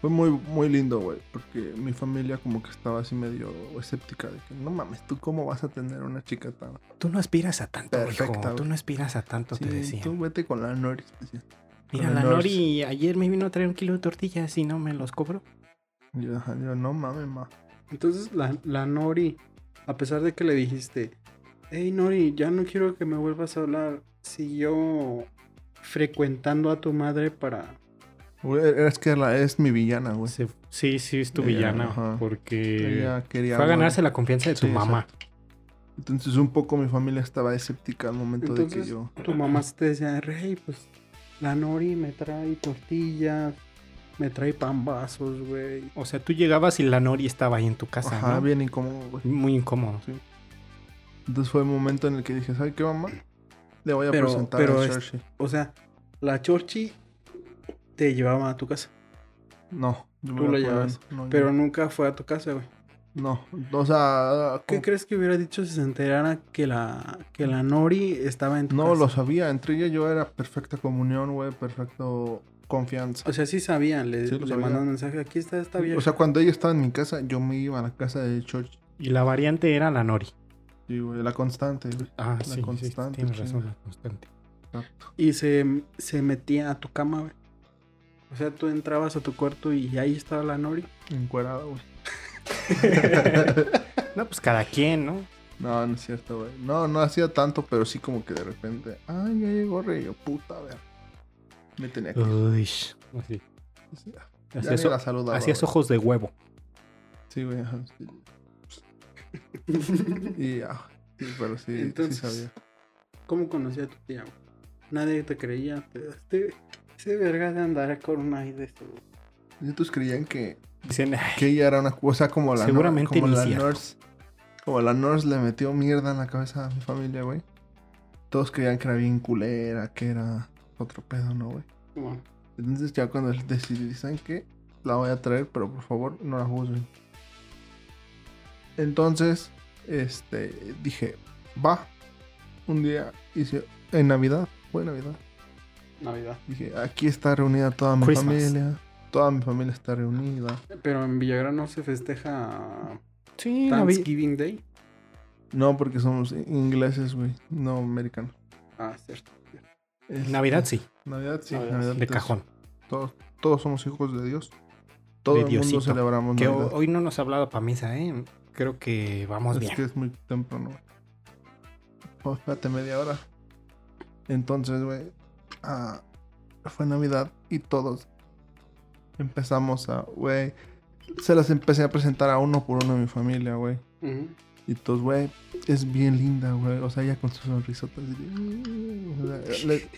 Speaker 3: Fue muy, muy lindo, güey, porque mi familia como que estaba así medio escéptica de que no mames, ¿tú cómo vas a tener una chica tan...
Speaker 1: Tú no aspiras a tanto,
Speaker 3: Perfecta,
Speaker 1: hijo. Tú
Speaker 3: güey.
Speaker 1: no aspiras a tanto, te
Speaker 3: Sí,
Speaker 1: decía.
Speaker 3: tú vete con la Noris, decía.
Speaker 1: Mira,
Speaker 3: con
Speaker 1: la
Speaker 3: el Lord.
Speaker 1: Nori ayer me vino a traer un kilo de tortillas y no me los cobró.
Speaker 3: Yo, ajá, yo, no mames, ma.
Speaker 2: Entonces la, la Nori, a pesar de que le dijiste, hey Nori, ya no quiero que me vuelvas a hablar, siguió frecuentando a tu madre para...
Speaker 3: Güey, Es que la, es mi villana, güey.
Speaker 1: Se- sí, sí, es tu
Speaker 3: Ella,
Speaker 1: villana.
Speaker 3: ajá.
Speaker 1: Porque
Speaker 3: Ella quería...
Speaker 1: fue a
Speaker 3: algo,
Speaker 1: ganarse
Speaker 3: güey.
Speaker 1: la confianza de tu
Speaker 3: Sí,
Speaker 1: mamá.
Speaker 3: Entonces un poco mi familia estaba escéptica al momento de
Speaker 2: Entonces
Speaker 3: que yo...
Speaker 2: tu mamá sí te decía, Rey, pues la Nori me trae tortillas, me trae pambazos, güey.
Speaker 1: O sea, tú llegabas y la Nori estaba ahí en tu casa.
Speaker 3: Ajá,
Speaker 1: ¿no?
Speaker 3: bien incómodo, güey.
Speaker 1: Muy incómodo.
Speaker 3: Entonces fue el momento en el que dije, ¿sabes qué, mamá? Le voy a
Speaker 2: Pero-
Speaker 3: presentar
Speaker 2: pero
Speaker 3: a
Speaker 2: es-
Speaker 3: Churchill.
Speaker 2: O sea, la Chorchi te llevaba a tu casa,
Speaker 3: No. yo me
Speaker 2: Tú
Speaker 3: voy
Speaker 2: la
Speaker 3: a poner-
Speaker 2: llevas,
Speaker 3: No, yo-
Speaker 2: pero nunca fue a tu casa, güey.
Speaker 3: No, o sea...
Speaker 2: ¿Qué
Speaker 3: como-
Speaker 2: crees que hubiera dicho si se enterara que la, que la Nori estaba en tu
Speaker 3: No
Speaker 2: casa?
Speaker 3: lo sabía, entre ella y yo era perfecta comunión, güey, perfecto confianza.
Speaker 2: O sea, sí sabían, le,
Speaker 3: Sí, lo
Speaker 2: le
Speaker 3: sabía.
Speaker 2: mandaron mensaje, aquí está esta vieja.
Speaker 3: O sea, cuando ella estaba en mi casa, yo me iba a la casa de Church,
Speaker 1: Y la variante era la Nori.
Speaker 3: sí, güey, la constante, güey.
Speaker 1: Ah,
Speaker 3: La
Speaker 1: sí, sí,
Speaker 3: constante,
Speaker 1: Tienes
Speaker 3: sí.
Speaker 1: razón, la constante.
Speaker 3: Exacto.
Speaker 2: y se, se metía a tu cama, güey. O sea, tú entrabas a tu cuarto y ahí estaba la Nori.
Speaker 3: Encuerada, güey.
Speaker 1: No, pues cada quien, ¿no?
Speaker 3: No, no es cierto, güey. No, no hacía tanto, pero sí como que de repente, ay, ya llegó Rey, yo, puta, a ver. Me tenía que ir.
Speaker 1: Uy. Así.
Speaker 3: Ya
Speaker 1: Hacías,
Speaker 3: ni la saludaba,
Speaker 1: hacías
Speaker 3: güey.
Speaker 1: ojos de huevo.
Speaker 3: Sí, güey, ajá. sí. Y ya. Sí, pero sí,
Speaker 2: Entonces-
Speaker 3: sí sabía.
Speaker 2: ¿Cómo conocía a tu tía, güey? Nadie te creía. Te, te- este, Ese verga de andar con una ahí de seguro.
Speaker 3: Y Estos creían que,
Speaker 1: Dicen, "Ay,
Speaker 3: que ella era una cosa como la
Speaker 1: Seguramente
Speaker 3: como
Speaker 1: ni
Speaker 3: la
Speaker 1: cierto.
Speaker 3: nurse. Como la nurse le metió mierda en la cabeza a mi familia, güey. Todos creían que era bien culera, que era otro pedo, ¿no, güey?
Speaker 2: Bueno,
Speaker 3: Entonces ya cuando decidí, ¿saben qué? La voy a traer, pero por favor no la juzguen. Entonces, este, dije, va. Un día hice, en Navidad, fue en Navidad.
Speaker 2: Navidad.
Speaker 3: Dije, aquí está reunida toda mi
Speaker 1: Christmas.
Speaker 3: familia. Toda mi familia está reunida.
Speaker 2: Pero en Villagrán no se festeja
Speaker 1: sí, Navi-
Speaker 2: Thanksgiving Day.
Speaker 3: No, porque somos ingleses, güey. No americanos.
Speaker 2: Ah, cierto.
Speaker 3: Este,
Speaker 1: Eh, Navidad sí,
Speaker 3: Navidad, sí.
Speaker 2: Navidad,
Speaker 3: Navidad,
Speaker 1: de
Speaker 3: es-
Speaker 1: cajón.
Speaker 3: Todos, todos somos hijos de Dios. Todo el mundo
Speaker 1: Diosito.
Speaker 3: celebramos
Speaker 1: Que ho-
Speaker 3: Navidad.
Speaker 1: hoy no nos ha hablado para misa, ¿eh? Creo que vamos
Speaker 3: es
Speaker 1: bien.
Speaker 3: que es muy temprano. güey. Oh, espérate media hora. Entonces, güey, ah, fue Navidad y todos empezamos a, güey, se las empecé a presentar a uno por uno a mi familia, güey.
Speaker 2: Ujú.
Speaker 3: Y todos, güey, es bien linda, güey. O sea, ella con sus sonrisotas. así de, "Mm", o sea, le-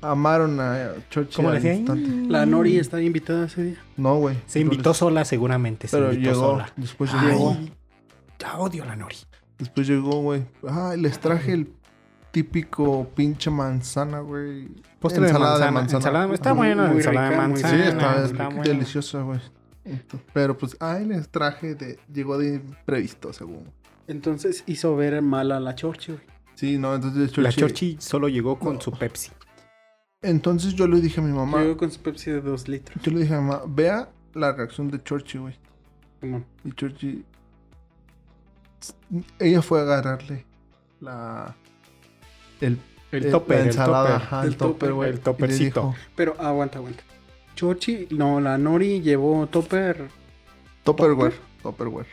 Speaker 3: amaron a Churchill.
Speaker 1: ¿Cómo le
Speaker 3: al
Speaker 1: decía?
Speaker 3: instante.
Speaker 2: La
Speaker 1: Mm.
Speaker 2: Nori está invitada ese día.
Speaker 3: No, güey.
Speaker 1: Se invitó sola seguramente, se
Speaker 3: Pero
Speaker 1: invitó
Speaker 3: llegó.
Speaker 1: sola.
Speaker 3: Después
Speaker 1: Ay,
Speaker 3: llegó.
Speaker 1: ya odio la Nori.
Speaker 3: Después llegó, güey. Ah, les traje el típico pinche manzana, güey.
Speaker 1: Postre
Speaker 3: Ensalada
Speaker 1: de manzana. ensalada- está
Speaker 3: Ajá.
Speaker 1: buena la
Speaker 2: Muy
Speaker 1: ensalada de
Speaker 2: rica, muy
Speaker 1: manzana.
Speaker 3: Sí, está,
Speaker 2: Ah,
Speaker 1: está
Speaker 3: del-
Speaker 1: buena.
Speaker 3: deliciosa, güey. Ento- Pero pues, ay, les traje de. Llegó de imprevisto, según.
Speaker 2: Entonces hizo ver mal a la Chorchi, güey.
Speaker 3: Sí, no, entonces
Speaker 1: La
Speaker 3: Churchill-
Speaker 1: Chorchi solo llegó con
Speaker 3: No.
Speaker 1: su Pepsi.
Speaker 3: Entonces yo le dije a mi mamá.
Speaker 2: Llegó con su Pepsi de 2 litros.
Speaker 3: Yo le dije a mi mamá, vea la reacción de Churchy, güey.
Speaker 2: Simón.
Speaker 3: Y Churchy. Ella fue a agarrarle la. El,
Speaker 1: El
Speaker 3: el-
Speaker 1: topper,
Speaker 3: Eh, la
Speaker 1: el
Speaker 3: ensalada,
Speaker 1: topper.
Speaker 3: ajá,
Speaker 2: El
Speaker 3: el
Speaker 2: topper,
Speaker 3: topper, güey.
Speaker 1: el
Speaker 3: y le
Speaker 1: toppercito.
Speaker 3: dijo,
Speaker 2: Pero aguanta, aguanta. Chorchi, no, la Nori llevó topper.
Speaker 3: Topperware. Topperware.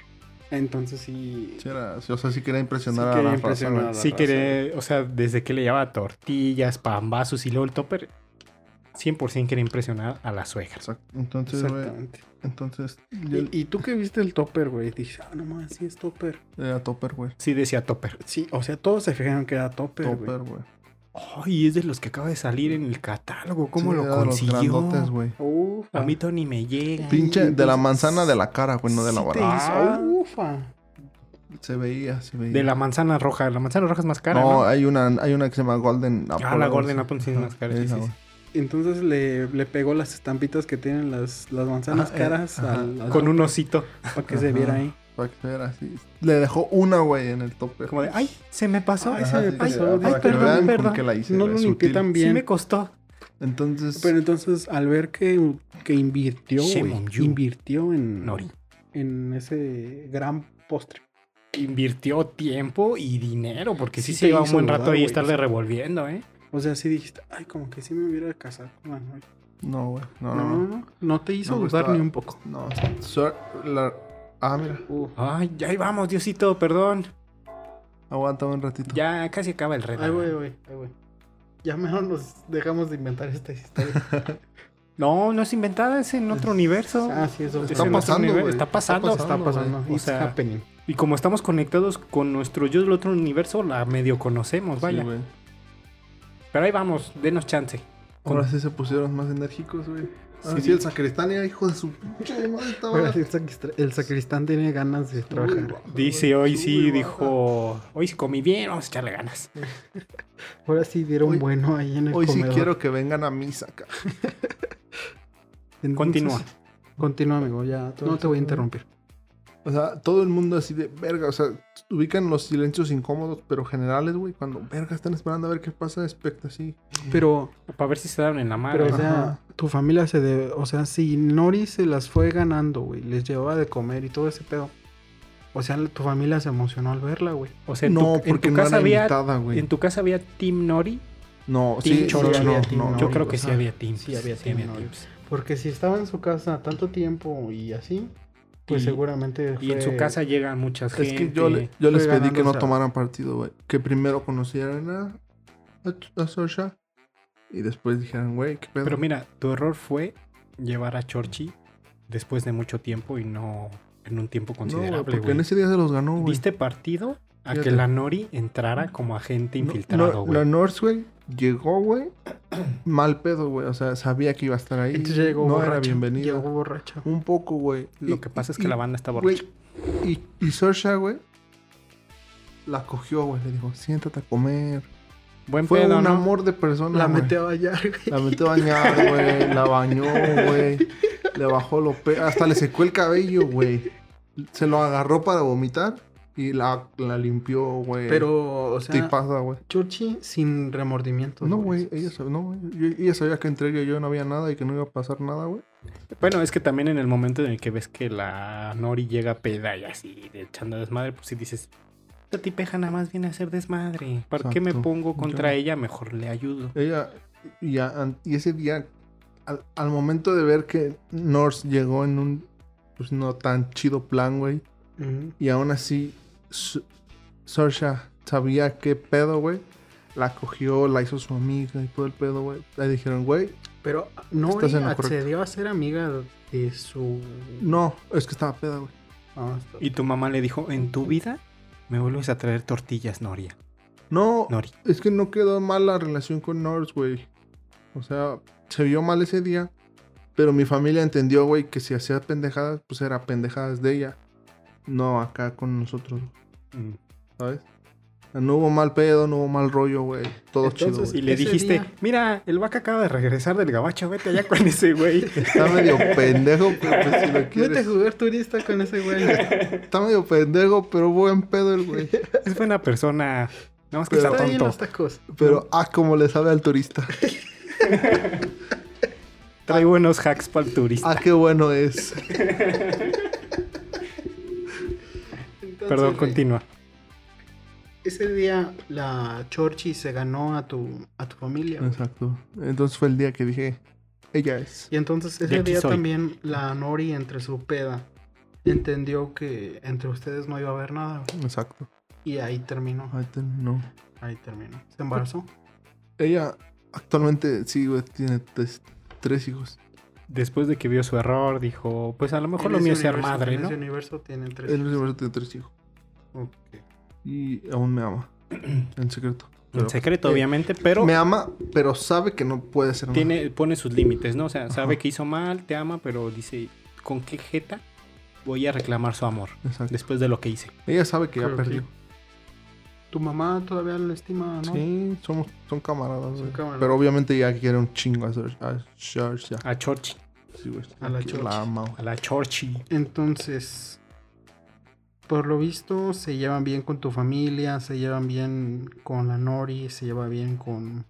Speaker 2: Entonces sí.
Speaker 3: Sí era- sí, o sea, sí quería impresionar
Speaker 2: Sí
Speaker 3: a
Speaker 2: quería
Speaker 3: la raza,
Speaker 2: impresionar.
Speaker 3: güey.
Speaker 1: Sí
Speaker 2: raza,
Speaker 1: que, o sea, desde que le llevaba tortillas, pambazos y luego el topper, 100% quería impresionar a la suegra.
Speaker 3: Exacto. Entonces, güey,
Speaker 2: Exactamente.
Speaker 3: entonces yo
Speaker 2: Y, y tú que viste el topper, güey, dije, ah, no mames, sí es topper.
Speaker 3: era Topperware.
Speaker 1: Sí decía topper.
Speaker 2: Sí, o sea, todos se fijaron que era topper, güey.
Speaker 3: Topperware.
Speaker 1: Ay, es de los que acaba de salir en el catálogo. ¿Cómo
Speaker 3: Sí,
Speaker 1: lo
Speaker 3: era de los
Speaker 1: consiguió?
Speaker 3: grandotes, güey.
Speaker 2: Ufa.
Speaker 1: A mí Tony me llega.
Speaker 3: Pinche de la manzana de la cara, güey, pues, no de la
Speaker 1: Sí te
Speaker 3: barata.
Speaker 1: Ah.
Speaker 2: Ufa.
Speaker 3: Se veía, se veía.
Speaker 1: De la manzana roja. La manzana roja es más cara,
Speaker 3: no,
Speaker 1: ¿no?
Speaker 3: hay una hay una que se llama Golden Apple.
Speaker 1: Ah, la
Speaker 3: algo
Speaker 1: Golden
Speaker 3: así.
Speaker 1: Apple sí es
Speaker 3: Ajá,
Speaker 1: más cara, sí,
Speaker 3: esa,
Speaker 1: sí, sí.
Speaker 3: güey.
Speaker 2: Entonces le, le pegó las estampitas que tienen las, las manzanas
Speaker 3: Ajá, eh,
Speaker 2: caras
Speaker 3: ajá.
Speaker 2: al, al
Speaker 1: Con
Speaker 2: topper
Speaker 1: un osito.
Speaker 2: para que se viera
Speaker 3: Ajá.
Speaker 2: ahí.
Speaker 3: Para que se viera así. Le dejó una, güey, en el topper.
Speaker 1: Como de, ay, se me pasó.
Speaker 2: Ay,
Speaker 1: Ay,
Speaker 2: se me
Speaker 3: sí,
Speaker 2: pasó,
Speaker 3: para
Speaker 2: ay,
Speaker 3: que
Speaker 1: perdón,
Speaker 3: vean con
Speaker 1: perdón.
Speaker 3: qué la hice,
Speaker 2: No
Speaker 3: güey,
Speaker 2: lo
Speaker 3: sutil.
Speaker 2: limpié tan
Speaker 1: Sí
Speaker 2: bien.
Speaker 1: me costó.
Speaker 3: Entonces,
Speaker 2: Pero entonces al ver que, que invirtió,
Speaker 1: Shame
Speaker 2: güey,
Speaker 1: on you.
Speaker 2: invirtió en,
Speaker 1: Nori.
Speaker 2: en ese gran postre.
Speaker 1: Invirtió tiempo y dinero, porque sí,
Speaker 2: Sí
Speaker 1: se
Speaker 2: te
Speaker 1: iba un
Speaker 2: hizo
Speaker 1: buen
Speaker 2: dudar,
Speaker 1: rato ahí
Speaker 2: güey.
Speaker 1: estarle revolviendo, ¿eh?
Speaker 2: O sea, sí dijiste, ay, como que sí me hubiera casado con la Nori".
Speaker 3: no, güey.
Speaker 2: No,
Speaker 3: No,
Speaker 2: no, no.
Speaker 3: no,
Speaker 2: No, te hizo
Speaker 3: Ah. No, pues,
Speaker 2: dudar
Speaker 3: estaba-
Speaker 2: ni un poco.
Speaker 3: no. No, sir, la- Ah, mira.
Speaker 2: Uf.
Speaker 1: Ay, ahí vamos, Diosito, perdón.
Speaker 3: Aguanta un ratito.
Speaker 1: Ya casi acaba el reto.
Speaker 2: Ay, güey, güey, ay, güey. Ya mejor nos dejamos de inventar estas historias.
Speaker 1: No, no es inventada, es en otro universo.
Speaker 2: ah, sí, eso.
Speaker 1: Es
Speaker 3: está
Speaker 1: en otro
Speaker 3: pasando,
Speaker 1: universo,
Speaker 3: güey.
Speaker 1: Está pasando.
Speaker 3: Está pasando,
Speaker 1: güey. O
Speaker 2: It's
Speaker 1: sea,
Speaker 2: happening.
Speaker 1: Y como estamos conectados con nuestro yo del otro universo, la medio conocemos, vaya.
Speaker 3: Sí, güey.
Speaker 1: Pero ahí vamos, denos chance.
Speaker 3: Ahora sí se pusieron más enérgicos, güey. Ahora
Speaker 2: Sí.
Speaker 3: sí, el sacristán era hijo de su pinche madre. Estaba...
Speaker 2: Ahora sí, el sacristán- El sacristán tiene ganas de
Speaker 3: Uy,
Speaker 2: trabajar.
Speaker 3: baja,
Speaker 1: Dice,
Speaker 3: güey.
Speaker 1: hoy
Speaker 3: Uy,
Speaker 1: sí,
Speaker 3: baja.
Speaker 1: dijo, hoy sí comí bien, vamos a echarle ganas.
Speaker 2: Ahora sí dieron
Speaker 3: Hoy-
Speaker 2: bueno ahí en el
Speaker 3: Hoy sí
Speaker 2: comedor.
Speaker 3: quiero que vengan a misa, acá.
Speaker 2: Entonces,
Speaker 1: Continúa.
Speaker 2: Continúa, amigo, ya. No te voy a interrumpir.
Speaker 3: O sea, todo el mundo así de verga. O sea, ubican los silencios incómodos, pero generales, güey. Cuando verga están esperando a ver qué pasa, expecta así.
Speaker 2: Pero,
Speaker 1: Para ver si se dan en la madre.
Speaker 2: pero o sea,
Speaker 3: Ajá.
Speaker 2: tu familia se debe. O sea, si Nori se las fue ganando, güey, les llevaba de comer y todo ese pedo. O sea, tu familia se emocionó al verla, güey.
Speaker 1: o sea, en tu, en tu casa había, en tu casa había Team Nori.
Speaker 3: No,
Speaker 1: Team
Speaker 3: sí,
Speaker 1: Chorchi.
Speaker 3: no,
Speaker 2: Team
Speaker 3: no, no,
Speaker 1: Yo
Speaker 2: Nori,
Speaker 1: creo
Speaker 2: o
Speaker 1: que sí
Speaker 2: sea,
Speaker 1: había Team.
Speaker 2: sí había Team Nori.
Speaker 1: teams.
Speaker 2: Porque si estaba en su casa tanto tiempo y así, pues
Speaker 1: Y-
Speaker 2: seguramente.
Speaker 1: Y en
Speaker 2: fue-
Speaker 1: su casa llegan muchas
Speaker 3: Es
Speaker 1: gente.
Speaker 3: que yo, le- yo les
Speaker 2: Fue
Speaker 3: pedí
Speaker 2: ganando,
Speaker 3: que
Speaker 2: o
Speaker 3: no
Speaker 2: sea.
Speaker 3: tomaran partido, güey. Que primero conocieran a, a, a Sasha y después dijeran, güey, qué pedo.
Speaker 1: Pero mira, tu error fue llevar a Chorchi después de mucho tiempo y no en un tiempo
Speaker 3: no, güey,
Speaker 1: considerable,
Speaker 3: porque
Speaker 1: güey.
Speaker 3: en ese día se los ganó, güey.
Speaker 1: Diste partido a
Speaker 3: Fíjate.
Speaker 1: que la Nori entrara como agente
Speaker 3: No,
Speaker 1: infiltrado,
Speaker 3: no,
Speaker 1: güey.
Speaker 3: la Norse, güey, llegó, güey, mal pedo, güey. O sea, sabía que iba a estar ahí.
Speaker 2: Entonces ya llegó
Speaker 3: no
Speaker 2: borracho.
Speaker 3: era bienvenida.
Speaker 2: Llegó borracho.
Speaker 3: Un poco, güey.
Speaker 1: Lo
Speaker 3: Y-
Speaker 1: que pasa es
Speaker 3: y-
Speaker 1: que la banda está
Speaker 3: Güey,
Speaker 1: borracha.
Speaker 3: y, y Saoirse, güey, la cogió, güey. Le dijo, siéntate a comer.
Speaker 1: Buen
Speaker 3: Fue
Speaker 1: pedo,
Speaker 3: un
Speaker 1: ¿no?
Speaker 3: amor de persona,
Speaker 2: La
Speaker 3: güey.
Speaker 2: metió a bañar,
Speaker 3: La
Speaker 2: güey.
Speaker 3: metió a bañar, güey. La bañó, güey. Le bajó los pe... Hasta le secó el cabello, güey. Se lo agarró para vomitar. Y la, la limpió, güey.
Speaker 2: Pero, o sea,
Speaker 3: Te pasa, güey.
Speaker 2: Churchi sin remordimientos.
Speaker 3: No, güey, ella, sab- no, güey. Yo- ella sabía que entre ella y yo no había nada y que no iba a pasar nada, güey.
Speaker 1: Bueno, es que también en el momento en el que ves que la Nori llega peda y así de echando desmadre, pues si dices, esta tipeja nada más viene a hacer desmadre. ¿Para qué me
Speaker 3: Exacto.
Speaker 1: pongo contra
Speaker 3: Yo-
Speaker 1: ella? Mejor le ayudo.
Speaker 3: Ella, y, a- an- y ese día, al, al momento de ver que Norse llegó en un, pues no tan chido plan, güey,
Speaker 2: Ujú.
Speaker 3: y aún así, S- Saoirse sabía qué pedo, güey. La cogió, la hizo su amiga y todo el pedo, güey. Le dijeron, güey,
Speaker 2: Pero no
Speaker 3: Estás en lo correcto.
Speaker 2: accedió a ser amiga de su.
Speaker 3: no, es que estaba peda, güey.
Speaker 2: Ah, está-
Speaker 1: Y tu mamá le dijo, en tu vida me vuelves a traer tortillas, Noria.
Speaker 3: No,
Speaker 1: Nori.
Speaker 3: Es que no quedó mal la relación con Norse, güey. O sea, se vio mal ese día. Pero mi familia entendió, güey, que si hacía pendejadas, pues era pendejadas de ella. No acá con nosotros,
Speaker 1: Mm.
Speaker 3: ¿sabes? No hubo mal pedo, no hubo mal rollo, güey. Todo chido,
Speaker 2: Entonces,
Speaker 1: Y
Speaker 3: güey.
Speaker 1: le
Speaker 2: Ese
Speaker 1: dijiste,
Speaker 2: día-
Speaker 1: mira, el vaca acaba de regresar del gabacho, vete allá con ese güey.
Speaker 3: Está medio pendejo, pero pues, si lo
Speaker 2: Vete a
Speaker 3: quieres.
Speaker 2: jugar turista con ese güey.
Speaker 3: Está medio pendejo, pero buen pedo el güey.
Speaker 1: Es buena persona. Nada más que
Speaker 3: Pero-
Speaker 1: está
Speaker 2: Está bien
Speaker 1: tonto.
Speaker 2: los tacos.
Speaker 3: Pero, ah, como le sabe al turista.
Speaker 1: Trae buenos hacks para el turista.
Speaker 3: Ah, qué bueno es.
Speaker 2: Entonces,
Speaker 1: Perdón,
Speaker 2: güey,
Speaker 1: continúa.
Speaker 2: Ese día la Chorchi se ganó a tu, a tu familia. güey.
Speaker 3: Exacto. Entonces fue el día que dije, ella es.
Speaker 2: Y entonces
Speaker 1: De
Speaker 2: ese
Speaker 1: aquí
Speaker 2: día
Speaker 1: soy.
Speaker 2: también la Nori entre su peda entendió que entre ustedes no iba a haber nada. güey.
Speaker 3: Exacto.
Speaker 2: Y ahí terminó.
Speaker 3: Ahí terminó.
Speaker 2: Ahí terminó. Se embarazó.
Speaker 3: Ella actualmente sí, güey, tiene tres, tres hijos.
Speaker 1: Después de que vio su error, dijo, pues a lo mejor
Speaker 2: En
Speaker 1: lo
Speaker 2: ese
Speaker 1: mío es ser
Speaker 2: universo-
Speaker 1: madre,
Speaker 2: En
Speaker 1: ¿no?
Speaker 2: ese universo tiene tres.
Speaker 3: Él universo tiene tres hijos.
Speaker 2: Ok.
Speaker 3: Y aún me ama. En secreto. Pero,
Speaker 1: En secreto,
Speaker 3: eh,
Speaker 1: obviamente, pero
Speaker 3: me ama, pero sabe que no puede ser nada.
Speaker 1: tiene, pone sus límites, ¿no? O sea, sabe
Speaker 3: Ajá.
Speaker 1: que hizo mal, te ama, pero dice, ¿con qué jeta voy a reclamar su amor
Speaker 3: Exacto.
Speaker 1: después de lo que hice?
Speaker 3: Ella sabe que ya
Speaker 2: Creo que-
Speaker 3: perdió.
Speaker 2: Tu mamá todavía lo estima, ¿no?
Speaker 3: Sí, somos, son camaradas, güey.
Speaker 2: camaradas.
Speaker 3: Pero obviamente ella quiere un chingo a Sar- a Saoirse.
Speaker 1: A Chorchi,
Speaker 3: Sí, güey.
Speaker 2: a la
Speaker 3: Que
Speaker 2: Church.
Speaker 3: La ama, güey.
Speaker 1: a la Chorchi.
Speaker 2: Entonces, por lo visto, se llevan bien con tu familia, se llevan bien con la Nori, se lleva bien con,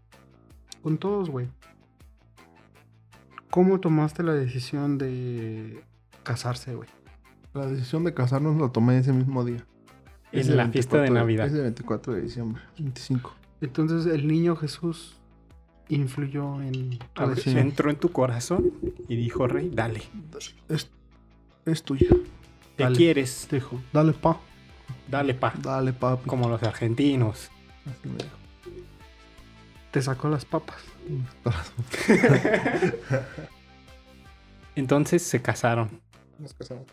Speaker 2: con todos, güey. ¿Cómo tomaste la decisión de casarse, güey?
Speaker 3: La decisión de casarnos la tomé ese mismo día. Es
Speaker 1: En
Speaker 3: el
Speaker 1: la fiesta de
Speaker 3: 24
Speaker 1: Navidad.
Speaker 3: Es el 24 de diciembre. 25.
Speaker 2: Entonces, el niño Jesús influyó en tu
Speaker 1: A ver,
Speaker 2: decisión.
Speaker 1: entró en tu corazón y dijo, Rey, dale.
Speaker 3: Es, es tuya.
Speaker 1: ¿Qué
Speaker 2: Dale.
Speaker 1: quieres?
Speaker 3: Te dijo, dale pa.
Speaker 1: Dale, pa.
Speaker 3: Dale papi.
Speaker 1: Como los argentinos.
Speaker 3: Así me dijo.
Speaker 2: Te sacó las papas.
Speaker 1: Entonces se casaron.
Speaker 3: Nos casamos.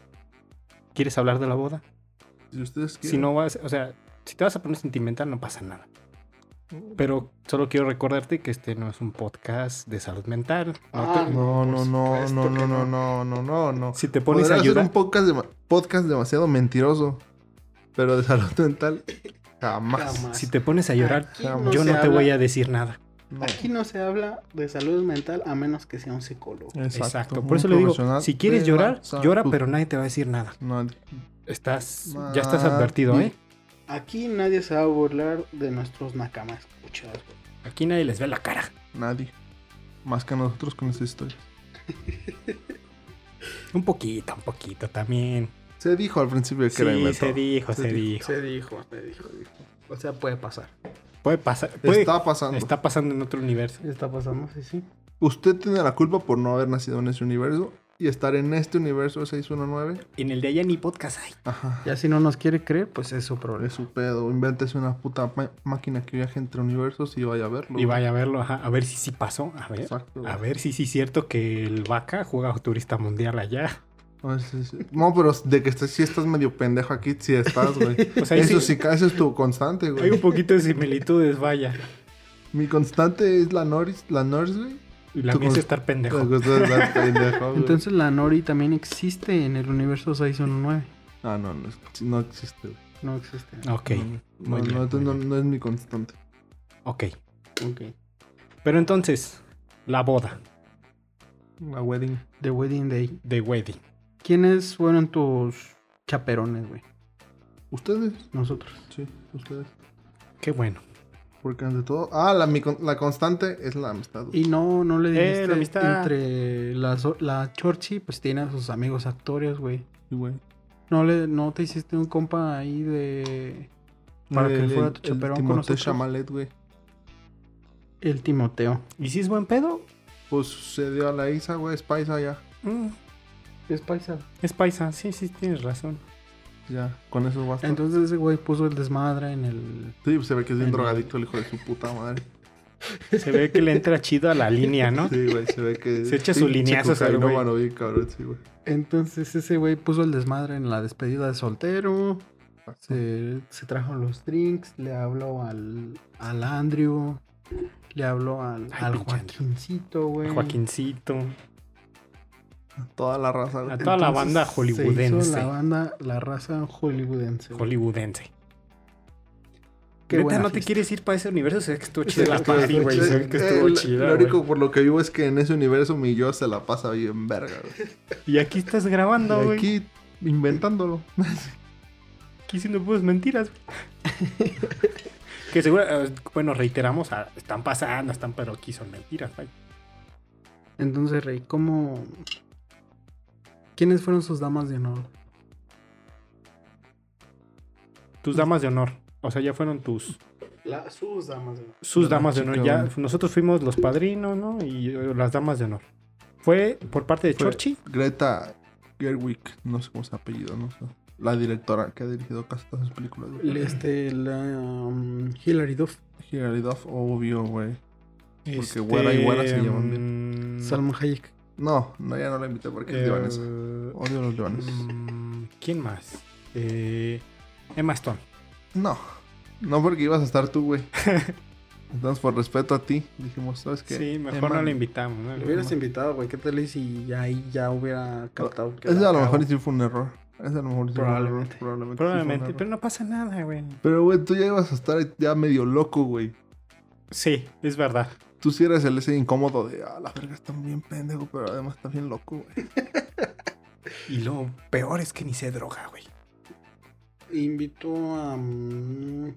Speaker 1: ¿Quieres hablar de la boda?
Speaker 3: Si ustedes
Speaker 1: Si no vas, o sea, si te vas a poner sentimental no pasa nada. Pero solo quiero recordarte que este no es un podcast de salud mental. No te-
Speaker 2: Ah,
Speaker 3: No, no, no,
Speaker 2: supuesto
Speaker 3: pues, no, no,
Speaker 2: que
Speaker 3: no,
Speaker 2: no.
Speaker 3: no, no, no, no.
Speaker 1: si te pones a
Speaker 3: Podrás hacer
Speaker 1: ayudar,
Speaker 3: un podcast, dema- podcast demasiado mentiroso, pero de salud mental jamás.
Speaker 2: Jamás.
Speaker 1: si te pones a llorar,
Speaker 2: Aquí
Speaker 3: jamás.
Speaker 1: yo
Speaker 2: se
Speaker 1: no te
Speaker 2: habla-
Speaker 1: voy a decir nada.
Speaker 3: No.
Speaker 2: Aquí no se habla de salud mental a menos que sea un psicólogo.
Speaker 1: Exacto. Por eso le digo, si quieres llorar, llora, pero nadie te va a decir nada. Estás, ya estás
Speaker 3: Mami.
Speaker 1: advertido, ¿eh?
Speaker 2: Aquí nadie se va a burlar de nuestros nakamas escuchados, güey.
Speaker 1: Aquí nadie les ve la cara.
Speaker 3: nadie. Más que nosotros con esa historia.
Speaker 1: Un poquito, un poquito también.
Speaker 3: Se dijo al principio que era
Speaker 1: Sí,
Speaker 3: inventado.
Speaker 1: se dijo,
Speaker 3: Se
Speaker 1: se,
Speaker 3: dijo.
Speaker 1: dijo.
Speaker 2: Se dijo, se dijo, O sea, puede pasar.
Speaker 1: Puede pasar. puede-
Speaker 3: Está pasando.
Speaker 1: está pasando en otro universo.
Speaker 2: Está pasando, sí, sí.
Speaker 3: Usted tiene la culpa por no haber nacido en ese universo y estar en este universo 619.
Speaker 1: En el de allá ni podcast hay.
Speaker 3: Ajá.
Speaker 2: Ya si no nos quiere creer, pues es su problema.
Speaker 3: Es su pedo. Inventes una puta ma- máquina que viaje entre universos y vaya a verlo.
Speaker 1: Y vaya a verlo, ajá, a ver si sí pasó. A ver.
Speaker 3: Exacto.
Speaker 1: A ver si sí es cierto que el vaca juega turista mundial allá.
Speaker 3: O sea, sí. No, pero de que estés, sí estás medio pendejo aquí, sí estás, güey.
Speaker 1: Pues ahí
Speaker 3: eso
Speaker 1: sí.
Speaker 3: sí, ca- eso es tu constante,
Speaker 1: Hay un
Speaker 3: güey.
Speaker 1: poquito de similitudes, vaya.
Speaker 3: Mi constante es la Norris, la Norris, güey.
Speaker 1: Y la
Speaker 3: Tú
Speaker 1: mía es
Speaker 3: con-
Speaker 1: estar
Speaker 3: Te
Speaker 1: pendejo.
Speaker 3: gusta estar pendejo, güey.
Speaker 2: Entonces la Nori también existe en el universo 619.
Speaker 3: Ah, no, no, es- no existe, güey.
Speaker 2: No existe.
Speaker 1: Ok,
Speaker 3: No,
Speaker 1: Muy bien,
Speaker 3: no, entonces
Speaker 1: muy
Speaker 3: no- no es mi constante.
Speaker 1: ok.
Speaker 2: Ok.
Speaker 1: Pero entonces, la boda
Speaker 3: La wedding.
Speaker 2: The Wedding Day.
Speaker 1: de wedding.
Speaker 2: ¿Quiénes fueron tus chaperones, güey?
Speaker 3: ¿Ustedes?
Speaker 2: Nosotros.
Speaker 3: Sí, ustedes.
Speaker 1: Qué bueno.
Speaker 3: Porque ante todo... Ah, la, mi con- la constante es la amistad. güey.
Speaker 2: Y no, no le
Speaker 1: Eh,
Speaker 2: dijiste
Speaker 1: la amistad.
Speaker 2: entre la, so- la Chorchi, pues tiene a sus amigos actores, güey.
Speaker 3: Sí, güey.
Speaker 2: No le, no te hiciste un compa ahí de Para que
Speaker 3: El-
Speaker 2: fuera
Speaker 3: el-
Speaker 2: tu chaperón
Speaker 3: el
Speaker 2: con
Speaker 3: Timothée
Speaker 2: nosotros.
Speaker 3: Chalamet, güey.
Speaker 2: el Timoteo.
Speaker 1: ¿Y si es buen pedo?
Speaker 3: Pues se dio a la Isa, güey, es paisa ya.
Speaker 1: Mm,
Speaker 2: Es paisa.
Speaker 1: es paisa. Sí, sí, tienes razón.
Speaker 3: Ya, con eso basta.
Speaker 2: Entonces ese güey puso el desmadre en el.
Speaker 3: sí, pues, se ve que es bien
Speaker 2: en-
Speaker 3: drogadicto el hijo de su puta madre.
Speaker 1: Se ve que le entra chido a la línea, ¿no?
Speaker 3: Sí, güey, se ve que...
Speaker 1: Se echa su
Speaker 3: pinche
Speaker 1: lineazo, ese güey.
Speaker 3: cocainómano bien cabrón, sí, güey.
Speaker 2: Entonces ese güey puso el desmadre en la despedida de soltero. Se, se trajo los drinks, le habló al, al Andrew, le habló al,
Speaker 1: Ay,
Speaker 2: al
Speaker 1: pinche Andrew.
Speaker 2: Joaquincito, güey.
Speaker 1: Joaquincito.
Speaker 3: Toda la raza, güey.
Speaker 1: A toda la banda
Speaker 2: se
Speaker 1: hollywoodense.
Speaker 2: hizo la banda, la raza hollywoodense. güey.
Speaker 1: Hollywoodense.
Speaker 2: Qué
Speaker 1: Neta,
Speaker 2: buena
Speaker 1: no te
Speaker 2: fiesta.
Speaker 1: quieres ir para ese universo. Se ve que estuvo
Speaker 3: Sí,
Speaker 1: chida la
Speaker 3: estuvo-
Speaker 1: party, güey. Se ve que
Speaker 3: eh,
Speaker 1: estuvo
Speaker 3: lo-
Speaker 1: chida,
Speaker 3: Lo
Speaker 1: güey.
Speaker 3: único por lo que vivo es que en ese universo mi yo se la pasa bien verga, güey.
Speaker 1: Y aquí estás grabando,
Speaker 3: y
Speaker 1: güey. Aquí...
Speaker 3: aquí inventándolo.
Speaker 1: diciendo puras mentiras. güey. que seguro, eh, bueno, reiteramos, ah, están pasando, están, pero aquí son mentiras, güey.
Speaker 2: Entonces, Rey, ¿cómo. ¿Quiénes fueron sus damas de honor?
Speaker 1: Tus damas de honor. O sea, ya fueron tus.
Speaker 2: sus damas de honor.
Speaker 1: Sus
Speaker 3: La
Speaker 1: damas de honor.
Speaker 3: chica,
Speaker 1: Ya,
Speaker 3: güey.
Speaker 1: nosotros fuimos los padrinos, ¿no? Y eh, las damas de honor. Fue por parte de
Speaker 3: Fue-
Speaker 1: Chorchi.
Speaker 3: Greta Gerwig, no sé cómo es su apellido, no sé. La directora que ha dirigido casi todas sus películas, güey.
Speaker 2: Este, la. um, Hilary Duff.
Speaker 3: Hilary Duff, obvio, güey. Porque
Speaker 1: Este,
Speaker 3: güera y güera se llevan
Speaker 1: mm,
Speaker 2: Salma Hayek.
Speaker 3: No, no, ya no la invité porque es
Speaker 1: eh,
Speaker 3: libanesa. Odio a los libaneses.
Speaker 1: mm, ¿Quién más? Eh, Emma Stone.
Speaker 3: No, no porque ibas a estar tú, güey. Entonces, por respeto a ti, dijimos, ¿sabes qué?
Speaker 1: Sí, mejor
Speaker 3: Emma-
Speaker 1: no la invitamos. ¿no?
Speaker 2: Le hubieras invitado, güey. ¿Qué tal si ya ahí ya hubiera captado? que
Speaker 3: Ese
Speaker 2: la
Speaker 3: a lo mejor
Speaker 2: cagó?
Speaker 3: sí fue un error. Ese a lo mejor sí fue un error.
Speaker 2: Probablemente.
Speaker 3: Probablemente. sí fue un
Speaker 1: Probablemente,
Speaker 3: error.
Speaker 1: pero no pasa nada, güey.
Speaker 3: Pero, güey, tú ya ibas a estar ya medio loco, güey.
Speaker 1: Sí, es verdad.
Speaker 3: Tú sí eres el ese incómodo de, ah, la verga está bien pendejo, pero además está bien loco, güey.
Speaker 1: Y lo peor es que ni se droga, güey.
Speaker 2: Invitó a. mm,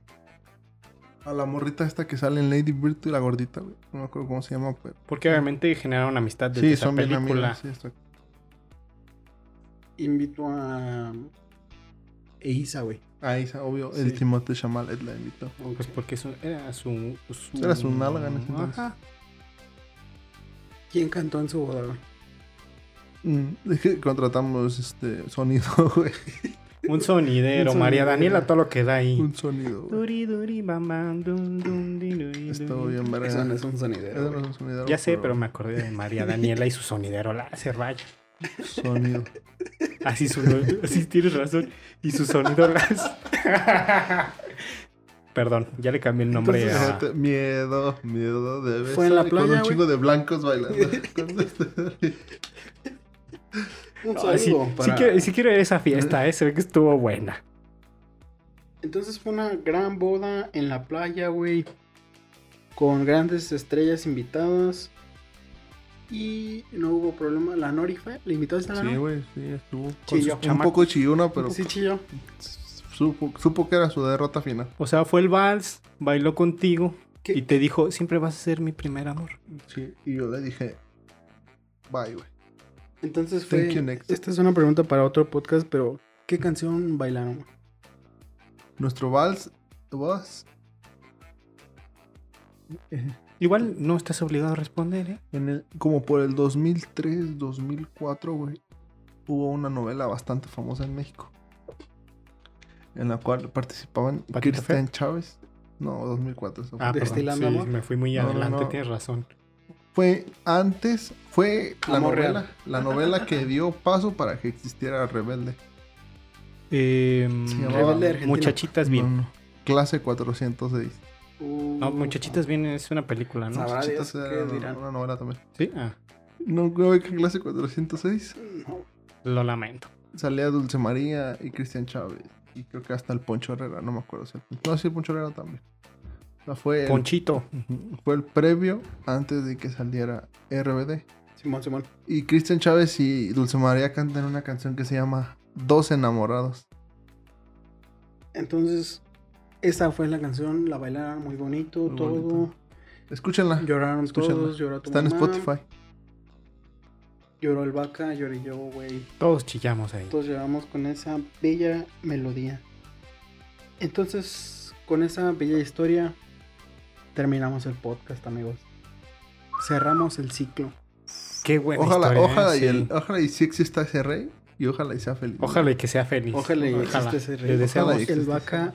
Speaker 3: A la morrita esta que sale en Lady Bird y la gordita, güey. No me acuerdo cómo se llama, pero.
Speaker 1: Porque obviamente generaron amistad desde
Speaker 3: Sí,
Speaker 1: esa
Speaker 3: son bien
Speaker 1: película.
Speaker 3: amigas. Sí, está-
Speaker 2: invitó a. mm, Eisa, güey.
Speaker 3: A Isa, Ah, obvio,
Speaker 2: Sí.
Speaker 3: el Timote Chamalet la invitó.
Speaker 1: Pues porque eso era su, su...
Speaker 3: Era su nalga en ese entonces.
Speaker 1: Ajá.
Speaker 2: ¿Quién cantó en su boda, güey?
Speaker 3: Mm, es que contratamos este sonido, güey.
Speaker 1: Un sonidero,
Speaker 3: Un
Speaker 1: María
Speaker 3: sonidero.
Speaker 1: Daniela, todo lo que da ahí.
Speaker 3: Un sonido, güey.
Speaker 1: Duri, duri, bam, dum, dum, di, duri,
Speaker 3: Estuvo
Speaker 1: duri.
Speaker 3: bien verga.
Speaker 2: Eso no es un
Speaker 3: Eso
Speaker 2: sonidero.
Speaker 3: no
Speaker 2: güey.
Speaker 3: es un sonidero,
Speaker 1: Ya sé, pero me acordé de María Daniela y su sonidero láser, vaya.
Speaker 3: Sonido.
Speaker 1: Así, su, así tienes razón. Y su sonido láser. Perdón, ya le cambié el nombre
Speaker 3: Entonces,
Speaker 1: a... Ah,
Speaker 3: fíjate, Miedo, miedo de besar.
Speaker 2: Fue en la
Speaker 3: Con
Speaker 2: playa,
Speaker 3: un
Speaker 2: güey.
Speaker 3: chingo de blancos bailando.
Speaker 2: Un
Speaker 1: Ah, sí,
Speaker 2: saludo
Speaker 1: sí
Speaker 2: para-
Speaker 1: quiero, sí quiero ir a esa fiesta, eh, se ve que estuvo buena.
Speaker 2: Entonces fue una gran boda en la playa, güey. Con grandes estrellas invitadas. Y no hubo problema. La Nori fue. ¿Le invitaste a la
Speaker 3: Sí,
Speaker 2: Nori?
Speaker 3: güey, sí, estuvo. con
Speaker 2: Chilló.
Speaker 3: sus- un poco chillona, pero
Speaker 2: Sí, chilló.
Speaker 3: supo, supo que era su derrota final.
Speaker 1: O sea, fue el vals, bailó contigo
Speaker 2: ¿Qué?
Speaker 1: y te dijo, siempre vas a ser mi primer amor.
Speaker 3: Sí, y yo le dije, bye, güey.
Speaker 2: Entonces
Speaker 3: Thank
Speaker 2: fue.
Speaker 3: you, next.
Speaker 2: Esta es una pregunta para otro podcast, pero ¿qué canción bailaron? güey?
Speaker 3: Nuestro vals was
Speaker 1: Igual no estás obligado a responder, ¿eh?
Speaker 3: en el, como por el 2003, 2004, güey. Hubo una novela bastante famosa en México. En la cual participaban
Speaker 1: ¿Patita Fea?
Speaker 3: Cristian Chávez. No, 2004. Eso fue.
Speaker 1: Ah,
Speaker 2: ¿Destilando
Speaker 1: perdón, sí,
Speaker 2: amor?
Speaker 1: me fui muy
Speaker 3: No, no,
Speaker 1: adelante,
Speaker 3: no.
Speaker 1: tienes razón.
Speaker 3: fue antes, fue la
Speaker 2: Amor real.
Speaker 3: novela, la novela que dio paso para que existiera Rebelde.
Speaker 1: Em,
Speaker 3: Se llamaba-
Speaker 2: Rebelde Argentina.
Speaker 1: muchachitas bien.
Speaker 3: No, no. Clase 406.
Speaker 2: Uh,
Speaker 1: No, muchachitas bien es una película, ¿no?
Speaker 2: Sabrá. Ah,
Speaker 3: Chita,
Speaker 2: Dios,
Speaker 3: era
Speaker 2: ¿qué
Speaker 3: una-
Speaker 2: dirán?
Speaker 3: una novela también.
Speaker 1: Sí, ah,
Speaker 3: No creo que clase 406
Speaker 2: no.
Speaker 1: lo lamento.
Speaker 3: salía Dulce María y Cristian Chávez. Y creo que hasta el Poncho Herrera, no me acuerdo. si el Poncho- no, sí, el Poncho Herrera también. O sea,
Speaker 1: Em.
Speaker 3: fue, el,
Speaker 1: Ponchito.
Speaker 3: Ujú, fue el previo antes de que saliera RBD.
Speaker 2: Simón, Simón.
Speaker 3: Y Cristian Chávez y Dulce María cantan una canción que se llama Dos Enamorados.
Speaker 2: Entonces, esa fue la canción, la bailaron muy bonito,
Speaker 3: Muy
Speaker 2: todo.
Speaker 3: bonito. Escúchenla.
Speaker 2: Lloraron
Speaker 3: Escúchala.
Speaker 2: todos, lloró tu
Speaker 3: Está en
Speaker 2: mamá,
Speaker 3: Spotify.
Speaker 2: Lloró el vaca, lloré yo, güey.
Speaker 1: Todos chillamos ahí.
Speaker 2: Todos lloramos con esa bella melodía. Entonces, con esa bella historia, terminamos el podcast, amigos. Cerramos el ciclo.
Speaker 1: Qué buena
Speaker 3: Ojalá,
Speaker 1: historia, ¿eh?
Speaker 3: ojalá,
Speaker 1: Sí.
Speaker 3: y el, ojalá y sí exista ese rey. Y ojalá y sea feliz.
Speaker 1: Ojalá y que sea feliz.
Speaker 2: Ojalá y exista ese rey.
Speaker 1: Le deseamos
Speaker 3: Ojalá y-
Speaker 2: El vaca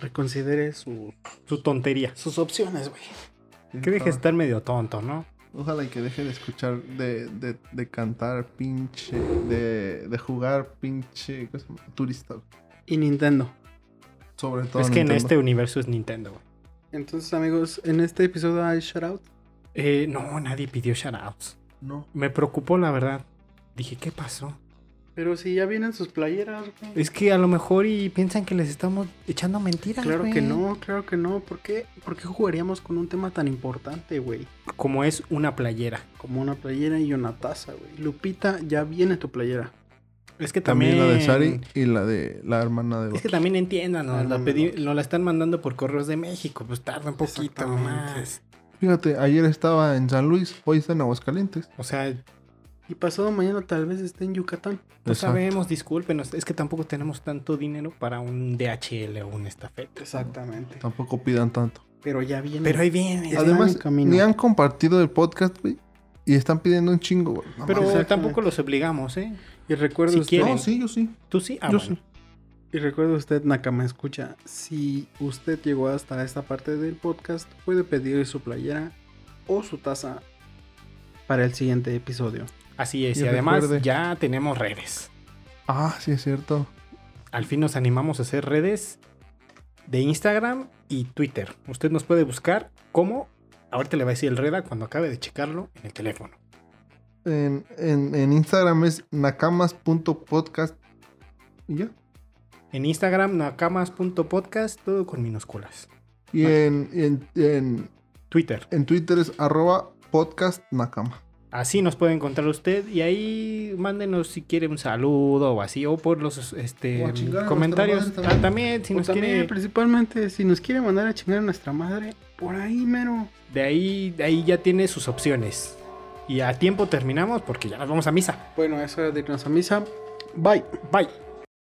Speaker 2: reconsidere su-
Speaker 1: su tontería.
Speaker 2: sus opciones, güey.
Speaker 3: Sí,
Speaker 1: Que deje de
Speaker 3: ojalá.
Speaker 1: estar medio tonto, ¿no?
Speaker 3: Ojalá y que deje de escuchar, de, de, de cantar pinche, de, de jugar pinche ¿cómo se llama? turista.
Speaker 2: Y Nintendo.
Speaker 3: Sobre todo.
Speaker 1: es que en
Speaker 3: Nintendo.
Speaker 1: este universo es Nintendo, güey.
Speaker 2: Entonces, amigos, en este episodio hay shoutout.
Speaker 1: Eh, no, nadie pidió shoutouts.
Speaker 3: No.
Speaker 1: Me preocupó, la verdad. Dije, ¿qué pasó?
Speaker 2: Pero si ya vienen sus playeras, güey.
Speaker 1: Es que a lo mejor y piensan que les estamos echando mentiras.
Speaker 2: Claro que
Speaker 1: güey.
Speaker 2: no, claro que no. ¿Por qué, ¿Por qué jugaríamos con un tema tan importante, güey?
Speaker 1: Como es una playera.
Speaker 2: Como una playera y una taza, güey. Lupita, ya viene tu playera.
Speaker 1: Es que también.
Speaker 3: También la de Sari y la de la hermana de
Speaker 1: Es que
Speaker 3: Bucky.
Speaker 1: también entiendan, ¿no?
Speaker 2: Ah,
Speaker 1: la
Speaker 2: no,
Speaker 1: pedí-
Speaker 2: no.
Speaker 1: nos la están mandando por correos de México, pues tarda un poquito
Speaker 2: Exactamente.
Speaker 1: más.
Speaker 3: Fíjate, ayer estaba en San Luis, hoy está en Aguascalientes.
Speaker 1: O sea, no
Speaker 2: Y pasado mañana tal vez esté en Yucatán.
Speaker 3: Exacto.
Speaker 1: sabemos, discúlpenos, es que tampoco tenemos tanto dinero para un DHL o un estafeta.
Speaker 2: Exactamente.
Speaker 3: Tampoco pidan tanto.
Speaker 2: Pero ya viene.
Speaker 3: Mm.
Speaker 1: Pero ahí viene.
Speaker 2: Está en
Speaker 3: Además,
Speaker 2: camino.
Speaker 3: ni han compartido el podcast, güey. Y están pidiendo un chingo, güey. No
Speaker 1: Pero
Speaker 3: mames.
Speaker 2: Exactamente.
Speaker 1: tampoco los obligamos, ¿eh?
Speaker 2: Y recuerde
Speaker 1: Si
Speaker 2: usted,
Speaker 1: quieren.
Speaker 3: No, sí, yo sí.
Speaker 1: Tú sí, ah,
Speaker 3: yo
Speaker 1: bueno.
Speaker 3: sí.
Speaker 2: y recuerde usted, Nakama, escucha, si usted llegó hasta esta parte del podcast, puede pedir su playera o su taza para el siguiente episodio.
Speaker 1: Así es, y,
Speaker 3: Y
Speaker 1: además
Speaker 3: recuerde-
Speaker 1: ya tenemos redes.
Speaker 3: Ah, sí, es cierto.
Speaker 1: Al fin nos animamos a hacer redes de Instagram y Twitter. Usted nos puede buscar como, ahorita le va a decir el Reda cuando acabe de checarlo en el teléfono.
Speaker 3: En, en, en Instagram es nakamas.podcast. Y ya.
Speaker 1: En Instagram, nakamas.podcast, todo con minúsculas.
Speaker 3: Y
Speaker 1: Ah.
Speaker 3: en, en, en,
Speaker 1: Twitter.
Speaker 3: en Twitter es arroba podcast nakama.
Speaker 1: Así nos puede encontrar usted y ahí mándenos si quiere un saludo o así, o por los este,
Speaker 3: O a chingar a
Speaker 1: comentarios.
Speaker 3: nuestra madre
Speaker 1: Ah, también, si
Speaker 2: O
Speaker 1: nos
Speaker 2: también,
Speaker 1: quiere.
Speaker 2: principalmente, si nos quiere mandar a chingar a nuestra madre, por ahí mero.
Speaker 1: De ahí, de ahí ya tiene sus opciones. Y a tiempo terminamos porque ya nos vamos a misa.
Speaker 2: Bueno, eso era de irnos a misa. Bye.
Speaker 1: Bye.